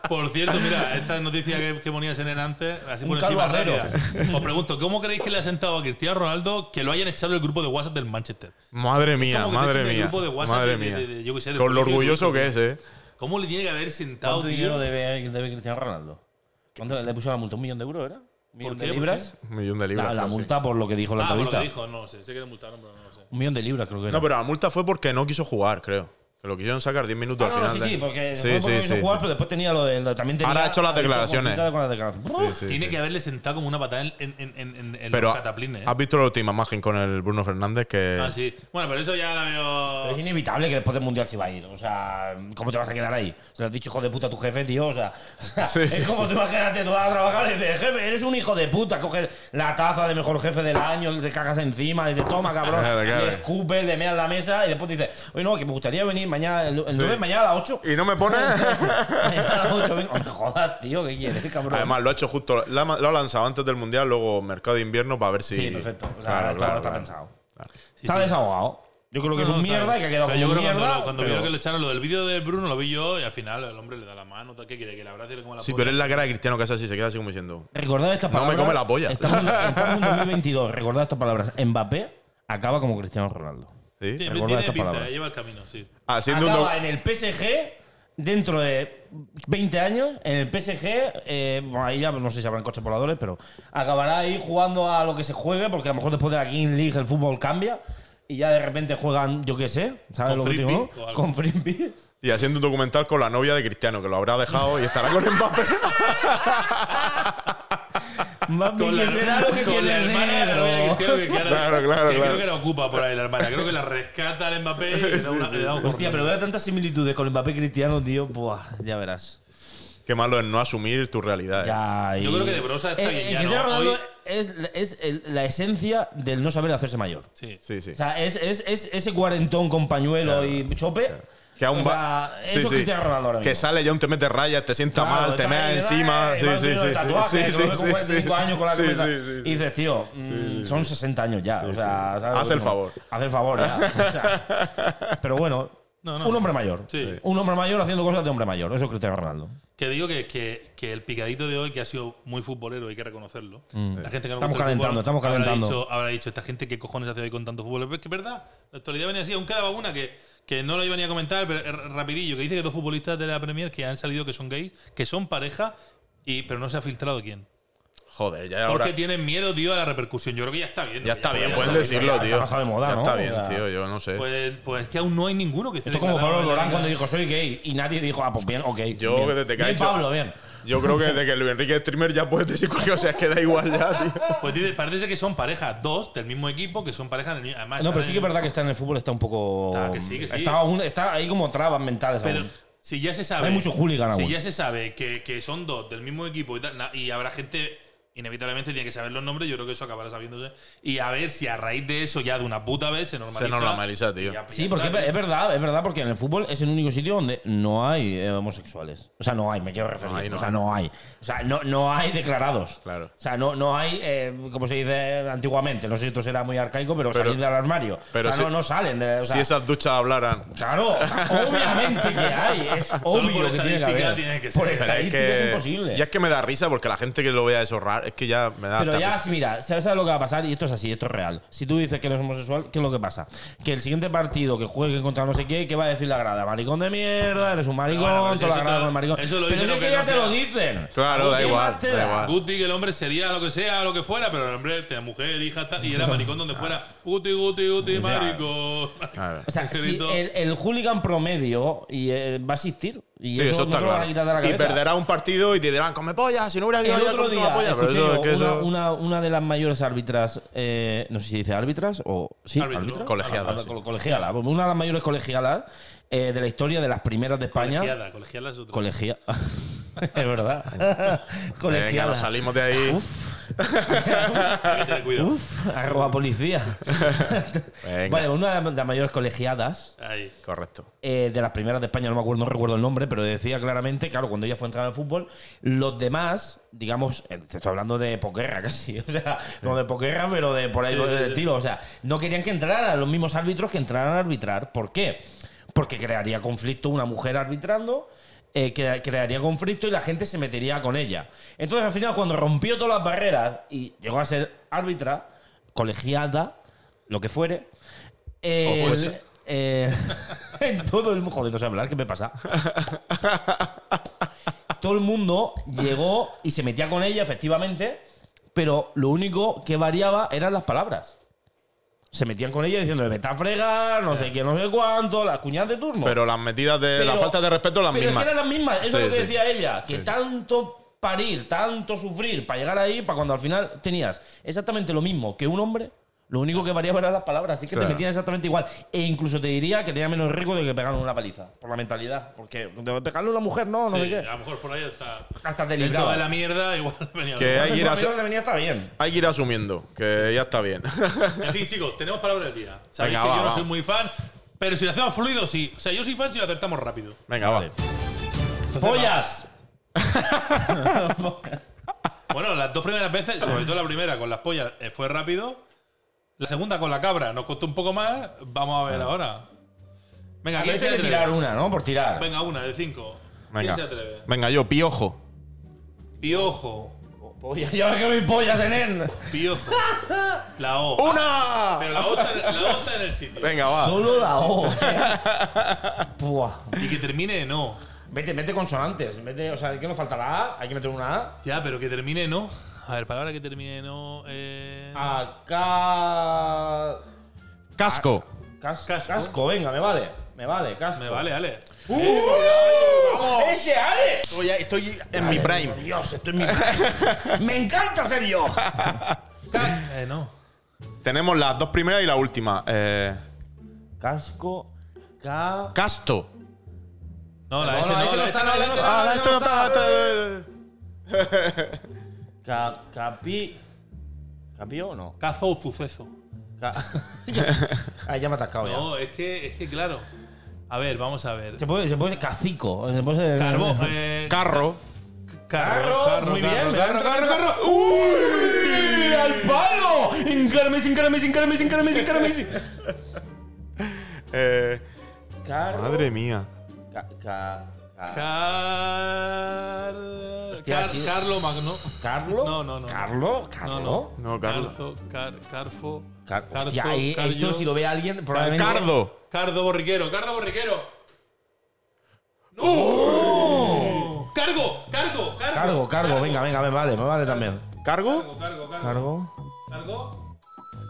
[SPEAKER 1] Por cierto, mira, esta noticia que, que ponías en el antes, así
[SPEAKER 2] Un
[SPEAKER 1] por
[SPEAKER 2] calvo
[SPEAKER 1] encima
[SPEAKER 2] acero.
[SPEAKER 1] rápida. Os pregunto, ¿cómo creéis que le ha sentado a Cristiano Ronaldo que lo hayan echado del grupo de WhatsApp del Manchester?
[SPEAKER 3] Madre mía,
[SPEAKER 1] como que te
[SPEAKER 3] madre
[SPEAKER 1] echen del
[SPEAKER 3] mía.
[SPEAKER 1] grupo de WhatsApp
[SPEAKER 3] Madre
[SPEAKER 1] de- de-
[SPEAKER 3] mía.
[SPEAKER 1] de- yo qué sé, de
[SPEAKER 3] Con lo
[SPEAKER 1] colegio,
[SPEAKER 3] orgulloso
[SPEAKER 1] de-
[SPEAKER 3] que es, eh.
[SPEAKER 1] ¿Cómo le tiene que haber sentado,
[SPEAKER 2] ¿Cuánto dinero
[SPEAKER 1] tío?
[SPEAKER 2] debe, debe Cristiano Ronaldo? ¿Cuánto le puso la multa? ¿Un millón de euros, era? ¿Un millón
[SPEAKER 1] qué?
[SPEAKER 2] de
[SPEAKER 1] ¿Por
[SPEAKER 2] libras?
[SPEAKER 3] Un millón de libras.
[SPEAKER 2] La, la
[SPEAKER 3] creo, sí.
[SPEAKER 2] multa por lo que dijo en la
[SPEAKER 1] Ah, por lo
[SPEAKER 2] entrevista.
[SPEAKER 1] que dijo, no sé. Sé que le multaron, pero no lo sé.
[SPEAKER 2] Un millón de libras, creo que era.
[SPEAKER 3] No, pero la multa fue porque no quiso jugar, creo. Que lo quisieron sacar 10 minutos
[SPEAKER 2] Ah,
[SPEAKER 3] al
[SPEAKER 2] no, no,
[SPEAKER 3] final.
[SPEAKER 2] sí, sí,
[SPEAKER 3] de-
[SPEAKER 2] porque
[SPEAKER 3] Sí,
[SPEAKER 2] fue
[SPEAKER 3] sí,
[SPEAKER 2] porque vino
[SPEAKER 3] sí.
[SPEAKER 2] a jugar, pero después tenía lo de. lo- También tenía
[SPEAKER 3] Ahora ha hecho las
[SPEAKER 2] ahí como
[SPEAKER 3] declaraciones.
[SPEAKER 2] cosita Con las declaraciones.
[SPEAKER 3] Sí, sí,
[SPEAKER 1] tiene
[SPEAKER 3] sí.
[SPEAKER 1] que haberle sentado como una patada en, en, en, en, en
[SPEAKER 3] Pero
[SPEAKER 1] los cataplines. ¿eh?
[SPEAKER 3] has visto la última imagen con el Bruno Fernández que.
[SPEAKER 1] Ah, sí. Bueno, pero eso ya la
[SPEAKER 2] Pero es
[SPEAKER 1] veo.
[SPEAKER 2] inevitable que después del mundial se va a ir. O sea, ¿cómo te vas a quedar ahí? Se lo has dicho hijo de puta a tu jefe, tío. O sea, <laughs>
[SPEAKER 3] Sí,
[SPEAKER 2] es
[SPEAKER 3] sí,
[SPEAKER 2] como
[SPEAKER 3] sí.
[SPEAKER 2] te vas a quedarte, tú vas a trabajar y dices, jefe, eres un hijo de puta. Coges la taza de mejor jefe del año, te cagas encima, dices,
[SPEAKER 3] <laughs>
[SPEAKER 2] toma, cabrón.
[SPEAKER 3] Claro, claro.
[SPEAKER 2] Le escupes, le meas la mesa y después dices, oye, no, que me gustaría venir mañana, el, el lunes, mañana a las 8.
[SPEAKER 3] Y no me <laughs>
[SPEAKER 2] <laughs>
[SPEAKER 3] pone.
[SPEAKER 2] mañana a las 8, venga. No me jodas, tío, ¿qué quieres, cabrón?
[SPEAKER 3] Además, lo ha hecho justo. Lo ha lo ha lanzado antes del mundial, luego mercado de invierno para ver si.
[SPEAKER 2] Sí, perfecto. O sea,
[SPEAKER 3] Claro,
[SPEAKER 2] está,
[SPEAKER 3] claro,
[SPEAKER 2] está
[SPEAKER 3] claro.
[SPEAKER 2] pensado.
[SPEAKER 1] Sí,
[SPEAKER 2] Está
[SPEAKER 1] sí.
[SPEAKER 2] desahogado. Yo creo que es
[SPEAKER 1] No,
[SPEAKER 2] un
[SPEAKER 1] está
[SPEAKER 2] mierda
[SPEAKER 1] bien.
[SPEAKER 2] y que ha quedado
[SPEAKER 1] Pero
[SPEAKER 2] como
[SPEAKER 1] yo creo que
[SPEAKER 2] mierda.
[SPEAKER 1] cuando, lo- cuando
[SPEAKER 2] pero-
[SPEAKER 1] vieron que le echaron lo del vídeo de Bruno, lo vi yo y al final el hombre le da la mano. ¿Qué quiere? Que le abrace y le coma la
[SPEAKER 3] Sí,
[SPEAKER 1] polla.
[SPEAKER 3] pero es la cara de Cristiano que hace así, se queda así como diciendo.
[SPEAKER 2] Recordad estas
[SPEAKER 3] No me
[SPEAKER 2] palabras.
[SPEAKER 3] come la polla.
[SPEAKER 2] Estamos,
[SPEAKER 3] <laughs>
[SPEAKER 2] estamos en 2022. Recordad estas palabras. Mbappé acaba como Cristiano Ronaldo.
[SPEAKER 3] ¿sí?
[SPEAKER 1] Tiene-
[SPEAKER 2] Recuerda
[SPEAKER 1] tiene
[SPEAKER 2] esta
[SPEAKER 1] pinta,
[SPEAKER 2] palabra.
[SPEAKER 1] eh, lleva el camino, sí.
[SPEAKER 3] Haciendo un
[SPEAKER 2] Acaba
[SPEAKER 3] doc-
[SPEAKER 2] en el PSG dentro de 20 años. En el PSG, eh, bueno, ahí ya no sé si habrán coches voladores, pero acabará ahí jugando a lo que se juegue, porque a lo mejor después de la King League el fútbol cambia. Y ya de repente juegan, yo qué sé, ¿sabes
[SPEAKER 1] Con
[SPEAKER 2] lo que te digo?
[SPEAKER 1] frisbee o algo. <laughs>
[SPEAKER 2] Con frisbee.
[SPEAKER 3] Y haciendo un documental con la novia de Cristiano, que lo habrá dejado y estará con Mbappé.
[SPEAKER 2] Más bien que será lo que
[SPEAKER 1] con
[SPEAKER 2] tiene
[SPEAKER 1] la
[SPEAKER 2] el
[SPEAKER 1] hermana de la
[SPEAKER 2] negro.
[SPEAKER 1] novia de Cristiano, que, que ahora-
[SPEAKER 3] <laughs> Claro, claro,
[SPEAKER 1] que
[SPEAKER 3] claro.
[SPEAKER 1] creo que la ocupa por ahí la hermana. Creo que la rescata al Mbappé y le da una- le da un
[SPEAKER 2] Hostia, pero veo tantas similitudes con el Mbappé Cristiano, tío. Buah, ya verás.
[SPEAKER 3] <laughs> Qué malo es no asumir tu realidad. eh.
[SPEAKER 2] Ya,
[SPEAKER 1] Yo
[SPEAKER 2] y-
[SPEAKER 1] creo que de Brosa está
[SPEAKER 2] Eh,
[SPEAKER 1] bien,
[SPEAKER 2] eh,
[SPEAKER 1] ya,
[SPEAKER 2] Cristiano
[SPEAKER 1] ¿no?
[SPEAKER 2] Ronaldo
[SPEAKER 1] Hoy-
[SPEAKER 2] es, es el- la esencia del no saber hacerse mayor.
[SPEAKER 1] Sí.
[SPEAKER 3] Sí, sí.
[SPEAKER 2] O sea, es, es- es ese cuarentón con pañuelo y chope.
[SPEAKER 3] que aún
[SPEAKER 2] O
[SPEAKER 3] va.
[SPEAKER 2] sea,
[SPEAKER 3] Sí,
[SPEAKER 2] eso es
[SPEAKER 3] sí.
[SPEAKER 2] Cristiano Ronaldo ahora mismo.
[SPEAKER 3] Que sale ya un te mete rayas, te sienta
[SPEAKER 2] Claro,
[SPEAKER 3] mal, te
[SPEAKER 2] está
[SPEAKER 3] mea
[SPEAKER 2] ahí,
[SPEAKER 3] encima.
[SPEAKER 2] ay,
[SPEAKER 3] Sí,
[SPEAKER 2] va,
[SPEAKER 3] sí,
[SPEAKER 2] tiene
[SPEAKER 3] sí.
[SPEAKER 2] los tatuajes,
[SPEAKER 3] sí,
[SPEAKER 2] que lo ve con
[SPEAKER 3] sí,
[SPEAKER 2] 45
[SPEAKER 3] sí.
[SPEAKER 2] años con la
[SPEAKER 3] Sí,
[SPEAKER 2] cabeza.
[SPEAKER 3] sí, sí, sí.
[SPEAKER 2] Y dices, tío, mm, son 60 años ya. o sea, ¿sabes?
[SPEAKER 3] Haz el favor.
[SPEAKER 2] Haz el favor ya.
[SPEAKER 3] <laughs>
[SPEAKER 2] O sea, pero bueno,
[SPEAKER 1] No, no.
[SPEAKER 2] un hombre mayor.
[SPEAKER 1] Sí.
[SPEAKER 2] Un hombre mayor haciendo cosas de hombre mayor. Eso es Cristiano Ronaldo.
[SPEAKER 1] Que digo que, que, que el picadito de hoy, que ha sido muy futbolero, hay que reconocerlo. La gente que no le
[SPEAKER 2] Mm. Estamos
[SPEAKER 1] gusta el
[SPEAKER 2] calentando,
[SPEAKER 1] fútbol
[SPEAKER 2] estamos
[SPEAKER 1] habrá
[SPEAKER 2] calentando.
[SPEAKER 1] dicho- Habrá dicho, esta gente, ¿qué cojones hace hoy con tanto fútbol? Pero es que es verdad, la actualidad venía así. Aún quedaba una que, que no la iba ni a comentar, pero es rapidillo, que dice que dos futbolistas de la Premier que han salido que son gays, que son pareja, y, pero no se ha filtrado quién.
[SPEAKER 3] Joder, ya ahora.
[SPEAKER 1] Porque tienen miedo, tío, a la repercusión. Yo creo que ya está bien. ¿no?
[SPEAKER 3] Ya está bien,
[SPEAKER 1] pues.
[SPEAKER 3] pueden decirlo,
[SPEAKER 2] está
[SPEAKER 3] tío.
[SPEAKER 2] pasado "Ah, de moda,
[SPEAKER 3] Ya
[SPEAKER 2] ¿no?
[SPEAKER 3] está
[SPEAKER 2] O
[SPEAKER 3] bien,
[SPEAKER 2] sea,
[SPEAKER 3] tío, yo no sé.
[SPEAKER 1] Pues, pues es que aún no hay ninguno que esté
[SPEAKER 2] Esto es como
[SPEAKER 1] declarado
[SPEAKER 2] Pablo
[SPEAKER 1] en la
[SPEAKER 2] Lorán
[SPEAKER 1] liga.
[SPEAKER 2] cuando dijo soy gay y nadie dijo, ah, pues bien, ok.
[SPEAKER 3] Yo
[SPEAKER 2] bien.
[SPEAKER 3] que desde que ha
[SPEAKER 2] Bien,
[SPEAKER 3] hecho-
[SPEAKER 2] Pablo, bien.
[SPEAKER 3] Yo creo que desde que Luis Enrique es streamer ya puedes decir cualquier cosa, es que da igual ya, tío.
[SPEAKER 1] Pues dice, parece ser que son parejas, dos del mismo equipo, que son parejas del mismo.
[SPEAKER 3] Ah,
[SPEAKER 1] Además,
[SPEAKER 2] Ah, No,
[SPEAKER 1] están
[SPEAKER 2] pero sí que es
[SPEAKER 1] en-
[SPEAKER 2] verdad que está en el fútbol, está un poco.
[SPEAKER 1] Está, que sí, que sí.
[SPEAKER 2] Está, aún- está ahí como trabas mentales.
[SPEAKER 1] Pero
[SPEAKER 2] aún.
[SPEAKER 1] si ya se sabe.
[SPEAKER 2] Hay mucho hooligan
[SPEAKER 1] Si
[SPEAKER 2] aún.
[SPEAKER 1] ya se sabe que, que son dos del mismo equipo y, tal, na- y habrá gente, inevitablemente tiene que saber los nombres, yo creo que eso acabará sabiéndose. Y a ver si a raíz de eso ya de una puta vez se normaliza.
[SPEAKER 3] Se normaliza, tío.
[SPEAKER 1] Y ya-
[SPEAKER 2] Sí,
[SPEAKER 1] ya
[SPEAKER 2] porque
[SPEAKER 1] está.
[SPEAKER 2] es verdad, es verdad, porque en el fútbol es el único sitio donde no hay eh, homosexuales. O sea, no hay, me quiero referir.
[SPEAKER 3] No hay, no
[SPEAKER 2] o sea,
[SPEAKER 3] hay.
[SPEAKER 2] no hay. O sea, no, no hay declarados.
[SPEAKER 3] Claro.
[SPEAKER 2] O sea, no, no hay, eh, como se dice antiguamente, no sé si esto será muy arcaico, pero,
[SPEAKER 3] Pero-
[SPEAKER 2] salir del armario.
[SPEAKER 3] pero
[SPEAKER 2] o sea,
[SPEAKER 3] si-
[SPEAKER 2] no, no salen. De, <laughs> o sea,
[SPEAKER 3] Si esas duchas hablaran.
[SPEAKER 2] Claro, o sea, obviamente que hay. Es obvio
[SPEAKER 1] por
[SPEAKER 2] que tiene que
[SPEAKER 1] estadística
[SPEAKER 2] haber.
[SPEAKER 1] tiene que
[SPEAKER 2] por
[SPEAKER 1] ser.
[SPEAKER 3] Pero es
[SPEAKER 2] estadística
[SPEAKER 3] que.
[SPEAKER 2] es imposible.
[SPEAKER 3] Ya es que me da risa porque la gente que lo vea eso raro, es que ya me da.
[SPEAKER 2] Pero
[SPEAKER 3] hasta
[SPEAKER 2] ya,
[SPEAKER 3] risa.
[SPEAKER 2] si mira, ¿sabes sabes lo que va a pasar? Y esto es así, esto es real. Si tú dices que eres homosexual, ¿qué es lo que pasa? Que el siguiente partido que juegue contra no sé qué, ¿qué va a decir la grada? Maricón de mierda, eres un maricón,
[SPEAKER 1] Bueno, pero si
[SPEAKER 2] toda la
[SPEAKER 1] eso
[SPEAKER 2] grada
[SPEAKER 1] te lo-
[SPEAKER 2] es maricón.
[SPEAKER 1] eso lo
[SPEAKER 2] pero
[SPEAKER 1] dicen
[SPEAKER 2] si es
[SPEAKER 1] lo
[SPEAKER 2] que,
[SPEAKER 1] que
[SPEAKER 2] ya
[SPEAKER 1] no
[SPEAKER 2] te lo
[SPEAKER 1] sea.
[SPEAKER 2] dicen.
[SPEAKER 3] Claro, da
[SPEAKER 2] ¿Qué
[SPEAKER 3] igual,
[SPEAKER 2] más te
[SPEAKER 3] da igual.
[SPEAKER 1] Guti, que el hombre sería lo que sea, lo que fuera, pero el hombre, tenía mujer, hija, tal, y
[SPEAKER 2] <laughs>
[SPEAKER 1] era maricón donde fuera. Guti, Guti, Guti, maricón.
[SPEAKER 3] Claro.
[SPEAKER 2] O sea, si
[SPEAKER 1] Angelito.
[SPEAKER 2] el, el hooligan promedio y, eh, va a existir. Y
[SPEAKER 3] Sí,
[SPEAKER 2] eso, no
[SPEAKER 3] eso
[SPEAKER 2] te
[SPEAKER 3] está
[SPEAKER 2] lo van a quitar de la
[SPEAKER 3] claro. Y
[SPEAKER 2] cabeza.
[SPEAKER 3] perderá un partido y te dirán, come polla, si no hubiera
[SPEAKER 2] El
[SPEAKER 3] habido
[SPEAKER 2] otro día,
[SPEAKER 3] polla. Pero
[SPEAKER 2] escuché
[SPEAKER 3] eso
[SPEAKER 2] yo
[SPEAKER 3] es que
[SPEAKER 2] una,
[SPEAKER 3] eso.
[SPEAKER 2] una- una de las mayores árbitras, eh, no sé si dice árbitras o. Sí,
[SPEAKER 1] Árbitro.
[SPEAKER 2] árbitras.
[SPEAKER 3] Colegiadas,
[SPEAKER 2] Ah,
[SPEAKER 3] sí.
[SPEAKER 2] co- colegiadas. Una de las mayores colegiadas eh, de la historia de las primeras de España.
[SPEAKER 1] Colegiada, colegiada es otro.
[SPEAKER 2] Colegia. <laughs> es verdad.
[SPEAKER 3] Venga,
[SPEAKER 2] Colegiada.
[SPEAKER 3] nos salimos de ahí.
[SPEAKER 1] <laughs> Hay que tener cuidado.
[SPEAKER 2] Uf, arroba policía.
[SPEAKER 3] <laughs> Venga.
[SPEAKER 2] vale, una de las mayores colegiadas.
[SPEAKER 1] Ahí.
[SPEAKER 3] Correcto.
[SPEAKER 2] eh, de las primeras de España, no me acuerdo, no recuerdo el nombre, pero decía claramente, claro, cuando ella fue a entrar al fútbol, los demás, digamos, eh, te estoy hablando de poquerra <laughs> casi, o sea, no de poquerra, pero de por ahí
[SPEAKER 1] Sí,
[SPEAKER 2] del
[SPEAKER 1] sí, sí.
[SPEAKER 2] estilo, o sea, no querían que entraran los mismos árbitros que entraran a arbitrar, ¿por qué? Porque crearía conflicto una mujer arbitrando. eh, crea- crearía conflicto y la gente se metería con ella. Entonces, al final, cuando rompió todas las barreras y llegó a ser árbitra, colegiada, lo que fuere, eh,
[SPEAKER 3] O fuese.
[SPEAKER 2] eh, <laughs> en todo el mundo. Joder, no sé hablar, ¿qué me pasa? todo el mundo llegó y se metía con ella, efectivamente, pero lo único que variaba eran las palabras. Se metían con ella diciéndole, vete a fregar, no sé qué, no sé cuánto, las cuñadas de turno.
[SPEAKER 3] Pero las medidas de.
[SPEAKER 2] Pero-
[SPEAKER 3] la falta de respeto, las
[SPEAKER 2] Pero
[SPEAKER 3] mismas.
[SPEAKER 2] es que eran las mismas, eso
[SPEAKER 3] Sí,
[SPEAKER 2] es lo que
[SPEAKER 3] sí.
[SPEAKER 2] decía ella, que tanto parir, tanto sufrir para llegar ahí, para cuando al final tenías exactamente lo mismo que un hombre, lo único que variaba eran las palabras, así que te
[SPEAKER 3] Claro.
[SPEAKER 2] metían exactamente igual. E incluso te diría que tenía menos riesgo de que pegaron una paliza, por la mentalidad, porque de pegarle a una mujer, no, no sé
[SPEAKER 1] Sí,
[SPEAKER 2] qué.
[SPEAKER 1] a lo mejor por ahí está.
[SPEAKER 2] Hasta te
[SPEAKER 1] Dentro
[SPEAKER 2] libraba.
[SPEAKER 1] de la mierda, <laughs> igual venía
[SPEAKER 3] Que hay que ir a-
[SPEAKER 2] Pero debería estar bien.
[SPEAKER 3] Hay que ir asumiendo que ya está bien. <laughs>
[SPEAKER 1] En fin, chicos, tenemos palabra del día. Sabéis
[SPEAKER 3] Venga,
[SPEAKER 1] que
[SPEAKER 3] va,
[SPEAKER 1] yo no
[SPEAKER 3] va.
[SPEAKER 1] soy muy fan, pero si lo hacemos fluido, sí. O sea, yo soy fan si lo acertamos rápido.
[SPEAKER 3] Venga, va.
[SPEAKER 2] ¡Pollas!
[SPEAKER 1] Bueno, las dos primeras veces, sobre todo la primera con las pollas, eh, fue rápido. La segunda con la cabra nos costó un poco más. Vamos a ver ahora. Venga,
[SPEAKER 2] Aquí
[SPEAKER 1] ¿quién
[SPEAKER 2] hay
[SPEAKER 1] se
[SPEAKER 2] que
[SPEAKER 1] atreve?
[SPEAKER 2] tirar una, ¿no? Por tirar.
[SPEAKER 1] Venga, una de cinco. ¿Quién
[SPEAKER 3] Venga.
[SPEAKER 1] se atreve?
[SPEAKER 3] Venga, yo, piojo.
[SPEAKER 1] Piojo.
[SPEAKER 2] Polla, ya que mi pollas en él. <laughs>
[SPEAKER 1] Piojo. La O.
[SPEAKER 2] Uh.
[SPEAKER 1] Pero
[SPEAKER 3] ¡Una!
[SPEAKER 1] la otra, la otra en el sitio.
[SPEAKER 3] Venga, va.
[SPEAKER 2] Solo la
[SPEAKER 3] <laughs>
[SPEAKER 2] O. Buah.
[SPEAKER 1] Y que termine en O.
[SPEAKER 2] Vete, vete consonantes. Vete, o sea, ¿qué nos falta? La A. Hay que meter una A.
[SPEAKER 1] Ya, pero que termine en O. A ver, palabra que termine en O. Eh...
[SPEAKER 2] Ah. Acá.
[SPEAKER 3] Casco.
[SPEAKER 2] Cas-
[SPEAKER 1] Casco.
[SPEAKER 2] casco. venga, me vale. Me vale, casco. ¡Uh!
[SPEAKER 1] Me vale, Ale.
[SPEAKER 3] ¡Vamos!
[SPEAKER 2] ¡Ese Ale!
[SPEAKER 3] Estoy, estoy en mi prime.
[SPEAKER 2] Dios, esto es mi.
[SPEAKER 1] <laughs>
[SPEAKER 2] ¡Me encanta ser yo!
[SPEAKER 1] Ca- eh, no.
[SPEAKER 3] Tenemos las dos primeras y la última. Eh,
[SPEAKER 2] Casco. Ca.
[SPEAKER 3] casto.
[SPEAKER 1] No, la
[SPEAKER 2] No,
[SPEAKER 1] S
[SPEAKER 2] no,
[SPEAKER 1] no,
[SPEAKER 2] ese no
[SPEAKER 1] la S
[SPEAKER 2] está,
[SPEAKER 1] no,
[SPEAKER 2] no,
[SPEAKER 1] la
[SPEAKER 2] no
[SPEAKER 1] S
[SPEAKER 2] está.
[SPEAKER 1] no.
[SPEAKER 3] Ah, la este no está, la este-
[SPEAKER 2] Ca, capi. ¿Capio o no?
[SPEAKER 1] Cazo o suceso. <laughs>
[SPEAKER 2] Ca- <laughs> ah, ya me he atascado ya.
[SPEAKER 1] No, es que, es que claro. A ver, vamos a ver.
[SPEAKER 2] Se puede, se puede ser cacico. Se puede ser.
[SPEAKER 1] Carbo, eh,
[SPEAKER 3] Carro.
[SPEAKER 2] Carro, muy bien, me
[SPEAKER 1] carro,
[SPEAKER 2] dan
[SPEAKER 1] carro,
[SPEAKER 2] otro
[SPEAKER 1] carro.
[SPEAKER 2] ¡Uy! ¡Al palo! ¡Encárame, encárame, encárame, encárame, encárame!
[SPEAKER 3] Eh,
[SPEAKER 2] Carro.
[SPEAKER 3] madre mía.
[SPEAKER 2] Ca, ca, ca-
[SPEAKER 1] Car...
[SPEAKER 2] Hostia,
[SPEAKER 1] Car-
[SPEAKER 2] sí.
[SPEAKER 1] Carlo Magno.
[SPEAKER 2] ¿Carlo?
[SPEAKER 1] No, no, no.
[SPEAKER 2] ¿Carlo? ¿Carlo?
[SPEAKER 1] No, no.
[SPEAKER 3] No, Carlo.
[SPEAKER 1] Carzo, car- carfo.
[SPEAKER 2] Car-
[SPEAKER 1] carzo,
[SPEAKER 2] hostia, eh, esto
[SPEAKER 1] caryo.
[SPEAKER 2] si lo ve alguien, probablemente.
[SPEAKER 3] Cardo.
[SPEAKER 1] Cardo borriquero, cardo borriquero. ¡No! ¡Cargo! ¡Cargo! ¡Cargo!
[SPEAKER 2] Cargo, cargo, venga, venga, me vale, me vale también.
[SPEAKER 1] Cargo,
[SPEAKER 3] ¿Cargo?
[SPEAKER 1] cargo, cargo.
[SPEAKER 2] Cargo.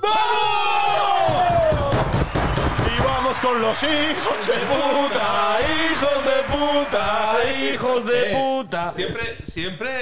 [SPEAKER 1] Cargo.
[SPEAKER 3] Y vamos con los hijos de puta, hijos de puta,
[SPEAKER 2] ¡Hijos de puta!
[SPEAKER 1] Siempre, siempre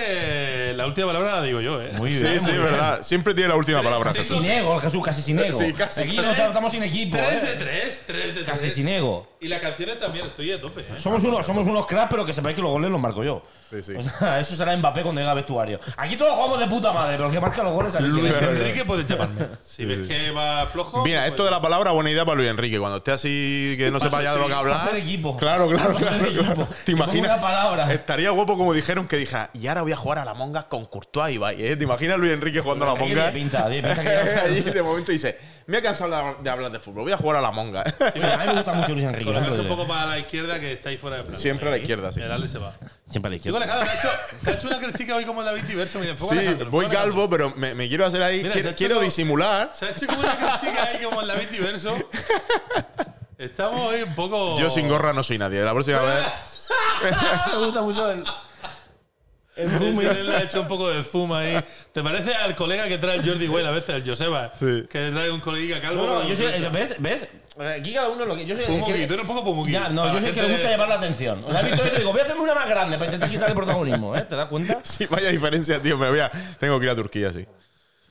[SPEAKER 1] eh, la última palabra la digo yo, ¿eh?
[SPEAKER 2] Muy
[SPEAKER 3] Sí,
[SPEAKER 2] bien.
[SPEAKER 3] sí, verdad. Siempre tiene la última palabra.
[SPEAKER 1] Sí,
[SPEAKER 2] Sin ego, Jesús, casi sin ego.
[SPEAKER 3] Sí, casi,
[SPEAKER 2] Aquí
[SPEAKER 3] casi.
[SPEAKER 2] no estamos sin equipo,
[SPEAKER 1] Tres de
[SPEAKER 2] eh.
[SPEAKER 1] tres, tres de
[SPEAKER 2] Casi
[SPEAKER 1] tres.
[SPEAKER 2] sin ego.
[SPEAKER 1] Y las canciones también, estoy a tope, ¿eh?
[SPEAKER 2] Somos unos, somos unos cracks, pero que sepáis que los goles los marco yo.
[SPEAKER 3] Sí, sí.
[SPEAKER 2] O sea, <laughs> eso será Mbappé cuando llegue a vestuario. Aquí todos jugamos de puta madre, pero el que marca los goles es el que-
[SPEAKER 1] Luis Enrique puedes llamarme. Si ves que va flojo.
[SPEAKER 3] Mira,
[SPEAKER 1] pues-
[SPEAKER 3] esto de la palabra, buena idea para Luis Enrique. Cuando esté así, que no sepa ya de lo que hablar.
[SPEAKER 2] Hacer equipo.
[SPEAKER 3] Claro, Este claro,
[SPEAKER 2] Hacer
[SPEAKER 3] claro.
[SPEAKER 2] equipo.
[SPEAKER 3] claro.
[SPEAKER 2] Te
[SPEAKER 3] ¿Te
[SPEAKER 2] pongo
[SPEAKER 3] imaginas?
[SPEAKER 2] una palabra.
[SPEAKER 3] Estaría guapo como dijeron que dijera, y ahora voy a jugar a la monga con Courtois y Ibai, ¿eh? ¿Te imaginas a Luis Enrique jugando a la
[SPEAKER 2] Tiene
[SPEAKER 3] monga?
[SPEAKER 2] pinta, tiene
[SPEAKER 3] <laughs>
[SPEAKER 2] pinta que ya lo
[SPEAKER 3] Ahí,
[SPEAKER 2] sabe.
[SPEAKER 3] de momento dice, me he cansado de hablar- de hablar de fútbol, voy a jugar a la monga. <laughs>
[SPEAKER 2] Oye, a mí me gusta mucho Luis Enrique. Siempre,
[SPEAKER 1] Colocarse
[SPEAKER 2] lo
[SPEAKER 1] un
[SPEAKER 2] diré.
[SPEAKER 1] poco para la izquierda que estáis fuera de plan.
[SPEAKER 3] Siempre a la izquierda, sí.
[SPEAKER 1] El Ale se va.
[SPEAKER 2] Siempre a la
[SPEAKER 1] Chico
[SPEAKER 2] izquierda.
[SPEAKER 1] Alejandro, te ha hecho, te ha hecho una crítica hoy como en David Diverso. Mira, enfoca
[SPEAKER 3] Sí,
[SPEAKER 1] Alejandro,
[SPEAKER 3] voy
[SPEAKER 1] enfoca
[SPEAKER 3] calvo, pero me, me quiero hacer ahí,
[SPEAKER 1] Mira, se ha
[SPEAKER 3] quiero,
[SPEAKER 1] hecho
[SPEAKER 3] quiero
[SPEAKER 1] como-
[SPEAKER 3] disimular.
[SPEAKER 1] Alejandro. Se ha hecho como una crítica ahí como en David Diverso. Estamos hoy un
[SPEAKER 2] Oh.
[SPEAKER 1] poco.
[SPEAKER 3] Yo sin gorra no soy nadie, la próxima vez.
[SPEAKER 2] <laughs> Me gusta mucho el.
[SPEAKER 1] El zoom, él le ha hecho un poco de zoom ahí. ¿Te parece al colega que trae el Jordi Well a veces, el Joseba?
[SPEAKER 3] Sí.
[SPEAKER 1] Que trae un colega calvo.
[SPEAKER 2] No, no,
[SPEAKER 1] con-
[SPEAKER 2] yo soy, eh, ¿Ves? ¿Ves? Aquí cada uno lo que. Yo soy el
[SPEAKER 1] Pumuki,
[SPEAKER 2] que-
[SPEAKER 1] tú eres un poco pumuki.
[SPEAKER 2] Ya, no,
[SPEAKER 1] Para
[SPEAKER 2] yo
[SPEAKER 1] la
[SPEAKER 2] soy el que
[SPEAKER 1] gente
[SPEAKER 2] le gusta
[SPEAKER 1] de-
[SPEAKER 2] llamar la atención. O sea, he visto eso y digo, voy a hacerme una más grande para intentar quitarle protagonismo, ¿eh? ¿Te das
[SPEAKER 3] <laughs>
[SPEAKER 2] cuenta?
[SPEAKER 3] Sí, vaya diferencia, tío, me voy a, tengo que ir a Turquía, sí.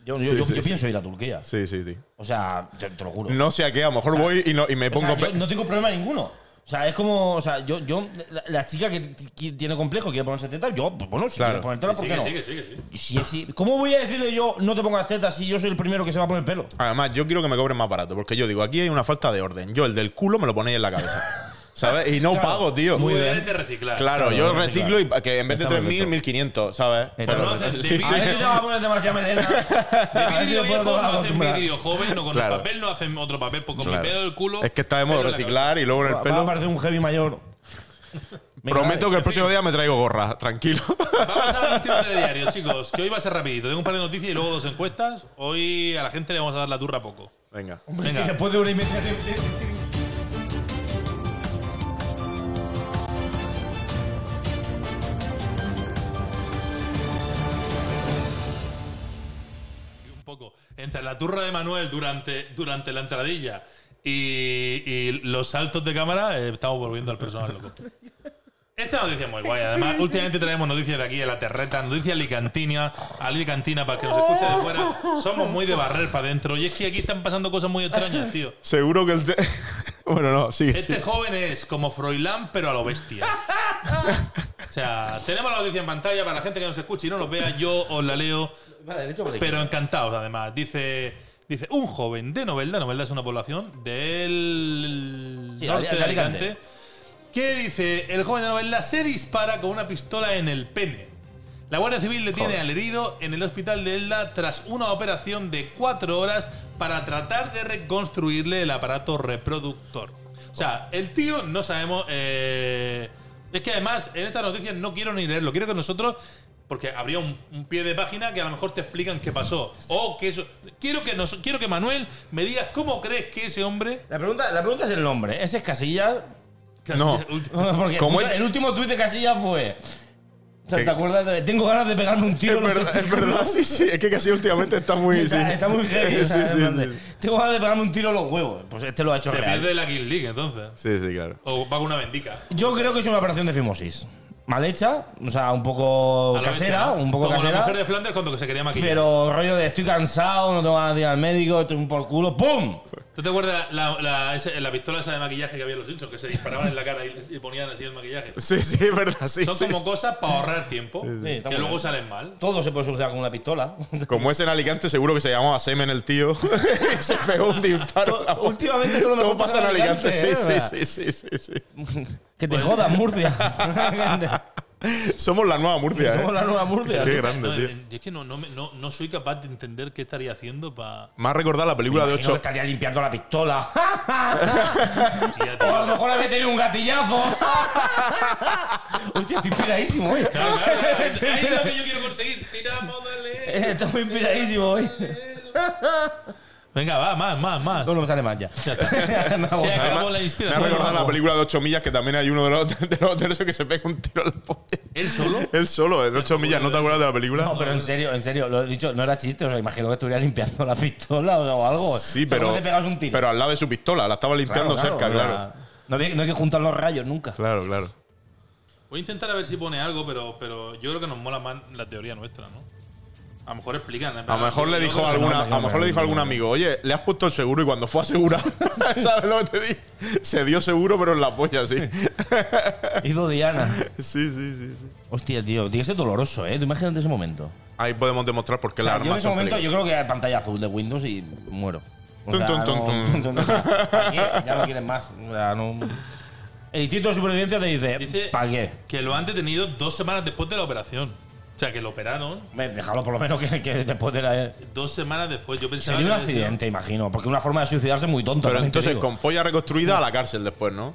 [SPEAKER 2] Yo, yo,
[SPEAKER 3] Sí,
[SPEAKER 2] yo-
[SPEAKER 3] sí,
[SPEAKER 2] yo
[SPEAKER 3] sí.
[SPEAKER 2] pienso ir a Turquía.
[SPEAKER 3] Sí, sí, sí.
[SPEAKER 2] O sea, te, te lo juro.
[SPEAKER 3] No sé a qué, a lo mejor voy y, no- y me
[SPEAKER 2] O sea,
[SPEAKER 3] pongo...
[SPEAKER 2] yo
[SPEAKER 3] pe-
[SPEAKER 2] no tengo problema ninguno. O sea, es como, o sea, yo, yo la, la chica que, t- que tiene complejo, quiere ponerse tetas, yo, pues, bueno, si quiere
[SPEAKER 3] Claro.
[SPEAKER 2] ponértela, ¿por
[SPEAKER 1] Sí,
[SPEAKER 2] qué
[SPEAKER 1] que
[SPEAKER 2] no?
[SPEAKER 1] sí, que sí, que sí.
[SPEAKER 2] Sí, sí. ¿Cómo voy a decirle yo no te pongas tetas si yo soy el primero que se va a poner pelo?
[SPEAKER 3] Además, yo quiero que me cobren más barato, porque yo digo, aquí hay una falta de orden. Yo el del culo me lo ponéis en la
[SPEAKER 2] <laughs>
[SPEAKER 3] cabeza. ¿Sabes? Y no
[SPEAKER 2] Claro,
[SPEAKER 3] pago, tío.
[SPEAKER 1] Muy bien. de reciclar.
[SPEAKER 3] Claro,
[SPEAKER 2] Claro,
[SPEAKER 3] yo
[SPEAKER 2] claro,
[SPEAKER 3] reciclo y que en vez de
[SPEAKER 2] Está
[SPEAKER 3] 3.000,
[SPEAKER 2] perfecto.
[SPEAKER 3] 1.500, ¿sabes?
[SPEAKER 2] Está
[SPEAKER 1] perfecto.
[SPEAKER 3] sí,
[SPEAKER 2] A
[SPEAKER 3] sí.
[SPEAKER 2] ver si te vas a poner demasiada
[SPEAKER 3] <laughs>
[SPEAKER 2] melena.
[SPEAKER 1] De
[SPEAKER 2] A ver si
[SPEAKER 1] vidrio
[SPEAKER 2] te puedo
[SPEAKER 1] viejo no hacen
[SPEAKER 2] acostumbrar.
[SPEAKER 1] vidrio joven, no con
[SPEAKER 3] Claro.
[SPEAKER 1] el papel no hacen otro papel, porque con
[SPEAKER 3] Claro.
[SPEAKER 1] mi pelo del culo.
[SPEAKER 3] Es que está de moda
[SPEAKER 1] pelo en la
[SPEAKER 3] reciclar y luego en el
[SPEAKER 2] Va- Va a
[SPEAKER 3] pelo.
[SPEAKER 2] parecer un heavy mayor. Venga,
[SPEAKER 3] Prometo
[SPEAKER 2] dale.
[SPEAKER 3] que el próximo día me traigo gorra, tranquilo. <laughs>
[SPEAKER 1] Vamos a la última telediario, chicos, que hoy va a ser rapidito. Tengo un par de noticias y luego dos encuestas. Hoy a la gente le vamos a dar la turra poco.
[SPEAKER 3] Venga.
[SPEAKER 2] Hombre,
[SPEAKER 1] Venga.
[SPEAKER 2] si después de una y media.
[SPEAKER 1] Un poco. Entre la turra de Manuel durante, durante la entradilla y, y los saltos de cámara, eh, estamos volviendo al personal loco. Esta noticia es muy guay. Además, últimamente traemos noticias de aquí, de la terreta, noticias alicantinas, alicantina para el que nos escuche de fuera. Somos muy de barrer para adentro. Y es que aquí están pasando cosas muy extrañas, tío.
[SPEAKER 3] Seguro que el. te- <laughs> bueno, no, sí.
[SPEAKER 1] Este joven es como Froilán, pero a lo bestia. O sea, tenemos la noticia en pantalla para la gente que nos escuche y no nos vea. Yo os la leo,
[SPEAKER 2] Vale, derecho por
[SPEAKER 1] pero encantados además. Dice, dice un joven de Novelda, Novelda es una población del
[SPEAKER 2] Sí,
[SPEAKER 1] norte
[SPEAKER 2] de
[SPEAKER 1] de
[SPEAKER 2] Alicante.
[SPEAKER 1] Alicante, que dice, el joven de Novelda se dispara con una pistola en el pene. La Guardia Civil detiene al herido en el hospital de Elda tras una operación de cuatro horas para tratar de reconstruirle el aparato reproductor. O sea, el tío no sabemos. eh, es que además, en estas noticias no quiero ni leerlo. Quiero que nosotros. Porque habría un, un pie de página que a lo mejor te explican qué pasó. O que eso. Quiero que, nos, quiero que Manuel me digas cómo crees que ese hombre.
[SPEAKER 2] La pregunta, la pregunta es el nombre. Ese es Casillas.
[SPEAKER 3] No.
[SPEAKER 2] <laughs> Porque
[SPEAKER 3] Como
[SPEAKER 2] el,
[SPEAKER 3] es-
[SPEAKER 2] último tuit de Casillas fue. O sea,
[SPEAKER 3] Que-
[SPEAKER 2] ¿Te acuerdas? de- Tengo ganas de pegarme un tiro.
[SPEAKER 3] Es
[SPEAKER 2] en los
[SPEAKER 3] verdad, es
[SPEAKER 2] testículos". <laughs>
[SPEAKER 3] verdad, sí, sí. Es que casi últimamente está muy.
[SPEAKER 2] Está,
[SPEAKER 3] sí.
[SPEAKER 2] está muy heavy. o sea,
[SPEAKER 3] <laughs> Sí, sí,
[SPEAKER 2] en plan de,
[SPEAKER 3] sí.
[SPEAKER 2] Tengo ganas de pegarme un tiro en los huevos. Pues este lo ha hecho
[SPEAKER 1] Se
[SPEAKER 2] real.
[SPEAKER 1] pierde la Kill League, entonces.
[SPEAKER 3] Sí, sí, claro.
[SPEAKER 1] O va con una vendica.
[SPEAKER 2] Yo creo que es una operación de fimosis. Mal hecha, o sea, un poco
[SPEAKER 1] A la
[SPEAKER 2] casera,
[SPEAKER 1] vendica.
[SPEAKER 2] un poco
[SPEAKER 1] Como la
[SPEAKER 2] casera.
[SPEAKER 1] mujer de Flanders cuando que se quería maquillar.
[SPEAKER 2] Pero rollo de estoy cansado, no tengo ganas de ir al médico, estoy un por culo. ¡Pum!
[SPEAKER 1] ¿Tú te acuerdas la, la- ese- la pistola esa de maquillaje que había en los Simpsons? Que se disparaban en la cara y, les- y ponían así el maquillaje.
[SPEAKER 3] Sí, sí, es verdad, sí.
[SPEAKER 1] Son
[SPEAKER 3] sí,
[SPEAKER 1] como
[SPEAKER 3] sí.
[SPEAKER 1] cosas para ahorrar tiempo
[SPEAKER 2] Sí, está
[SPEAKER 1] que
[SPEAKER 2] muy
[SPEAKER 1] luego
[SPEAKER 2] bien.
[SPEAKER 1] salen mal.
[SPEAKER 2] Todo se puede solucionar con una
[SPEAKER 3] <laughs>
[SPEAKER 2] pistola.
[SPEAKER 3] Como es en Alicante, seguro que se llamaba Semen el tío. <laughs> Y se pegó un disparo. en la boca.
[SPEAKER 2] Últimamente todo lo mejor
[SPEAKER 3] Todo pasa en Alicante, sí,
[SPEAKER 2] ¿eh?
[SPEAKER 3] sí, sí, sí, sí, sí.
[SPEAKER 2] Que te jodas,
[SPEAKER 3] <laughs>
[SPEAKER 2] Murcia. <laughs>
[SPEAKER 3] Somos la nueva Murcia,
[SPEAKER 2] Somos
[SPEAKER 3] ¿eh?
[SPEAKER 2] la nueva Murcia.
[SPEAKER 3] Qué
[SPEAKER 1] No,
[SPEAKER 3] grande, tío.
[SPEAKER 1] eh, es que no, no, me- no- no soy capaz de entender qué estaría haciendo para.
[SPEAKER 3] Me ha recordado la película de
[SPEAKER 2] Imagino que
[SPEAKER 3] 8.
[SPEAKER 2] estaría limpiando la pistola. <laughs> O a lo mejor había tenido un gatillazo. <laughs> Hostia, estoy eh. inspiradísimo hoy.
[SPEAKER 1] Ahí es lo que yo quiero conseguir. Tiramos, dale.
[SPEAKER 2] Estoy Eh, muy inspiradísimo hoy.
[SPEAKER 1] Venga, va, más, más, más.
[SPEAKER 2] No, no me sale más ya. <laughs> Me hago-
[SPEAKER 1] Se acabó la
[SPEAKER 3] Me ha
[SPEAKER 1] inspiración.
[SPEAKER 3] recordado la
[SPEAKER 2] vamos.
[SPEAKER 3] película de 8 millas que también hay uno de los, <laughs> de los hoteles que se pega un tiro en la polla.
[SPEAKER 1] ¿Él solo?
[SPEAKER 3] Él solo, en 8 millas. ¿No te acuerdas de la película?
[SPEAKER 2] No, pero en serio, en serio, lo he dicho, no era chiste, o sea, imagino que estuviera limpiando la pistola o, sea, o algo.
[SPEAKER 3] Sí,
[SPEAKER 2] O sea,
[SPEAKER 3] pero.
[SPEAKER 2] ¿cómo te pegas un tiro?
[SPEAKER 3] Pero al lado de su pistola, la estaba
[SPEAKER 2] Claro,
[SPEAKER 3] limpiando
[SPEAKER 2] claro,
[SPEAKER 3] cerca,
[SPEAKER 2] o sea,
[SPEAKER 3] claro.
[SPEAKER 2] No, había- no hay que juntar los rayos nunca.
[SPEAKER 3] Claro, claro.
[SPEAKER 1] Voy a intentar a ver si pone algo, pero, pero yo creo que nos mola más la teoría nuestra, ¿no? A lo mejor explican.
[SPEAKER 3] A lo mejor le dijo
[SPEAKER 1] algo.
[SPEAKER 3] a alguna, a lo mejor le dijo a algún
[SPEAKER 2] no.
[SPEAKER 3] amigo, oye, le has puesto el seguro y cuando fue a <laughs> asegurar, ¿sabes lo que te digo? Se dio seguro, pero en la polla, sí.
[SPEAKER 2] Hizo Diana.
[SPEAKER 3] <laughs> Sí, sí, sí, sí.
[SPEAKER 2] Hostia, tío, tiene que ser doloroso, ¿eh? Tú imagínate ese momento.
[SPEAKER 3] Ahí podemos demostrar por qué
[SPEAKER 2] O sea,
[SPEAKER 3] las
[SPEAKER 2] yo en
[SPEAKER 3] armas
[SPEAKER 2] ese
[SPEAKER 3] son
[SPEAKER 2] momento, yo
[SPEAKER 3] peligrosas.
[SPEAKER 2] creo que pantalla azul de Windows y muero. O
[SPEAKER 3] Tum,
[SPEAKER 2] sea,
[SPEAKER 3] tum, tum,
[SPEAKER 2] no-
[SPEAKER 3] tum.
[SPEAKER 2] tum,
[SPEAKER 3] <laughs>
[SPEAKER 2] tum, tum. ¿Para qué? Ya no quieres más. O sea, no- El instinto de supervivencia te dice,
[SPEAKER 1] Dice
[SPEAKER 2] ¿para qué?
[SPEAKER 1] que lo han detenido dos semanas después de la operación. O sea, que lo operaron
[SPEAKER 2] Hombre, Déjalo por lo menos que, que después de la...
[SPEAKER 1] dos semanas después. Yo pensaba
[SPEAKER 2] Sería un
[SPEAKER 1] que decía-
[SPEAKER 2] accidente, imagino, porque una forma de suicidarse muy tonta.
[SPEAKER 3] Pero
[SPEAKER 2] también te
[SPEAKER 3] entonces
[SPEAKER 2] digo.
[SPEAKER 3] con polla reconstruida a la cárcel después, ¿no?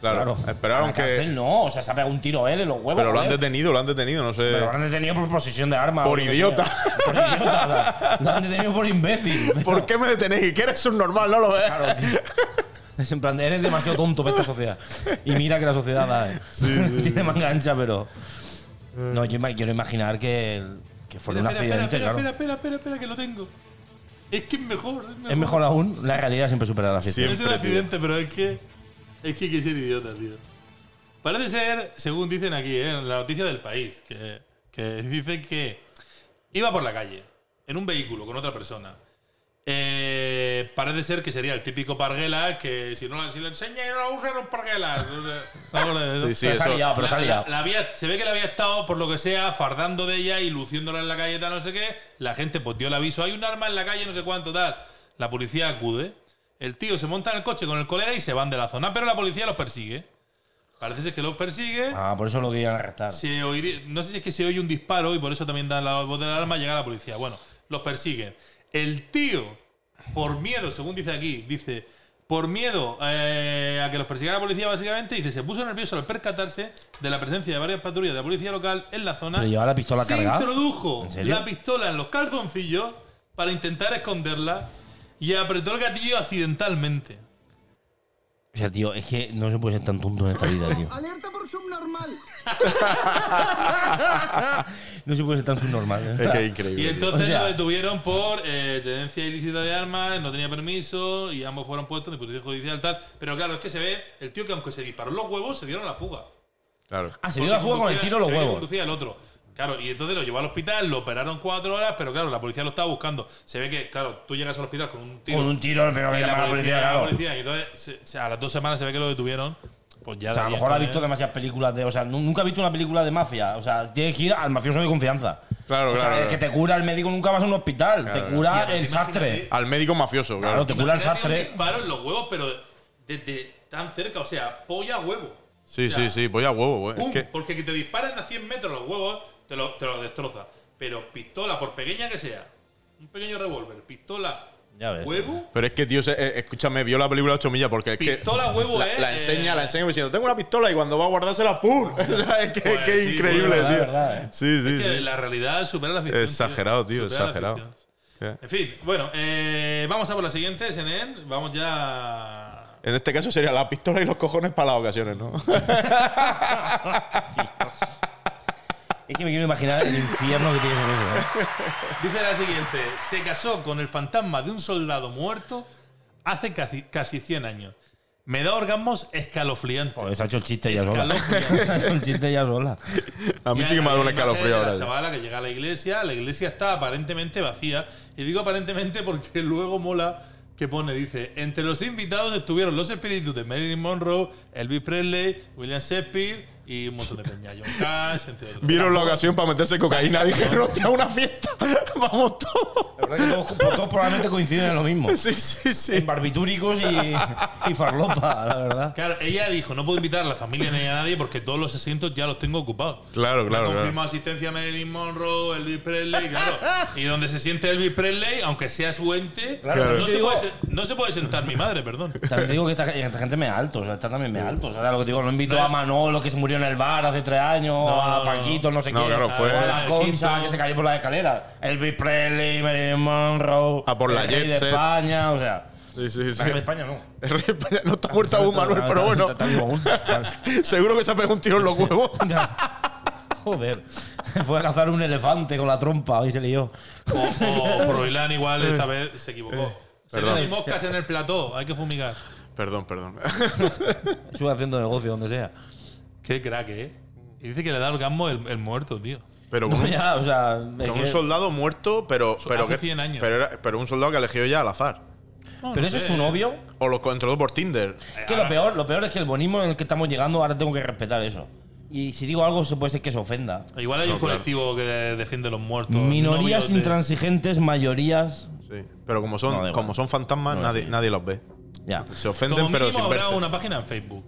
[SPEAKER 3] Claro.
[SPEAKER 2] A
[SPEAKER 3] Esperaron
[SPEAKER 2] la cárcel
[SPEAKER 3] que.
[SPEAKER 2] no, o sea, se ha pegado un tiro él en los huevos.
[SPEAKER 3] Pero lo han
[SPEAKER 2] joder.
[SPEAKER 3] detenido, lo han detenido, no
[SPEAKER 2] Pero
[SPEAKER 3] sé.
[SPEAKER 2] lo han detenido por posesión de arma.
[SPEAKER 3] Por
[SPEAKER 2] o lo que
[SPEAKER 3] idiota.
[SPEAKER 2] sea. Por idiota. o sea, lo han detenido por imbécil.
[SPEAKER 3] <laughs> ¿Por qué me detenéis? Que eres un normal, no lo ves.
[SPEAKER 2] Claro, tío. Es en plan, de, eres demasiado tonto para esta sociedad. Y mira que la sociedad da, eh. tiene manga ancha, pero.
[SPEAKER 3] Eh.
[SPEAKER 2] No, yo ima- quiero imaginar que, el- que fuera un
[SPEAKER 1] Espera, espera,
[SPEAKER 2] accidente,
[SPEAKER 1] espera,
[SPEAKER 2] claro.
[SPEAKER 1] espera, espera, espera, espera, que lo tengo. Es que es mejor. Es mejor,
[SPEAKER 2] Es mejor aún, la realidad siempre supera la
[SPEAKER 3] Sí.
[SPEAKER 2] ficción.
[SPEAKER 1] Es un
[SPEAKER 3] Siempre, tío.
[SPEAKER 1] accidente, pero es que. Es que hay que ser idiota, tío. Parece ser, según dicen aquí, ¿eh? en la noticia del país, que, que dicen que iba por la calle, en un vehículo, con otra persona. Eh, parece ser que sería el típico parguela que si no la- si lo enseña y no lo usa, era un parguela. ¿Te acuerdas de eso?
[SPEAKER 3] Sí,
[SPEAKER 2] pero
[SPEAKER 3] sí,
[SPEAKER 2] se ha
[SPEAKER 3] eso.
[SPEAKER 2] liado, pero se ha
[SPEAKER 1] La-
[SPEAKER 2] liado.
[SPEAKER 1] la- la había- se ve que la había estado, por lo que sea, fardando de ella y luciéndola en la calle, tal, no sé qué. La gente pues dio el aviso, hay un arma en la calle, no sé cuánto, tal. La policía acude. El tío se monta en el coche con el colega y se van de la zona, pero la policía los persigue. Parece ser que los persigue.
[SPEAKER 2] Ah, por eso lo querían arrestar.
[SPEAKER 1] Se oirí- no sé si es que se oye un disparo y por eso también dan la voz de alarma, llega la policía. Bueno, los persiguen. El tío, por miedo, según dice aquí, dice, por miedo eh, a que los persiga la policía, básicamente, dice, se puso nervioso al percatarse de la presencia de varias patrullas de la policía local en la zona.
[SPEAKER 2] Pero llevaba la pistola
[SPEAKER 1] se
[SPEAKER 2] cargada.
[SPEAKER 1] introdujo
[SPEAKER 2] ¿En serio?
[SPEAKER 1] la pistola en los calzoncillos para intentar esconderla y apretó el gatillo accidentalmente.
[SPEAKER 2] O sea, tío, es que no se puede ser tan tonto en esta vida, tío.
[SPEAKER 8] <laughs> Alerta por subnormal.
[SPEAKER 2] <laughs> No se puede ser tan subnormal. ¿eh?
[SPEAKER 3] Es que es
[SPEAKER 1] Y
[SPEAKER 3] increíble. tío.
[SPEAKER 1] entonces
[SPEAKER 2] O sea-
[SPEAKER 1] lo detuvieron por eh, tenencia ilícita de armas, no tenía permiso y ambos fueron puestos en disposición judicial tal. Pero claro, es que se ve el tío que aunque se disparó en los huevos, se dieron la fuga.
[SPEAKER 3] Claro.
[SPEAKER 2] Ah, se dio la fuga con el tiro a los
[SPEAKER 1] Se ve que
[SPEAKER 2] huevos.
[SPEAKER 1] conducía el otro. Claro, y entonces lo llevó al hospital, lo operaron cuatro horas, pero claro, la policía lo estaba buscando. Se ve que, claro, tú llegas al hospital con un tiro.
[SPEAKER 2] Con un tiro, pero que
[SPEAKER 1] y
[SPEAKER 2] llama a la policía,
[SPEAKER 1] llama a la
[SPEAKER 2] claro.
[SPEAKER 1] policía, y entonces se- se- a las dos semanas se ve que lo detuvieron. Pues ya
[SPEAKER 2] O sea, a
[SPEAKER 1] de
[SPEAKER 2] lo
[SPEAKER 1] ahí
[SPEAKER 2] mejor ha
[SPEAKER 1] es
[SPEAKER 2] visto
[SPEAKER 1] con él.
[SPEAKER 2] demasiadas películas de. O sea, nu- nunca ha visto una película de mafia. O sea, tiene que ir al mafioso de confianza.
[SPEAKER 3] Claro,
[SPEAKER 2] O sea,
[SPEAKER 3] claro,
[SPEAKER 2] el que
[SPEAKER 3] claro.
[SPEAKER 2] te cura el médico nunca vas a un hospital.
[SPEAKER 3] Claro.
[SPEAKER 2] te cura
[SPEAKER 1] Hostia, pero
[SPEAKER 2] el
[SPEAKER 1] imagínate.
[SPEAKER 2] sastre.
[SPEAKER 3] Al médico mafioso,
[SPEAKER 2] Claro,
[SPEAKER 3] claro.
[SPEAKER 2] te cura el
[SPEAKER 1] Imagínate un
[SPEAKER 2] sastre.
[SPEAKER 1] disparo en los huevos, pero desde tan cerca, o sea, polla a huevo.
[SPEAKER 3] Sí,
[SPEAKER 1] O sea,
[SPEAKER 3] sí, sí. Voy a huevo, güey.
[SPEAKER 1] Pum,
[SPEAKER 3] Es que-
[SPEAKER 1] Porque que te disparan a 100 metros los huevos, te te lo, te lo destroza. Pero pistola, por pequeña que sea, un pequeño revólver, pistola,
[SPEAKER 2] Ya ves.
[SPEAKER 1] huevo.
[SPEAKER 3] Pero es que, tío, se- eh, escúchame, vio la película 8 millas porque es que.
[SPEAKER 1] Pistola, huevo,
[SPEAKER 3] la,
[SPEAKER 1] eh.
[SPEAKER 3] La enseña, la enseña diciendo, tengo una pistola y cuando va a guardársela, ¡pum! <laughs> O sea, es que,
[SPEAKER 1] Pues
[SPEAKER 3] que
[SPEAKER 1] sí,
[SPEAKER 3] increíble,
[SPEAKER 2] pues, la
[SPEAKER 3] tío.
[SPEAKER 2] verdad, eh.
[SPEAKER 3] Sí, sí,
[SPEAKER 1] Es que
[SPEAKER 3] sí.
[SPEAKER 1] la realidad supera la ficción.
[SPEAKER 3] Exagerado, tío,
[SPEAKER 1] Supera la
[SPEAKER 3] exagerado.
[SPEAKER 1] ficción.
[SPEAKER 3] ¿Qué?
[SPEAKER 1] En fin, bueno, eh, vamos a por la siguiente, SNN. Vamos ya.
[SPEAKER 3] En este caso sería la pistola y los cojones para las
[SPEAKER 1] <laughs>
[SPEAKER 3] ocasiones, ¿no?
[SPEAKER 2] Es que me quiero imaginar el infierno que tienes en eso. ¿eh?
[SPEAKER 1] Dice la siguiente: Se casó con el fantasma de un soldado muerto hace casi, casi 100 años. Me da orgasmos escalofriantes.
[SPEAKER 2] Joder, se ha hecho el chiste ya sola. <laughs>
[SPEAKER 1] Escalofriantes.
[SPEAKER 2] Se ha hecho el chiste ya sola.
[SPEAKER 3] A mí
[SPEAKER 1] Ya
[SPEAKER 3] sí que me ha dado un
[SPEAKER 1] la imagen
[SPEAKER 3] escalofrío
[SPEAKER 1] de
[SPEAKER 3] ahora.
[SPEAKER 1] La chavala que llega a la iglesia, la iglesia está aparentemente vacía. Y digo aparentemente porque luego mola que pone, dice, entre los invitados estuvieron los espíritus de Marilyn Monroe, Elvis Presley, William Shakespeare y un montón de peña, John Cash, entre otros.
[SPEAKER 3] Vieron la ocasión para meterse cocaína. Dijeron, hostia, una fiesta. <laughs> Vamos todos.
[SPEAKER 2] La verdad que todos, todos probablemente coinciden en lo mismo.
[SPEAKER 3] <laughs> Sí, sí,
[SPEAKER 2] En
[SPEAKER 3] sí.
[SPEAKER 2] barbitúricos y, y farlopa, la verdad.
[SPEAKER 1] Claro, ella dijo, no puedo invitar a la familia ni a nadie porque todos los asientos ya los tengo ocupados.
[SPEAKER 3] Claro, claro,
[SPEAKER 1] Ha
[SPEAKER 3] claro.
[SPEAKER 1] confirmado asistencia a Marilyn Monroe, Elvis Presley, claro. y donde se siente Elvis Presley, aunque sea su ente,
[SPEAKER 2] Claro,
[SPEAKER 1] no,
[SPEAKER 2] yo
[SPEAKER 1] se
[SPEAKER 2] digo-
[SPEAKER 1] puede, sen- no se puede sentar mi madre, perdón.
[SPEAKER 2] También te digo que esta, esta gente me alto, o sea, esta también me alto. O sea, lo que te digo, no invito a Manolo que se murió en el bar hace tres años, a Paquito, no sé
[SPEAKER 3] No,
[SPEAKER 2] qué.
[SPEAKER 3] claro, fue-
[SPEAKER 2] o a la
[SPEAKER 1] El
[SPEAKER 2] Concha
[SPEAKER 1] quinto.
[SPEAKER 2] que se cayó por la escalera. Elvis Presley, Marilyn Monroe.
[SPEAKER 3] A por la
[SPEAKER 2] el rey
[SPEAKER 3] Jet
[SPEAKER 2] de
[SPEAKER 3] Set.
[SPEAKER 2] España, o sea.
[SPEAKER 3] Sí, sí, sí.
[SPEAKER 2] El rey de
[SPEAKER 3] <laughs>
[SPEAKER 2] España no.
[SPEAKER 3] El rey de España- No está muerto aún, Manuel, pero bueno.
[SPEAKER 2] Está vivo
[SPEAKER 3] <laughs>
[SPEAKER 2] aún.
[SPEAKER 3] Seguro que se ha pegado un tiro en los huevos.
[SPEAKER 2] Ya. Joder. Fue a cazar un elefante con la trompa, hoy se lió.
[SPEAKER 1] O,
[SPEAKER 3] <laughs>
[SPEAKER 1] o Froilán igual esta vez se equivocó. Se
[SPEAKER 3] Eh. Perdón.
[SPEAKER 1] ven moscas en el plató, hay que fumigar.
[SPEAKER 3] Perdón, perdón. <laughs>
[SPEAKER 2] Estuve haciendo negocio donde sea.
[SPEAKER 1] Qué crack, ¿eh? Y dice que le da orgasmo el, el muerto, tío.
[SPEAKER 3] Pero
[SPEAKER 2] No,
[SPEAKER 3] con, un-
[SPEAKER 2] ya, o sea. es
[SPEAKER 3] con
[SPEAKER 2] que-
[SPEAKER 3] un soldado muerto, pero. pero
[SPEAKER 1] hace
[SPEAKER 3] que-
[SPEAKER 1] 100 años.
[SPEAKER 3] Pero, era- pero un soldado que eligió ya al azar.
[SPEAKER 1] No,
[SPEAKER 2] pero
[SPEAKER 1] no
[SPEAKER 2] eso
[SPEAKER 1] sé. Eh,
[SPEAKER 2] es un obvio.
[SPEAKER 3] O los controló por Tinder.
[SPEAKER 2] Es que lo peor, lo peor es que el bonismo en el que estamos llegando, ahora tengo que respetar eso. Y si digo algo, se puede ser que se ofenda.
[SPEAKER 1] Igual hay un colectivo que defiende los muertos.
[SPEAKER 2] Minorías
[SPEAKER 1] novios de-
[SPEAKER 2] intransigentes, mayorías.
[SPEAKER 3] Sí. Pero como son,
[SPEAKER 2] No, da igual.
[SPEAKER 3] como son fantasmas, nadie, nadie los ve.
[SPEAKER 2] Ya.
[SPEAKER 3] Se
[SPEAKER 1] Como
[SPEAKER 3] ofenden, pero
[SPEAKER 1] mínimo
[SPEAKER 3] sin
[SPEAKER 1] habrá
[SPEAKER 3] verse.
[SPEAKER 1] una página en Facebook.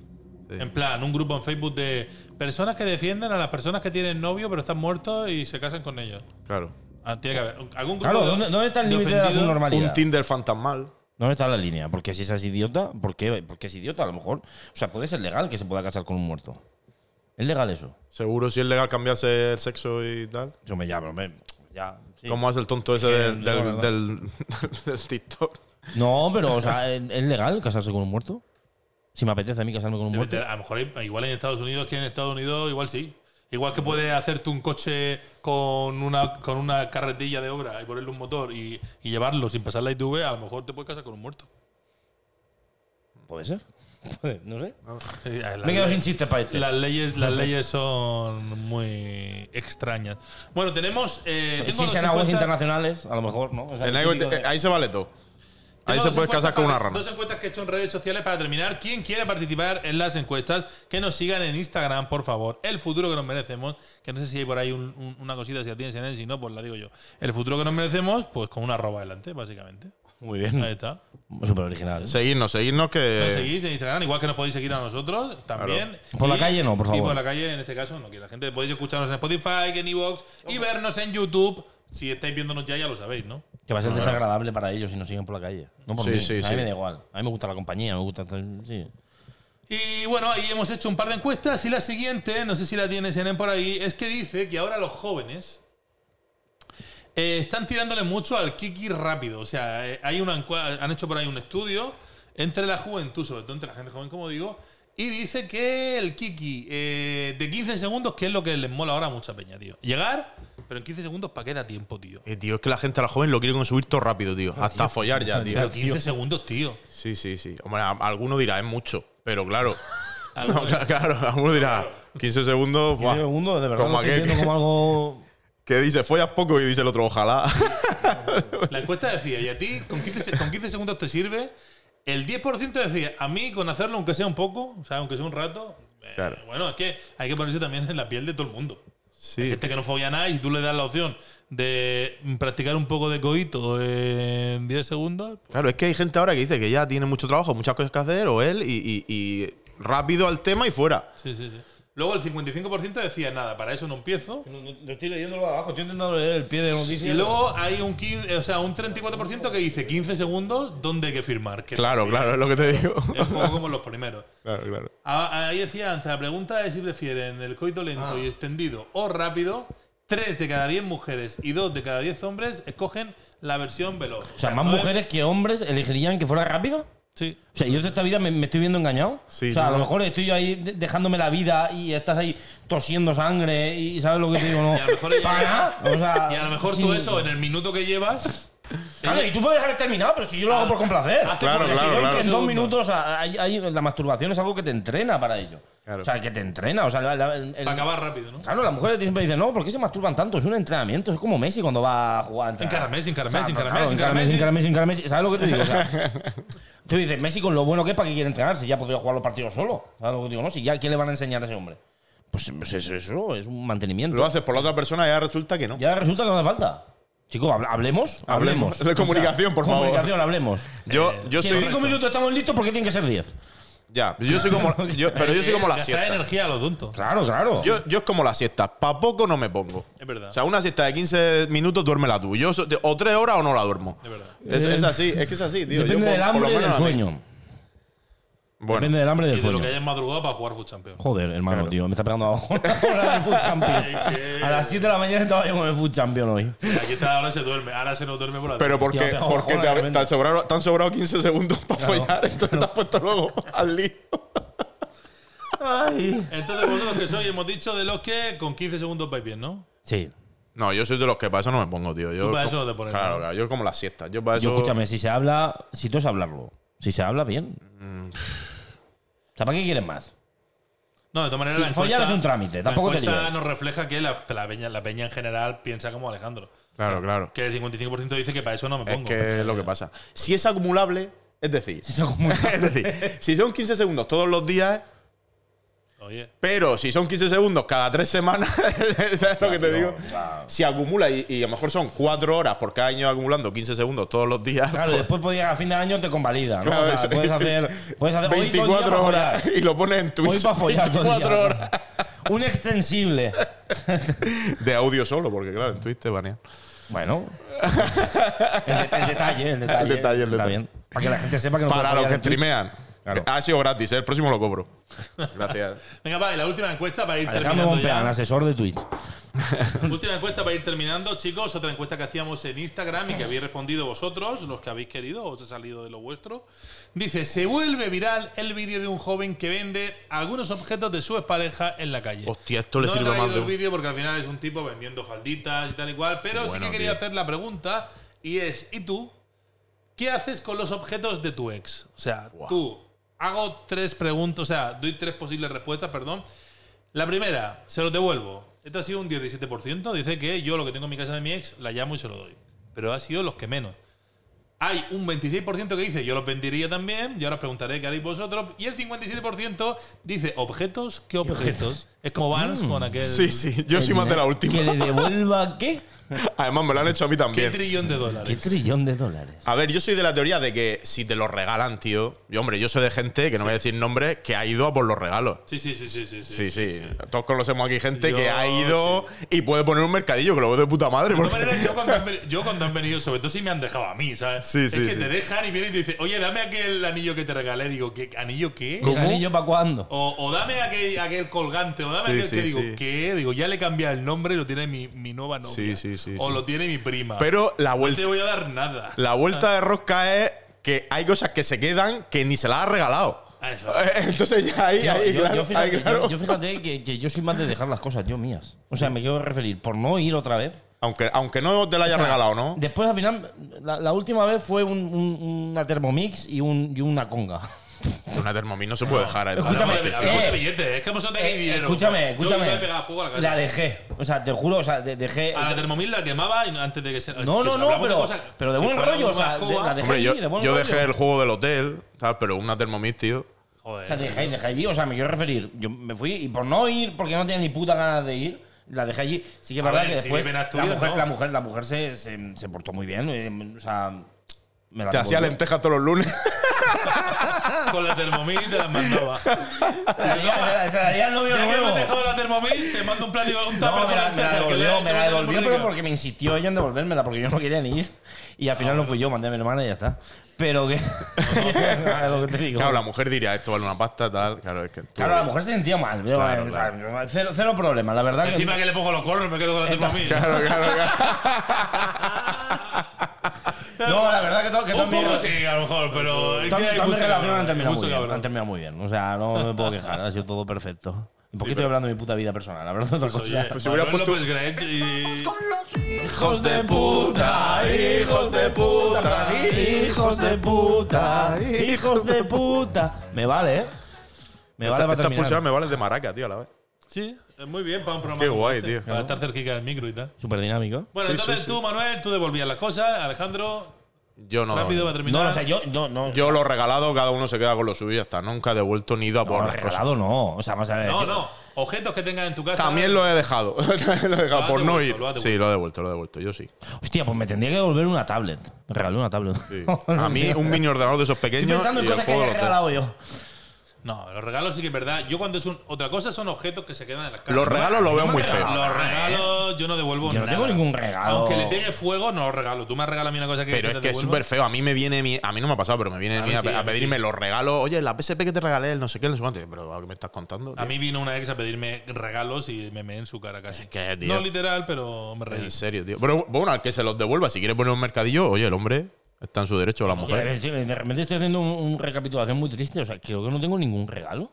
[SPEAKER 3] Sí.
[SPEAKER 1] En plan, un grupo en Facebook de personas que defienden a las personas que tienen novio pero están muertos y se casan con ellos.
[SPEAKER 3] Claro.
[SPEAKER 1] Ah, tiene que haber un- algún grupo
[SPEAKER 2] Claro,
[SPEAKER 1] de-
[SPEAKER 2] ¿dónde, dónde está
[SPEAKER 1] de
[SPEAKER 2] el límite de la
[SPEAKER 1] ofendidos.
[SPEAKER 2] subnormalidad?
[SPEAKER 3] Un Tinder fantasmal.
[SPEAKER 2] ¿Dónde está la línea? Porque si esa es idiota, ¿por qué? Porque es idiota, a lo mejor. O sea, puede ser legal que se pueda casar con un muerto. ¿Es legal eso?
[SPEAKER 3] Seguro si es legal cambiarse el sexo y tal.
[SPEAKER 2] Yo me llamo, me, ya. sí.
[SPEAKER 3] ¿Cómo hace el tonto ese
[SPEAKER 2] Sí,
[SPEAKER 3] del,
[SPEAKER 2] no,
[SPEAKER 3] del,
[SPEAKER 2] no.
[SPEAKER 3] del, <laughs> del TikTok?
[SPEAKER 2] No, pero, o sea, ¿es es legal casarse con un muerto? Si me apetece a mí casarme con un
[SPEAKER 1] Debe
[SPEAKER 2] muerto.
[SPEAKER 1] tener- A lo mejor hay- igual en Estados Unidos que en Estados Unidos igual sí. Igual que puedes hacerte un coche con una, con una carretilla de obra y ponerle un motor y, y llevarlo sin pasar la ITV, a lo mejor te puedes casar con un muerto. <laughs>
[SPEAKER 2] ¿Puede ser? <laughs> Puede, no sé.
[SPEAKER 1] Eh, la-
[SPEAKER 2] Me he quedado sin chistes para este.
[SPEAKER 1] Las leyes,
[SPEAKER 2] <laughs>
[SPEAKER 1] las leyes son muy extrañas. Bueno, tenemos. Eh,
[SPEAKER 2] si
[SPEAKER 1] tengo
[SPEAKER 2] es en
[SPEAKER 1] 250
[SPEAKER 2] aguas internacionales, a lo mejor, ¿no? O sea, el
[SPEAKER 3] En algo-
[SPEAKER 2] típico de-
[SPEAKER 3] ahí se vale todo. Ahí
[SPEAKER 1] Tengo
[SPEAKER 3] se
[SPEAKER 1] dos
[SPEAKER 3] puede casar
[SPEAKER 1] encuestas
[SPEAKER 3] con una
[SPEAKER 1] para-
[SPEAKER 3] rama.
[SPEAKER 1] Dos encuestas que he hecho en redes sociales para terminar. Quien quiera participar en las encuestas, que nos sigan en Instagram, por favor. El futuro que nos merecemos. Que no sé si hay por ahí un- un- una cosita, si la tienes en él, si no, pues la digo yo. El futuro que nos merecemos, pues con una arroba adelante, básicamente.
[SPEAKER 2] Muy bien.
[SPEAKER 1] Ahí está.
[SPEAKER 2] eh, Súper original.
[SPEAKER 3] Seguirnos, seguirnos
[SPEAKER 1] Nos
[SPEAKER 3] que.
[SPEAKER 1] seguís en Instagram, igual que nos podéis seguir a nosotros también.
[SPEAKER 2] Eh. Por la calle no, por
[SPEAKER 1] Y
[SPEAKER 2] favor.
[SPEAKER 1] por la calle, en este caso, no. Que la gente podéis escucharnos en Spotify, en Evox y vernos en YouTube. Si estáis viéndonos ya, ya lo sabéis, ¿no?
[SPEAKER 2] Que va a ser desagradable para ellos si nos siguen por la calle. No por
[SPEAKER 3] Sí,
[SPEAKER 2] mí.
[SPEAKER 3] sí,
[SPEAKER 2] a mí
[SPEAKER 3] sí.
[SPEAKER 2] me da igual. A mí me gusta la compañía, me gusta. estar- Sí.
[SPEAKER 1] Y bueno, ahí hemos hecho un par de encuestas y la siguiente, no sé si la tienes en por ahí, es que dice que ahora los jóvenes eh, están tirándole mucho al kiki rápido. O sea, eh, hay una encua- han hecho por ahí un estudio entre la juventud, sobre todo entre la gente joven, como digo, y dice que el kiki eh, de 15 segundos, que es lo que les mola ahora a mucha peña, tío. Llegar, pero en 15 segundos, ¿para qué da tiempo, tío?
[SPEAKER 3] Eh, tío, es que la gente, a la joven, lo quiere consumir todo rápido, tío. Hasta follar ya, Eh, tío.
[SPEAKER 1] Pero 15 segundos, tío.
[SPEAKER 3] Sí, sí, sí. Hombre, a- alguno dirá, es mucho. Pero <laughs> claro.
[SPEAKER 1] Alguno
[SPEAKER 3] No, claro, claro, alguno dirá, 15 segundos. buah.
[SPEAKER 2] 15 segundos, de verdad.
[SPEAKER 3] Como
[SPEAKER 2] Lo estoy
[SPEAKER 3] aquel
[SPEAKER 2] viendo
[SPEAKER 3] que,
[SPEAKER 2] como algo.
[SPEAKER 3] que dice, follas poco y dice el otro, ojalá. <laughs>
[SPEAKER 1] La encuesta decía, ¿y a ti con 15, se- con 15 segundos te sirve? El 10% decía, a mí con hacerlo, aunque sea un poco, o sea, aunque sea un rato, eh,
[SPEAKER 3] Claro.
[SPEAKER 1] bueno, es que hay que ponerse también en la piel de todo el mundo. Hay
[SPEAKER 3] Sí.
[SPEAKER 1] gente que no folla nada y tú le das la opción de mm, practicar un poco de coito en 10 segundos.
[SPEAKER 3] Claro, es que hay gente ahora que dice que ya tiene mucho trabajo, muchas cosas que hacer, o él, y, y- y rápido al tema y fuera.
[SPEAKER 1] Sí, sí, sí. Luego el 55% decía nada, para eso no empiezo.
[SPEAKER 2] No, no, no estoy leyendo lo de abajo, estoy intentando leer el pie de noticia.
[SPEAKER 1] Y luego hay un, 15 o sea, un 34% que dice 15 segundos, ¿dónde hay que firmar? Que
[SPEAKER 3] Claro, claro, es lo que te digo.
[SPEAKER 1] Es un poco como los primeros.
[SPEAKER 3] <laughs> claro, claro.
[SPEAKER 1] A- Ahí decía antes, la pregunta es si prefieren el coito lento
[SPEAKER 2] Ah.
[SPEAKER 1] y extendido o rápido. Tres de cada diez mujeres y dos de cada diez hombres escogen la versión veloz.
[SPEAKER 2] O sea, más
[SPEAKER 1] no es-
[SPEAKER 2] mujeres que hombres elegirían que fuera rápido.
[SPEAKER 1] Sí.
[SPEAKER 2] O sea, yo de esta vida me, me estoy viendo engañado.
[SPEAKER 3] Sí,
[SPEAKER 2] o sea, a
[SPEAKER 3] no.
[SPEAKER 2] lo mejor estoy yo ahí de- dejándome la vida y estás ahí tosiendo sangre y sabes lo que te digo, ¿no?
[SPEAKER 1] Y a lo mejor, ella-
[SPEAKER 2] Para, o sea,
[SPEAKER 1] y a lo mejor
[SPEAKER 2] sí.
[SPEAKER 1] todo eso en el minuto que llevas.
[SPEAKER 2] Claro, y tú puedes dejar terminado, pero si yo lo hago por complacer.
[SPEAKER 1] hace
[SPEAKER 3] Claro,
[SPEAKER 1] por
[SPEAKER 3] claro,
[SPEAKER 1] decisión
[SPEAKER 3] claro.
[SPEAKER 1] que
[SPEAKER 2] En
[SPEAKER 1] segundo.
[SPEAKER 2] dos minutos, o sea, hay- hay- la masturbación es algo que te entrena para ello.
[SPEAKER 3] Claro.
[SPEAKER 2] O sea, que te entrena. O sea, la- la- el- el-
[SPEAKER 1] Para acabar rápido, ¿no?
[SPEAKER 2] Claro, las mujeres siempre dicen, no, ¿por qué se masturban tanto? Es un entrenamiento, es como Messi cuando va a jugar. a entrenar.
[SPEAKER 1] Encara Messi, encara
[SPEAKER 2] O sea,
[SPEAKER 1] Messi,
[SPEAKER 2] no,
[SPEAKER 1] encara
[SPEAKER 2] claro,
[SPEAKER 1] Messi,
[SPEAKER 2] encara
[SPEAKER 1] encara
[SPEAKER 2] Messi, encara Messi, encara Messi. ¿Sabes lo que te digo? O sea, tú dices, Messi con lo bueno que es, ¿para qué quiere entrenarse? Ya podría jugar los partidos solo. ¿Sabes lo que te digo? No, si ya, ¿qué le van a enseñar a ese hombre? Pues, pues es eso, es un mantenimiento.
[SPEAKER 3] Lo haces por la otra persona y ya resulta que no.
[SPEAKER 2] Ya resulta que no hace falta. Chicos, habl- hablemos, hablemos.
[SPEAKER 3] Hablemos. De comunicación, por favor.
[SPEAKER 2] Comunicación, hablemos.
[SPEAKER 3] Yo, yo
[SPEAKER 2] si
[SPEAKER 3] soy.
[SPEAKER 2] en cinco minutos estamos listos, ¿por qué tienen que ser diez?
[SPEAKER 3] Ya, yo <laughs> soy como. yo- pero yo soy como la
[SPEAKER 1] Gastar
[SPEAKER 3] siesta.
[SPEAKER 1] energía a lo tonto.
[SPEAKER 2] Claro, claro.
[SPEAKER 3] Yo, yo es como la siesta. Pa' poco no me pongo.
[SPEAKER 1] Es verdad.
[SPEAKER 3] O sea, una siesta de 15 minutos duérmela tú. Yo so- o tres horas o no la duermo. Es
[SPEAKER 1] verdad.
[SPEAKER 3] Es, así, es que es así, tío.
[SPEAKER 2] Depende
[SPEAKER 3] Yo por-
[SPEAKER 2] del
[SPEAKER 3] por lo
[SPEAKER 2] hambre y del
[SPEAKER 3] menos a mí.
[SPEAKER 2] sueño.
[SPEAKER 3] Bueno,
[SPEAKER 2] Depende del hambre y
[SPEAKER 1] Y
[SPEAKER 2] del
[SPEAKER 1] de
[SPEAKER 2] sueño.
[SPEAKER 1] lo que hayas madrugado para jugar Food Champions.
[SPEAKER 2] Joder, hermano, tío, me está pegando
[SPEAKER 3] <laughs>
[SPEAKER 2] abajo una hora del Food Champion. A las 7 de la mañana estaba yo con el Food Champion hoy.
[SPEAKER 1] Aquí está, ahora se duerme. Ahora se nos duerme por la tarde.
[SPEAKER 3] pero porque,
[SPEAKER 2] Hostia, me-
[SPEAKER 3] porque
[SPEAKER 2] joder,
[SPEAKER 3] te, ha- te, han
[SPEAKER 2] tremendo.
[SPEAKER 3] sobrado, te han sobrado 15 segundos para follar, entonces te has puesto luego al lío.
[SPEAKER 1] Entonces, vosotros que sois, hemos dicho de los que con 15 segundos vais bien, ¿no?
[SPEAKER 2] Sí.
[SPEAKER 3] No, yo soy de los que para eso no me pongo, tío. Yo
[SPEAKER 1] Tú para
[SPEAKER 3] como-
[SPEAKER 1] eso no te pones,
[SPEAKER 3] Claro,
[SPEAKER 1] ¿no?
[SPEAKER 3] claro, yo como la siesta. Yo para
[SPEAKER 2] Yo,
[SPEAKER 3] eso.
[SPEAKER 2] escúchame, si se habla, si tú es hablarlo. Si se habla, bien.
[SPEAKER 3] Mm.
[SPEAKER 2] O sea, ¿para qué quieres más?
[SPEAKER 1] No, de todas maneras.
[SPEAKER 2] Sí,
[SPEAKER 1] la
[SPEAKER 2] follar
[SPEAKER 1] encuesta-
[SPEAKER 2] es un trámite, tampoco
[SPEAKER 1] La
[SPEAKER 2] te
[SPEAKER 1] encuesta
[SPEAKER 2] líes.
[SPEAKER 1] nos refleja que la, la peña, la peña en general piensa como Alejandro.
[SPEAKER 3] Claro, claro.
[SPEAKER 1] Que el 55% dice que para eso no me
[SPEAKER 3] Es
[SPEAKER 1] pongo.
[SPEAKER 3] que es lo que pasa. Si es acumulable, es decir, <laughs>
[SPEAKER 2] Si se acumula.
[SPEAKER 3] es decir, si son 15 segundos todos los días,
[SPEAKER 1] Oye.
[SPEAKER 3] pero si son 15 segundos cada tres semanas, <laughs> ¿sabes lo que te digo? Si acumula y, y a lo mejor son 4 horas por cada año acumulando 15 segundos todos los días.
[SPEAKER 2] Claro,
[SPEAKER 3] pues,
[SPEAKER 2] después podías, a fin de año te convalida, <laughs> ¿no?
[SPEAKER 3] Claro,
[SPEAKER 2] o
[SPEAKER 3] eso-
[SPEAKER 2] sea, puedes hacer, puedes hacer hoy todo el día
[SPEAKER 3] 24
[SPEAKER 2] para follar.
[SPEAKER 3] horas y lo pones en Twitch.
[SPEAKER 2] Hoy para follar todo el día.
[SPEAKER 3] 24 horas
[SPEAKER 2] Un extensible.
[SPEAKER 3] de audio solo, porque claro, en Twitch te banean.
[SPEAKER 2] Bueno. El, de- el detalle, el detalle.
[SPEAKER 3] El detalle, el
[SPEAKER 2] Está
[SPEAKER 3] detalle.
[SPEAKER 2] bien. Para que la gente sepa que no
[SPEAKER 3] Para
[SPEAKER 2] puede
[SPEAKER 3] los
[SPEAKER 2] follar
[SPEAKER 3] que
[SPEAKER 2] en Twitch.
[SPEAKER 3] streamean.
[SPEAKER 2] Claro.
[SPEAKER 3] Ha sido gratis, ¿eh? el próximo lo
[SPEAKER 2] <laughs>
[SPEAKER 3] cobro. Gracias.
[SPEAKER 1] Venga, va, y la última encuesta para ir
[SPEAKER 2] Alejandro
[SPEAKER 1] terminando.
[SPEAKER 2] Bompeán,
[SPEAKER 1] ya.
[SPEAKER 2] asesor de Twitch.
[SPEAKER 1] <laughs> Última encuesta para ir terminando, chicos. Otra encuesta que hacíamos en Instagram y que habéis respondido vosotros, los que habéis querido, os ha salido de lo vuestro. Dice: Se vuelve viral el vídeo de un joven que vende algunos objetos de su pareja en la calle.
[SPEAKER 3] Hostia, esto le
[SPEAKER 1] no he
[SPEAKER 3] sirve
[SPEAKER 1] traído
[SPEAKER 3] más de
[SPEAKER 1] el
[SPEAKER 3] un-
[SPEAKER 1] vídeo porque al final es un tipo vendiendo falditas y tal y cual. Pero sí
[SPEAKER 3] Bueno,
[SPEAKER 1] que quería
[SPEAKER 3] tío.
[SPEAKER 1] hacer la pregunta y es: ¿y tú? ¿Qué haces con los objetos de tu ex? O sea,
[SPEAKER 3] Buah.
[SPEAKER 1] tú hago tres preguntas, o sea, doy tres posibles respuestas, perdón. La primera, se los devuelvo. Esto ha sido un 17%. Dice que yo lo que tengo en mi casa de mi ex, la llamo y se lo doy. Pero ha sido los que menos. Hay un 26% que dice yo los vendería también, yo ahora os preguntaré qué haréis vosotros. Y el 57% dice objetos, ¿qué objetos? Es como Vans con aquel.
[SPEAKER 3] Mm. Sí, sí, yo soy más de la última.
[SPEAKER 2] ¿Que le devuelva qué?
[SPEAKER 3] Además, me lo han hecho a mí
[SPEAKER 1] ¿Qué
[SPEAKER 3] también.
[SPEAKER 1] trillón de
[SPEAKER 2] ¿Qué
[SPEAKER 1] dólares?
[SPEAKER 2] trillón de dólares?
[SPEAKER 3] A ver, yo soy de la teoría de que si te lo regalan, tío. Yo, hombre, yo soy de gente, que no voy a decir nombres, que ha ido a por los regalos.
[SPEAKER 1] Sí, sí, sí, sí, sí.
[SPEAKER 3] Sí, sí. Todos conocemos aquí gente
[SPEAKER 1] Yo,
[SPEAKER 3] que ha ido y puede poner un mercadillo, que lo veo de puta madre.
[SPEAKER 1] De todas
[SPEAKER 3] porque-
[SPEAKER 1] maneras, yo cuando, han, veni- yo cuando han venido, sobre todo si me han dejado a mí, ¿sabes?
[SPEAKER 3] Sí,
[SPEAKER 1] es
[SPEAKER 3] sí,
[SPEAKER 1] que
[SPEAKER 3] sí.
[SPEAKER 1] te dejan y vienen y te dicen, oye, dame aquel anillo que te regalé. Digo, ¿qué anillo qué?
[SPEAKER 2] ¿El anillo para cuándo?
[SPEAKER 1] O, o dame aquel, aquel colgante, o dame
[SPEAKER 3] Sí,
[SPEAKER 1] aquel
[SPEAKER 3] sí,
[SPEAKER 1] que digo,
[SPEAKER 3] sí.
[SPEAKER 1] ¿qué? Digo, ya le cambié el nombre y lo tiene mi, mi nueva novia.
[SPEAKER 3] Sí, sí, sí,
[SPEAKER 1] O
[SPEAKER 3] sí.
[SPEAKER 1] lo tiene mi prima.
[SPEAKER 3] Pero la
[SPEAKER 1] no
[SPEAKER 3] vuelta,
[SPEAKER 1] te voy a dar nada.
[SPEAKER 3] la
[SPEAKER 2] Ah.
[SPEAKER 3] vuelta de rosca es que hay cosas que se quedan que ni se las ha regalado.
[SPEAKER 1] Ah, eso.
[SPEAKER 3] <laughs> Entonces ya ahí,
[SPEAKER 2] Yo-
[SPEAKER 3] ahí,
[SPEAKER 2] yo,
[SPEAKER 3] claro,
[SPEAKER 2] yo fíjate,
[SPEAKER 3] ahí, claro.
[SPEAKER 2] yo- yo fíjate que, que yo soy más de dejar las cosas yo mías. O sea, me quiero referir por no ir otra vez.
[SPEAKER 3] Aunque, aunque no te la hayas
[SPEAKER 2] O sea,
[SPEAKER 3] regalado, ¿no?
[SPEAKER 2] Después al final, la, la última vez fue un- un- una Thermomix y, un- y una conga.
[SPEAKER 3] Una Thermomix no se puede dejar. ¿eh? ahí.
[SPEAKER 2] Escúchame, eh,
[SPEAKER 1] Hablamos de-
[SPEAKER 2] sí.
[SPEAKER 1] hablamos de billetes, es que vosotros tenéis
[SPEAKER 2] Eh,
[SPEAKER 1] dinero.
[SPEAKER 2] escúchame,
[SPEAKER 1] Yo
[SPEAKER 2] escúchame.
[SPEAKER 1] me voy a pegar fuego a la casa.
[SPEAKER 2] dejé. O sea, te juro, o sea, de- dejé.
[SPEAKER 1] A la Thermomil la quemaba y antes de que se.
[SPEAKER 2] no,
[SPEAKER 1] que
[SPEAKER 2] no,
[SPEAKER 1] se-
[SPEAKER 2] no,
[SPEAKER 1] hablamos
[SPEAKER 2] pero,
[SPEAKER 1] cosas-
[SPEAKER 2] pero de
[SPEAKER 1] si
[SPEAKER 2] buen
[SPEAKER 1] fuera
[SPEAKER 2] rollo. O
[SPEAKER 1] una
[SPEAKER 2] sea, de-
[SPEAKER 1] escoba-
[SPEAKER 2] la dejé
[SPEAKER 3] Hombre,
[SPEAKER 2] allí,
[SPEAKER 3] yo,
[SPEAKER 2] de buen
[SPEAKER 3] yo
[SPEAKER 2] rollo.
[SPEAKER 3] dejé el juego del hotel, ¿sabes? Pero una Thermomix, tío.
[SPEAKER 1] <laughs>
[SPEAKER 2] O
[SPEAKER 1] Joder.
[SPEAKER 2] sea, dejé, dejé allí, o sea, me quiero referir. Yo me fui y por no ir, porque no tenía ni puta ganas de ir, la dejé allí. Sí que es
[SPEAKER 1] A
[SPEAKER 2] verdad
[SPEAKER 1] ver,
[SPEAKER 2] que
[SPEAKER 1] si
[SPEAKER 2] después
[SPEAKER 1] vive en
[SPEAKER 2] la,
[SPEAKER 1] Asturias,
[SPEAKER 2] mujer,
[SPEAKER 1] no.
[SPEAKER 2] la mujer, la mujer se, se, se portó muy bien. eh, o sea, me la
[SPEAKER 3] Te hacía
[SPEAKER 2] devolvió. <laughs>
[SPEAKER 3] lentejas todos los lunes.
[SPEAKER 1] Con la Thermomix y te las <laughs> mandaba.
[SPEAKER 2] Se la daría- se la- se la daría al
[SPEAKER 1] Ya
[SPEAKER 2] novio
[SPEAKER 1] que me
[SPEAKER 2] nuevo.
[SPEAKER 1] has dejado la Thermomix, te mando un platillo un tupper
[SPEAKER 2] No,
[SPEAKER 1] con
[SPEAKER 2] me la, me la
[SPEAKER 1] lentejas, que le
[SPEAKER 2] devolvió,
[SPEAKER 1] he
[SPEAKER 2] me
[SPEAKER 1] hecho
[SPEAKER 2] la
[SPEAKER 1] una
[SPEAKER 2] devolvió, pero
[SPEAKER 1] thermomix.
[SPEAKER 2] porque me insistió ella en devolvérmela, porque yo no quería ni ir. Y al
[SPEAKER 1] Ah,
[SPEAKER 2] final no fui yo, mandé a mi hermana y ya está. Pero que. <laughs> es lo que te digo.
[SPEAKER 3] Claro, la mujer diría, esto vale una pasta, tal. Claro, es que. tú-
[SPEAKER 2] Claro, la mujer se sentía mal. Yo,
[SPEAKER 3] Claro,
[SPEAKER 2] eh,
[SPEAKER 3] claro.
[SPEAKER 2] o sea, Cero, cero problemas, la verdad. que-
[SPEAKER 1] Encima que le pongo los cornos, me quedo con la Thermomix.
[SPEAKER 3] Claro, claro, claro.
[SPEAKER 2] no, la verdad que todo. Que todo
[SPEAKER 1] Un
[SPEAKER 2] mi-
[SPEAKER 1] poco sí, a lo mejor, pero es que
[SPEAKER 2] Todas mis-
[SPEAKER 1] hay
[SPEAKER 2] todas mis
[SPEAKER 1] mucha
[SPEAKER 2] relaciones
[SPEAKER 1] cabrona,
[SPEAKER 2] han terminado,
[SPEAKER 1] mucho
[SPEAKER 2] muy bien,
[SPEAKER 1] cabrón.
[SPEAKER 2] han terminado muy bien. O sea, no me puedo quejar, ha sido todo perfecto. ¿Y por qué estoy hablando de mi puta vida personal? La verdad, otra cosa.
[SPEAKER 1] Pues Oye,
[SPEAKER 3] si hubiera
[SPEAKER 1] Manuel
[SPEAKER 3] puesto-
[SPEAKER 1] López Grech y-
[SPEAKER 3] <laughs> Hijos de puta, hijos de puta.
[SPEAKER 2] Hijos de puta, hijos de puta. Me vale, ¿eh? Me vale
[SPEAKER 3] Esta-
[SPEAKER 2] para
[SPEAKER 3] Estas pulseras
[SPEAKER 2] terminar.
[SPEAKER 3] me valen de maraca, tío, a la vez.
[SPEAKER 1] Sí, es muy bien para un programa.
[SPEAKER 3] Qué
[SPEAKER 1] como
[SPEAKER 3] guay,
[SPEAKER 1] este,
[SPEAKER 3] tío.
[SPEAKER 1] Para estar cerquita del micro y tal.
[SPEAKER 2] Súper dinámico.
[SPEAKER 1] Bueno,
[SPEAKER 3] Sí,
[SPEAKER 1] entonces
[SPEAKER 3] sí, sí.
[SPEAKER 1] tú, Manuel, tú devolvías las cosas. Alejandro,
[SPEAKER 3] Yo no.
[SPEAKER 1] rápido para terminar.
[SPEAKER 2] No, o sea, yo no, no.
[SPEAKER 3] Yo lo regalado, cada uno se queda con lo suyo y ya está. Nunca he devuelto ni ido a por
[SPEAKER 2] no,
[SPEAKER 3] las cosas.
[SPEAKER 2] regalado no. O sea, vamos a ver.
[SPEAKER 1] No,
[SPEAKER 2] yo-
[SPEAKER 1] no. Objetos que tengas en tu casa.
[SPEAKER 3] También lo he dejado. <laughs> lo he dejado
[SPEAKER 1] has
[SPEAKER 3] por no
[SPEAKER 1] devuelto,
[SPEAKER 3] ir.
[SPEAKER 1] lo has
[SPEAKER 3] sí, lo he devuelto, lo he devuelto.
[SPEAKER 2] <laughs>
[SPEAKER 3] Yo sí.
[SPEAKER 2] Hostia, pues me tendría que devolver una tablet. Me regalé una tablet. <laughs>
[SPEAKER 3] Sí. A mí, un mini ordenador de esos
[SPEAKER 2] Estoy
[SPEAKER 3] pequeños.
[SPEAKER 2] pensando en
[SPEAKER 3] y el
[SPEAKER 2] cosas que
[SPEAKER 3] juego
[SPEAKER 2] haya
[SPEAKER 3] lo tengo.
[SPEAKER 2] regalado yo.
[SPEAKER 1] No, los regalos sí que es verdad. Yo cuando es un... Otra cosa son objetos que se quedan en las casas.
[SPEAKER 3] Los regalos lo veo
[SPEAKER 1] No
[SPEAKER 3] muy
[SPEAKER 1] me
[SPEAKER 3] feo.
[SPEAKER 1] regalan Los regalos yo no devuelvo
[SPEAKER 2] Yo no
[SPEAKER 1] nada.
[SPEAKER 2] tengo ningún regalo.
[SPEAKER 1] Aunque le pegue fuego, no lo regalo. Tú me regalas a mí una cosa que
[SPEAKER 3] Pero es que es súper feo. A mí me viene mi- A mí no me ha pasado, pero me viene
[SPEAKER 1] A
[SPEAKER 3] mi-
[SPEAKER 1] mí
[SPEAKER 3] a,
[SPEAKER 1] sí,
[SPEAKER 3] a
[SPEAKER 1] a mí
[SPEAKER 3] pedirme
[SPEAKER 1] sí.
[SPEAKER 3] los regalos. Oye, la PSP que te regalé, el no sé qué, el no sé cuánto. Y yo, Pero ¿qué me estás contando? tío?
[SPEAKER 1] A mí vino una ex a pedirme regalos y me meé en su cara casi.
[SPEAKER 3] que, tío.
[SPEAKER 1] no literal, pero me reí.
[SPEAKER 3] En serio, tío. Pero bueno, al que se los devuelva, si quiere poner un mercadillo, oye, el hombre está en su derecho, la
[SPEAKER 2] Oye, a
[SPEAKER 3] mujer.
[SPEAKER 2] ver, tío, De repente estoy haciendo un, un recapitulación muy triste. O sea, creo que no tengo ningún regalo.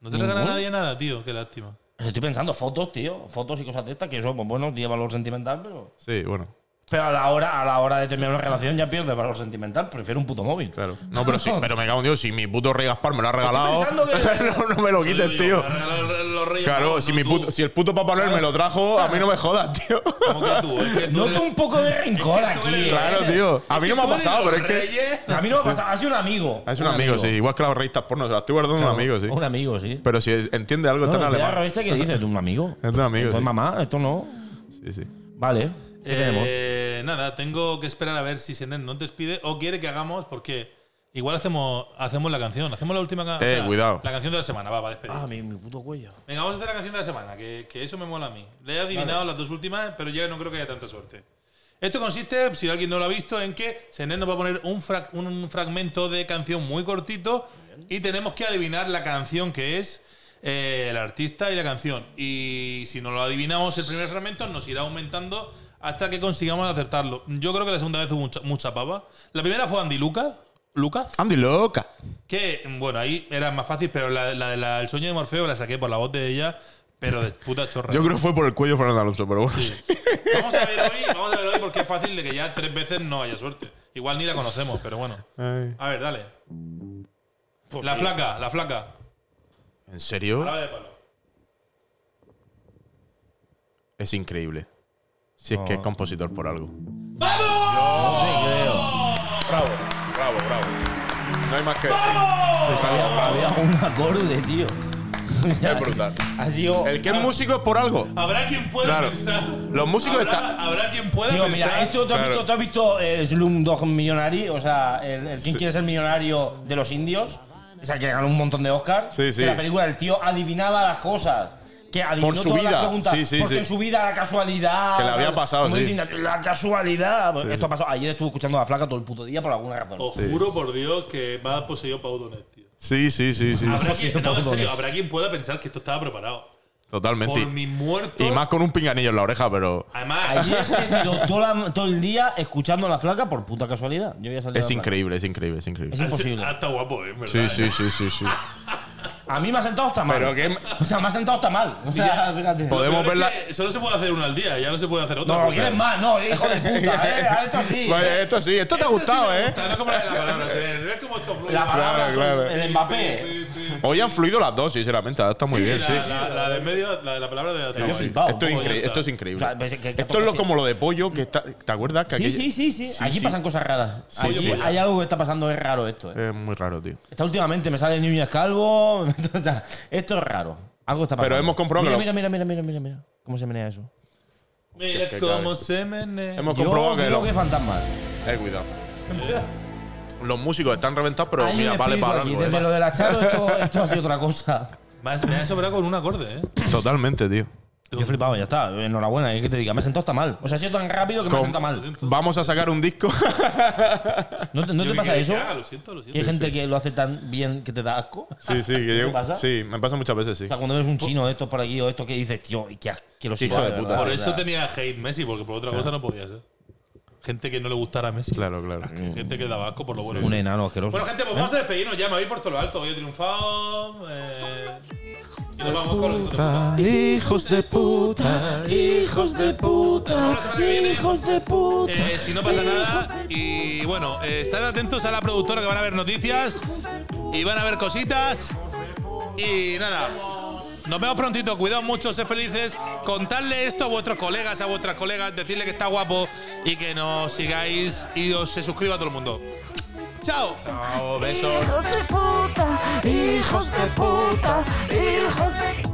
[SPEAKER 1] No te regala
[SPEAKER 2] ¿Ningún?
[SPEAKER 1] nadie nada, tío. Qué lástima.
[SPEAKER 2] O sea, Estoy pensando fotos, tío. Fotos y cosas de estas que eso, pues bueno, tiene valor sentimental, pero.
[SPEAKER 3] Sí, bueno.
[SPEAKER 2] Pero a la hora, a la hora de terminar una relación ya pierde valor sentimental. Prefiero un puto
[SPEAKER 1] <laughs>
[SPEAKER 2] móvil.
[SPEAKER 3] Claro. No, pero sí, pero me cago en Dios, si mi puto rey Gaspar me lo ha regalado,
[SPEAKER 2] pensando
[SPEAKER 3] <laughs>
[SPEAKER 2] que-
[SPEAKER 3] no, no me lo
[SPEAKER 1] Yo
[SPEAKER 3] quites,
[SPEAKER 1] digo,
[SPEAKER 3] tío.
[SPEAKER 1] me regalaron los Reyes
[SPEAKER 3] Claro,
[SPEAKER 1] Magos,
[SPEAKER 3] si,
[SPEAKER 1] no
[SPEAKER 3] mi
[SPEAKER 1] tú.
[SPEAKER 3] puto, si el puto Papá Noel me lo trajo, a mí no me jodas,
[SPEAKER 1] <laughs>
[SPEAKER 3] tío.
[SPEAKER 1] Como que tú, es que <laughs> tú eres-
[SPEAKER 2] Noto un poco de rencor
[SPEAKER 1] Es que tú
[SPEAKER 2] aquí.
[SPEAKER 1] eres-
[SPEAKER 2] ¿eh?
[SPEAKER 3] Claro, tío. A mí no me ha
[SPEAKER 1] Tú eres
[SPEAKER 3] pasado,
[SPEAKER 1] los
[SPEAKER 3] pero es que.
[SPEAKER 1] Reyes.
[SPEAKER 2] A mí no me ha pasado. Ha sido un amigo.
[SPEAKER 3] Es un amigo, sí. Igual que las revistas porno, se las estoy guardando a un amigo, sí.
[SPEAKER 2] Un amigo, sí.
[SPEAKER 3] Pero si es- entiende algo,
[SPEAKER 2] No,
[SPEAKER 3] está en
[SPEAKER 2] no, fui a la
[SPEAKER 3] alemán.
[SPEAKER 2] revista que dices, un amigo.
[SPEAKER 3] <laughs> Es un amigo,
[SPEAKER 2] Pues
[SPEAKER 3] sí.
[SPEAKER 2] mamá, esto no.
[SPEAKER 3] Sí, sí.
[SPEAKER 2] Vale. ¿Qué tenemos?
[SPEAKER 1] Eh, nada, tengo que esperar a ver si Senen no despide o quiere que hagamos porque igual hacemos, hacemos la canción, hacemos la última canción.
[SPEAKER 3] Eh, cuidado.
[SPEAKER 1] La canción de la semana, va, va, despedir.
[SPEAKER 2] Ah, mi, mi puto cuello.
[SPEAKER 1] Venga, vamos a hacer la canción de la semana, que, que eso me mola a mí. Le he adivinado las dos últimas, pero ya no creo que haya tanta suerte. Esto consiste, si alguien no lo ha visto, en que Senen nos va a poner un, frac- un fragmento de canción muy cortito y tenemos que adivinar la canción que es, eh, el artista y la canción. Y si no lo adivinamos el primer fragmento, nos irá aumentando hasta que consigamos acertarlo. Yo creo que la segunda vez hubo mucha, mucha pava. La primera fue Andy Lucas. Lucas.
[SPEAKER 3] Andy loca.
[SPEAKER 1] Que, bueno, ahí era más fácil, pero la, la, la- el sueño de Morfeo la saqué por la voz de ella, pero de puta chorra.
[SPEAKER 3] Yo creo que fue por el cuello Fernando Alonso, pero bueno. sí.
[SPEAKER 1] Vamos a ver hoy, vamos a ver hoy porque es fácil de que ya tres veces no haya suerte. Igual ni la conocemos, pero bueno.
[SPEAKER 3] Ay.
[SPEAKER 1] A ver, dale.
[SPEAKER 2] Pues
[SPEAKER 1] La flaca, la flaca.
[SPEAKER 3] ¿En serio?
[SPEAKER 1] Clava de palo.
[SPEAKER 3] Es increíble. Si es que es compositor por algo. ¡Vamos! Bravo, bravo, bravo. No hay más que decir.
[SPEAKER 2] Había un acorde, tío.
[SPEAKER 3] Es brutal.
[SPEAKER 2] Ha sido.
[SPEAKER 3] El que es músico es por algo.
[SPEAKER 1] Habrá quien pueda
[SPEAKER 3] Claro.
[SPEAKER 1] pensar.
[SPEAKER 3] Los músicos
[SPEAKER 1] habrá,
[SPEAKER 3] están-
[SPEAKER 1] Habrá quien pueda
[SPEAKER 2] Tío,
[SPEAKER 1] pensar.
[SPEAKER 2] mira, esto tú has
[SPEAKER 3] Claro.
[SPEAKER 2] visto, tú has visto eh, Slumdog Millonary, o sea, el, el quién quiere ser millonario de los indios, o sea, que ganó un montón de Oscars.
[SPEAKER 3] Sí, sí.
[SPEAKER 2] Que la película del tío adivinaba las cosas. Que adivinó
[SPEAKER 3] Por su
[SPEAKER 2] todas
[SPEAKER 3] vida.
[SPEAKER 2] las preguntas.
[SPEAKER 3] Sí, sí,
[SPEAKER 2] porque
[SPEAKER 3] sí.
[SPEAKER 2] en su vida la casualidad.
[SPEAKER 3] Que le había pasado,
[SPEAKER 2] como
[SPEAKER 3] sí.
[SPEAKER 2] diciendo, la casualidad. Esto ha pasado. Ayer estuve escuchando a la flaca todo el puto día por alguna razón.
[SPEAKER 1] Os juro por Dios que va poseído Pau Donet, tío.
[SPEAKER 3] Sí, sí, sí, sí.
[SPEAKER 1] Habrá quien, no, en
[SPEAKER 2] Donet.
[SPEAKER 1] serio, habrá quien pueda pensar que esto estaba preparado.
[SPEAKER 3] Totalmente.
[SPEAKER 1] Por mi muerto.
[SPEAKER 3] Y más con un pinganillo en la oreja, pero
[SPEAKER 1] Además,
[SPEAKER 2] Ayer se tiró toda la- todo el día escuchando a la flaca por puta casualidad. Yo había salido a
[SPEAKER 3] es
[SPEAKER 2] la flaca.
[SPEAKER 3] increíble, es increíble, es
[SPEAKER 2] Es
[SPEAKER 3] increíble.
[SPEAKER 2] imposible.
[SPEAKER 1] Ah, está guapo, ¿eh? En ¿verdad?
[SPEAKER 3] Sí, sí, sí, sí, sí.
[SPEAKER 2] A mí me ha sentado hasta mal.
[SPEAKER 3] Pero que-
[SPEAKER 2] O sea, me ha sentado hasta mal. O sea, fíjate.
[SPEAKER 1] Lo
[SPEAKER 3] Podemos
[SPEAKER 1] peor es
[SPEAKER 3] verla-
[SPEAKER 1] que Solo se puede hacer una al día, ya no se puede hacer otra.
[SPEAKER 2] No,
[SPEAKER 1] porque-
[SPEAKER 2] quieres más, no, hijo de puta, eh.
[SPEAKER 3] <laughs>
[SPEAKER 2] A esto sí.
[SPEAKER 3] Vale, esto sí, esto te
[SPEAKER 1] Esto Este
[SPEAKER 3] ha
[SPEAKER 1] sí
[SPEAKER 3] gustado,
[SPEAKER 1] me
[SPEAKER 3] ¿eh?
[SPEAKER 1] gusta, No como la palabra, o sea, no es como esto fluye.
[SPEAKER 2] La palabra,
[SPEAKER 3] Claro, claro. Eh,
[SPEAKER 2] el Mbappé.
[SPEAKER 3] Hoy han fluido las dos, sinceramente. Está muy bien,
[SPEAKER 1] la,
[SPEAKER 3] sí.
[SPEAKER 1] La, la de medio, la de la palabra de la
[SPEAKER 2] yo he
[SPEAKER 1] sí.
[SPEAKER 2] flipado.
[SPEAKER 3] Esto es,
[SPEAKER 1] Oye,
[SPEAKER 3] increíble,
[SPEAKER 1] está.
[SPEAKER 3] esto es increíble.
[SPEAKER 2] O sea, pues es que- que
[SPEAKER 3] esto es lo,
[SPEAKER 2] sí.
[SPEAKER 3] como lo de pollo que está. ¿Te acuerdas? Que
[SPEAKER 2] Sí,
[SPEAKER 3] aquella-
[SPEAKER 2] sí, sí, sí. Aquí
[SPEAKER 3] sí.
[SPEAKER 2] pasan cosas raras.
[SPEAKER 3] Sí,
[SPEAKER 2] Allí
[SPEAKER 3] sí.
[SPEAKER 2] hay algo que está pasando, es raro esto, eh.
[SPEAKER 3] Es muy raro, tío.
[SPEAKER 2] Está últimamente, me sale Núñez Calvo. <laughs> o sea, esto es raro. Algo está pasando.
[SPEAKER 3] Pero hemos comprobado
[SPEAKER 2] mira,
[SPEAKER 3] que
[SPEAKER 2] mira, mira, mira, mira, mira, mira. ¿Cómo se menea eso?
[SPEAKER 1] Mira
[SPEAKER 3] Que- que
[SPEAKER 1] cómo
[SPEAKER 3] cabe.
[SPEAKER 1] se menea.
[SPEAKER 3] Hemos
[SPEAKER 2] Yo
[SPEAKER 3] comprobado que.
[SPEAKER 2] creo
[SPEAKER 3] lo-
[SPEAKER 2] que es fantasma.
[SPEAKER 3] Eh, cuidado. Los músicos están reventados, pero
[SPEAKER 8] Hay un
[SPEAKER 3] mira, vale
[SPEAKER 8] espíritu
[SPEAKER 3] para
[SPEAKER 8] aquí.
[SPEAKER 3] algo.
[SPEAKER 8] Desde
[SPEAKER 3] ¿eh?
[SPEAKER 8] lo de la Charo, esto,
[SPEAKER 3] <laughs>
[SPEAKER 8] esto ha sido otra cosa.
[SPEAKER 1] Me has- me has sobrado con un acorde, ¿eh?
[SPEAKER 3] Totalmente, tío.
[SPEAKER 2] Yo he flipado, ya está. Enhorabuena, ¿eh? ¿qué que te diga, me ha sentado hasta mal. O sea, ha sido tan rápido que me ha
[SPEAKER 3] Con-
[SPEAKER 2] sentado mal.
[SPEAKER 3] Vamos a sacar un disco. <laughs>
[SPEAKER 2] ¿No, te- no
[SPEAKER 1] Yo
[SPEAKER 2] te
[SPEAKER 1] qué
[SPEAKER 2] pasa
[SPEAKER 1] quiero
[SPEAKER 2] eso?
[SPEAKER 1] que haga, Lo siento, lo
[SPEAKER 2] Que hay
[SPEAKER 1] siento.
[SPEAKER 2] gente que lo hace tan bien que te da asco.
[SPEAKER 3] sí, sí, que
[SPEAKER 2] ¿Te
[SPEAKER 3] llego-
[SPEAKER 2] pasa?
[SPEAKER 3] Sí, me pasa muchas veces, sí.
[SPEAKER 2] O sea, cuando ves un chino de estos por aquí o esto que dices, tío, que, as- que lo
[SPEAKER 3] Pues Hijo
[SPEAKER 2] suave,
[SPEAKER 3] de puta.
[SPEAKER 2] ¿verdad?
[SPEAKER 1] Por
[SPEAKER 2] O sea,
[SPEAKER 1] eso tenía hate Messi, porque por otra cosa no podía ser. Gente que no le gustara a Messi.
[SPEAKER 3] Claro, claro.
[SPEAKER 1] Gente que daba asco por lo bueno.
[SPEAKER 2] Un
[SPEAKER 1] que es.
[SPEAKER 2] enano asqueroso.
[SPEAKER 1] Bueno, gente, pues vamos a
[SPEAKER 3] ¿Eh?
[SPEAKER 1] despedirnos ya. Me voy por todo lo alto. Hoy he triunfado. eh, y nos vamos con los hijos de puta.
[SPEAKER 3] Hijos de puta, hijos de puta,
[SPEAKER 1] Nos vemos la semana que viene. hijos
[SPEAKER 3] de puta.
[SPEAKER 1] Eh, si no pasa nada. Y bueno, eh, estad atentos a la productora que van a ver noticias. Y van a ver cositas. Y nada. Nos vemos prontito. Cuidaos mucho, sed felices. Contadle esto a vuestros colegas, a vuestras colegas. Decirle que está guapo y que nos sigáis y os se suscriba a todo el mundo. Chao. Chao, besos.
[SPEAKER 9] Hijos de puta, hijos de puta, hijos de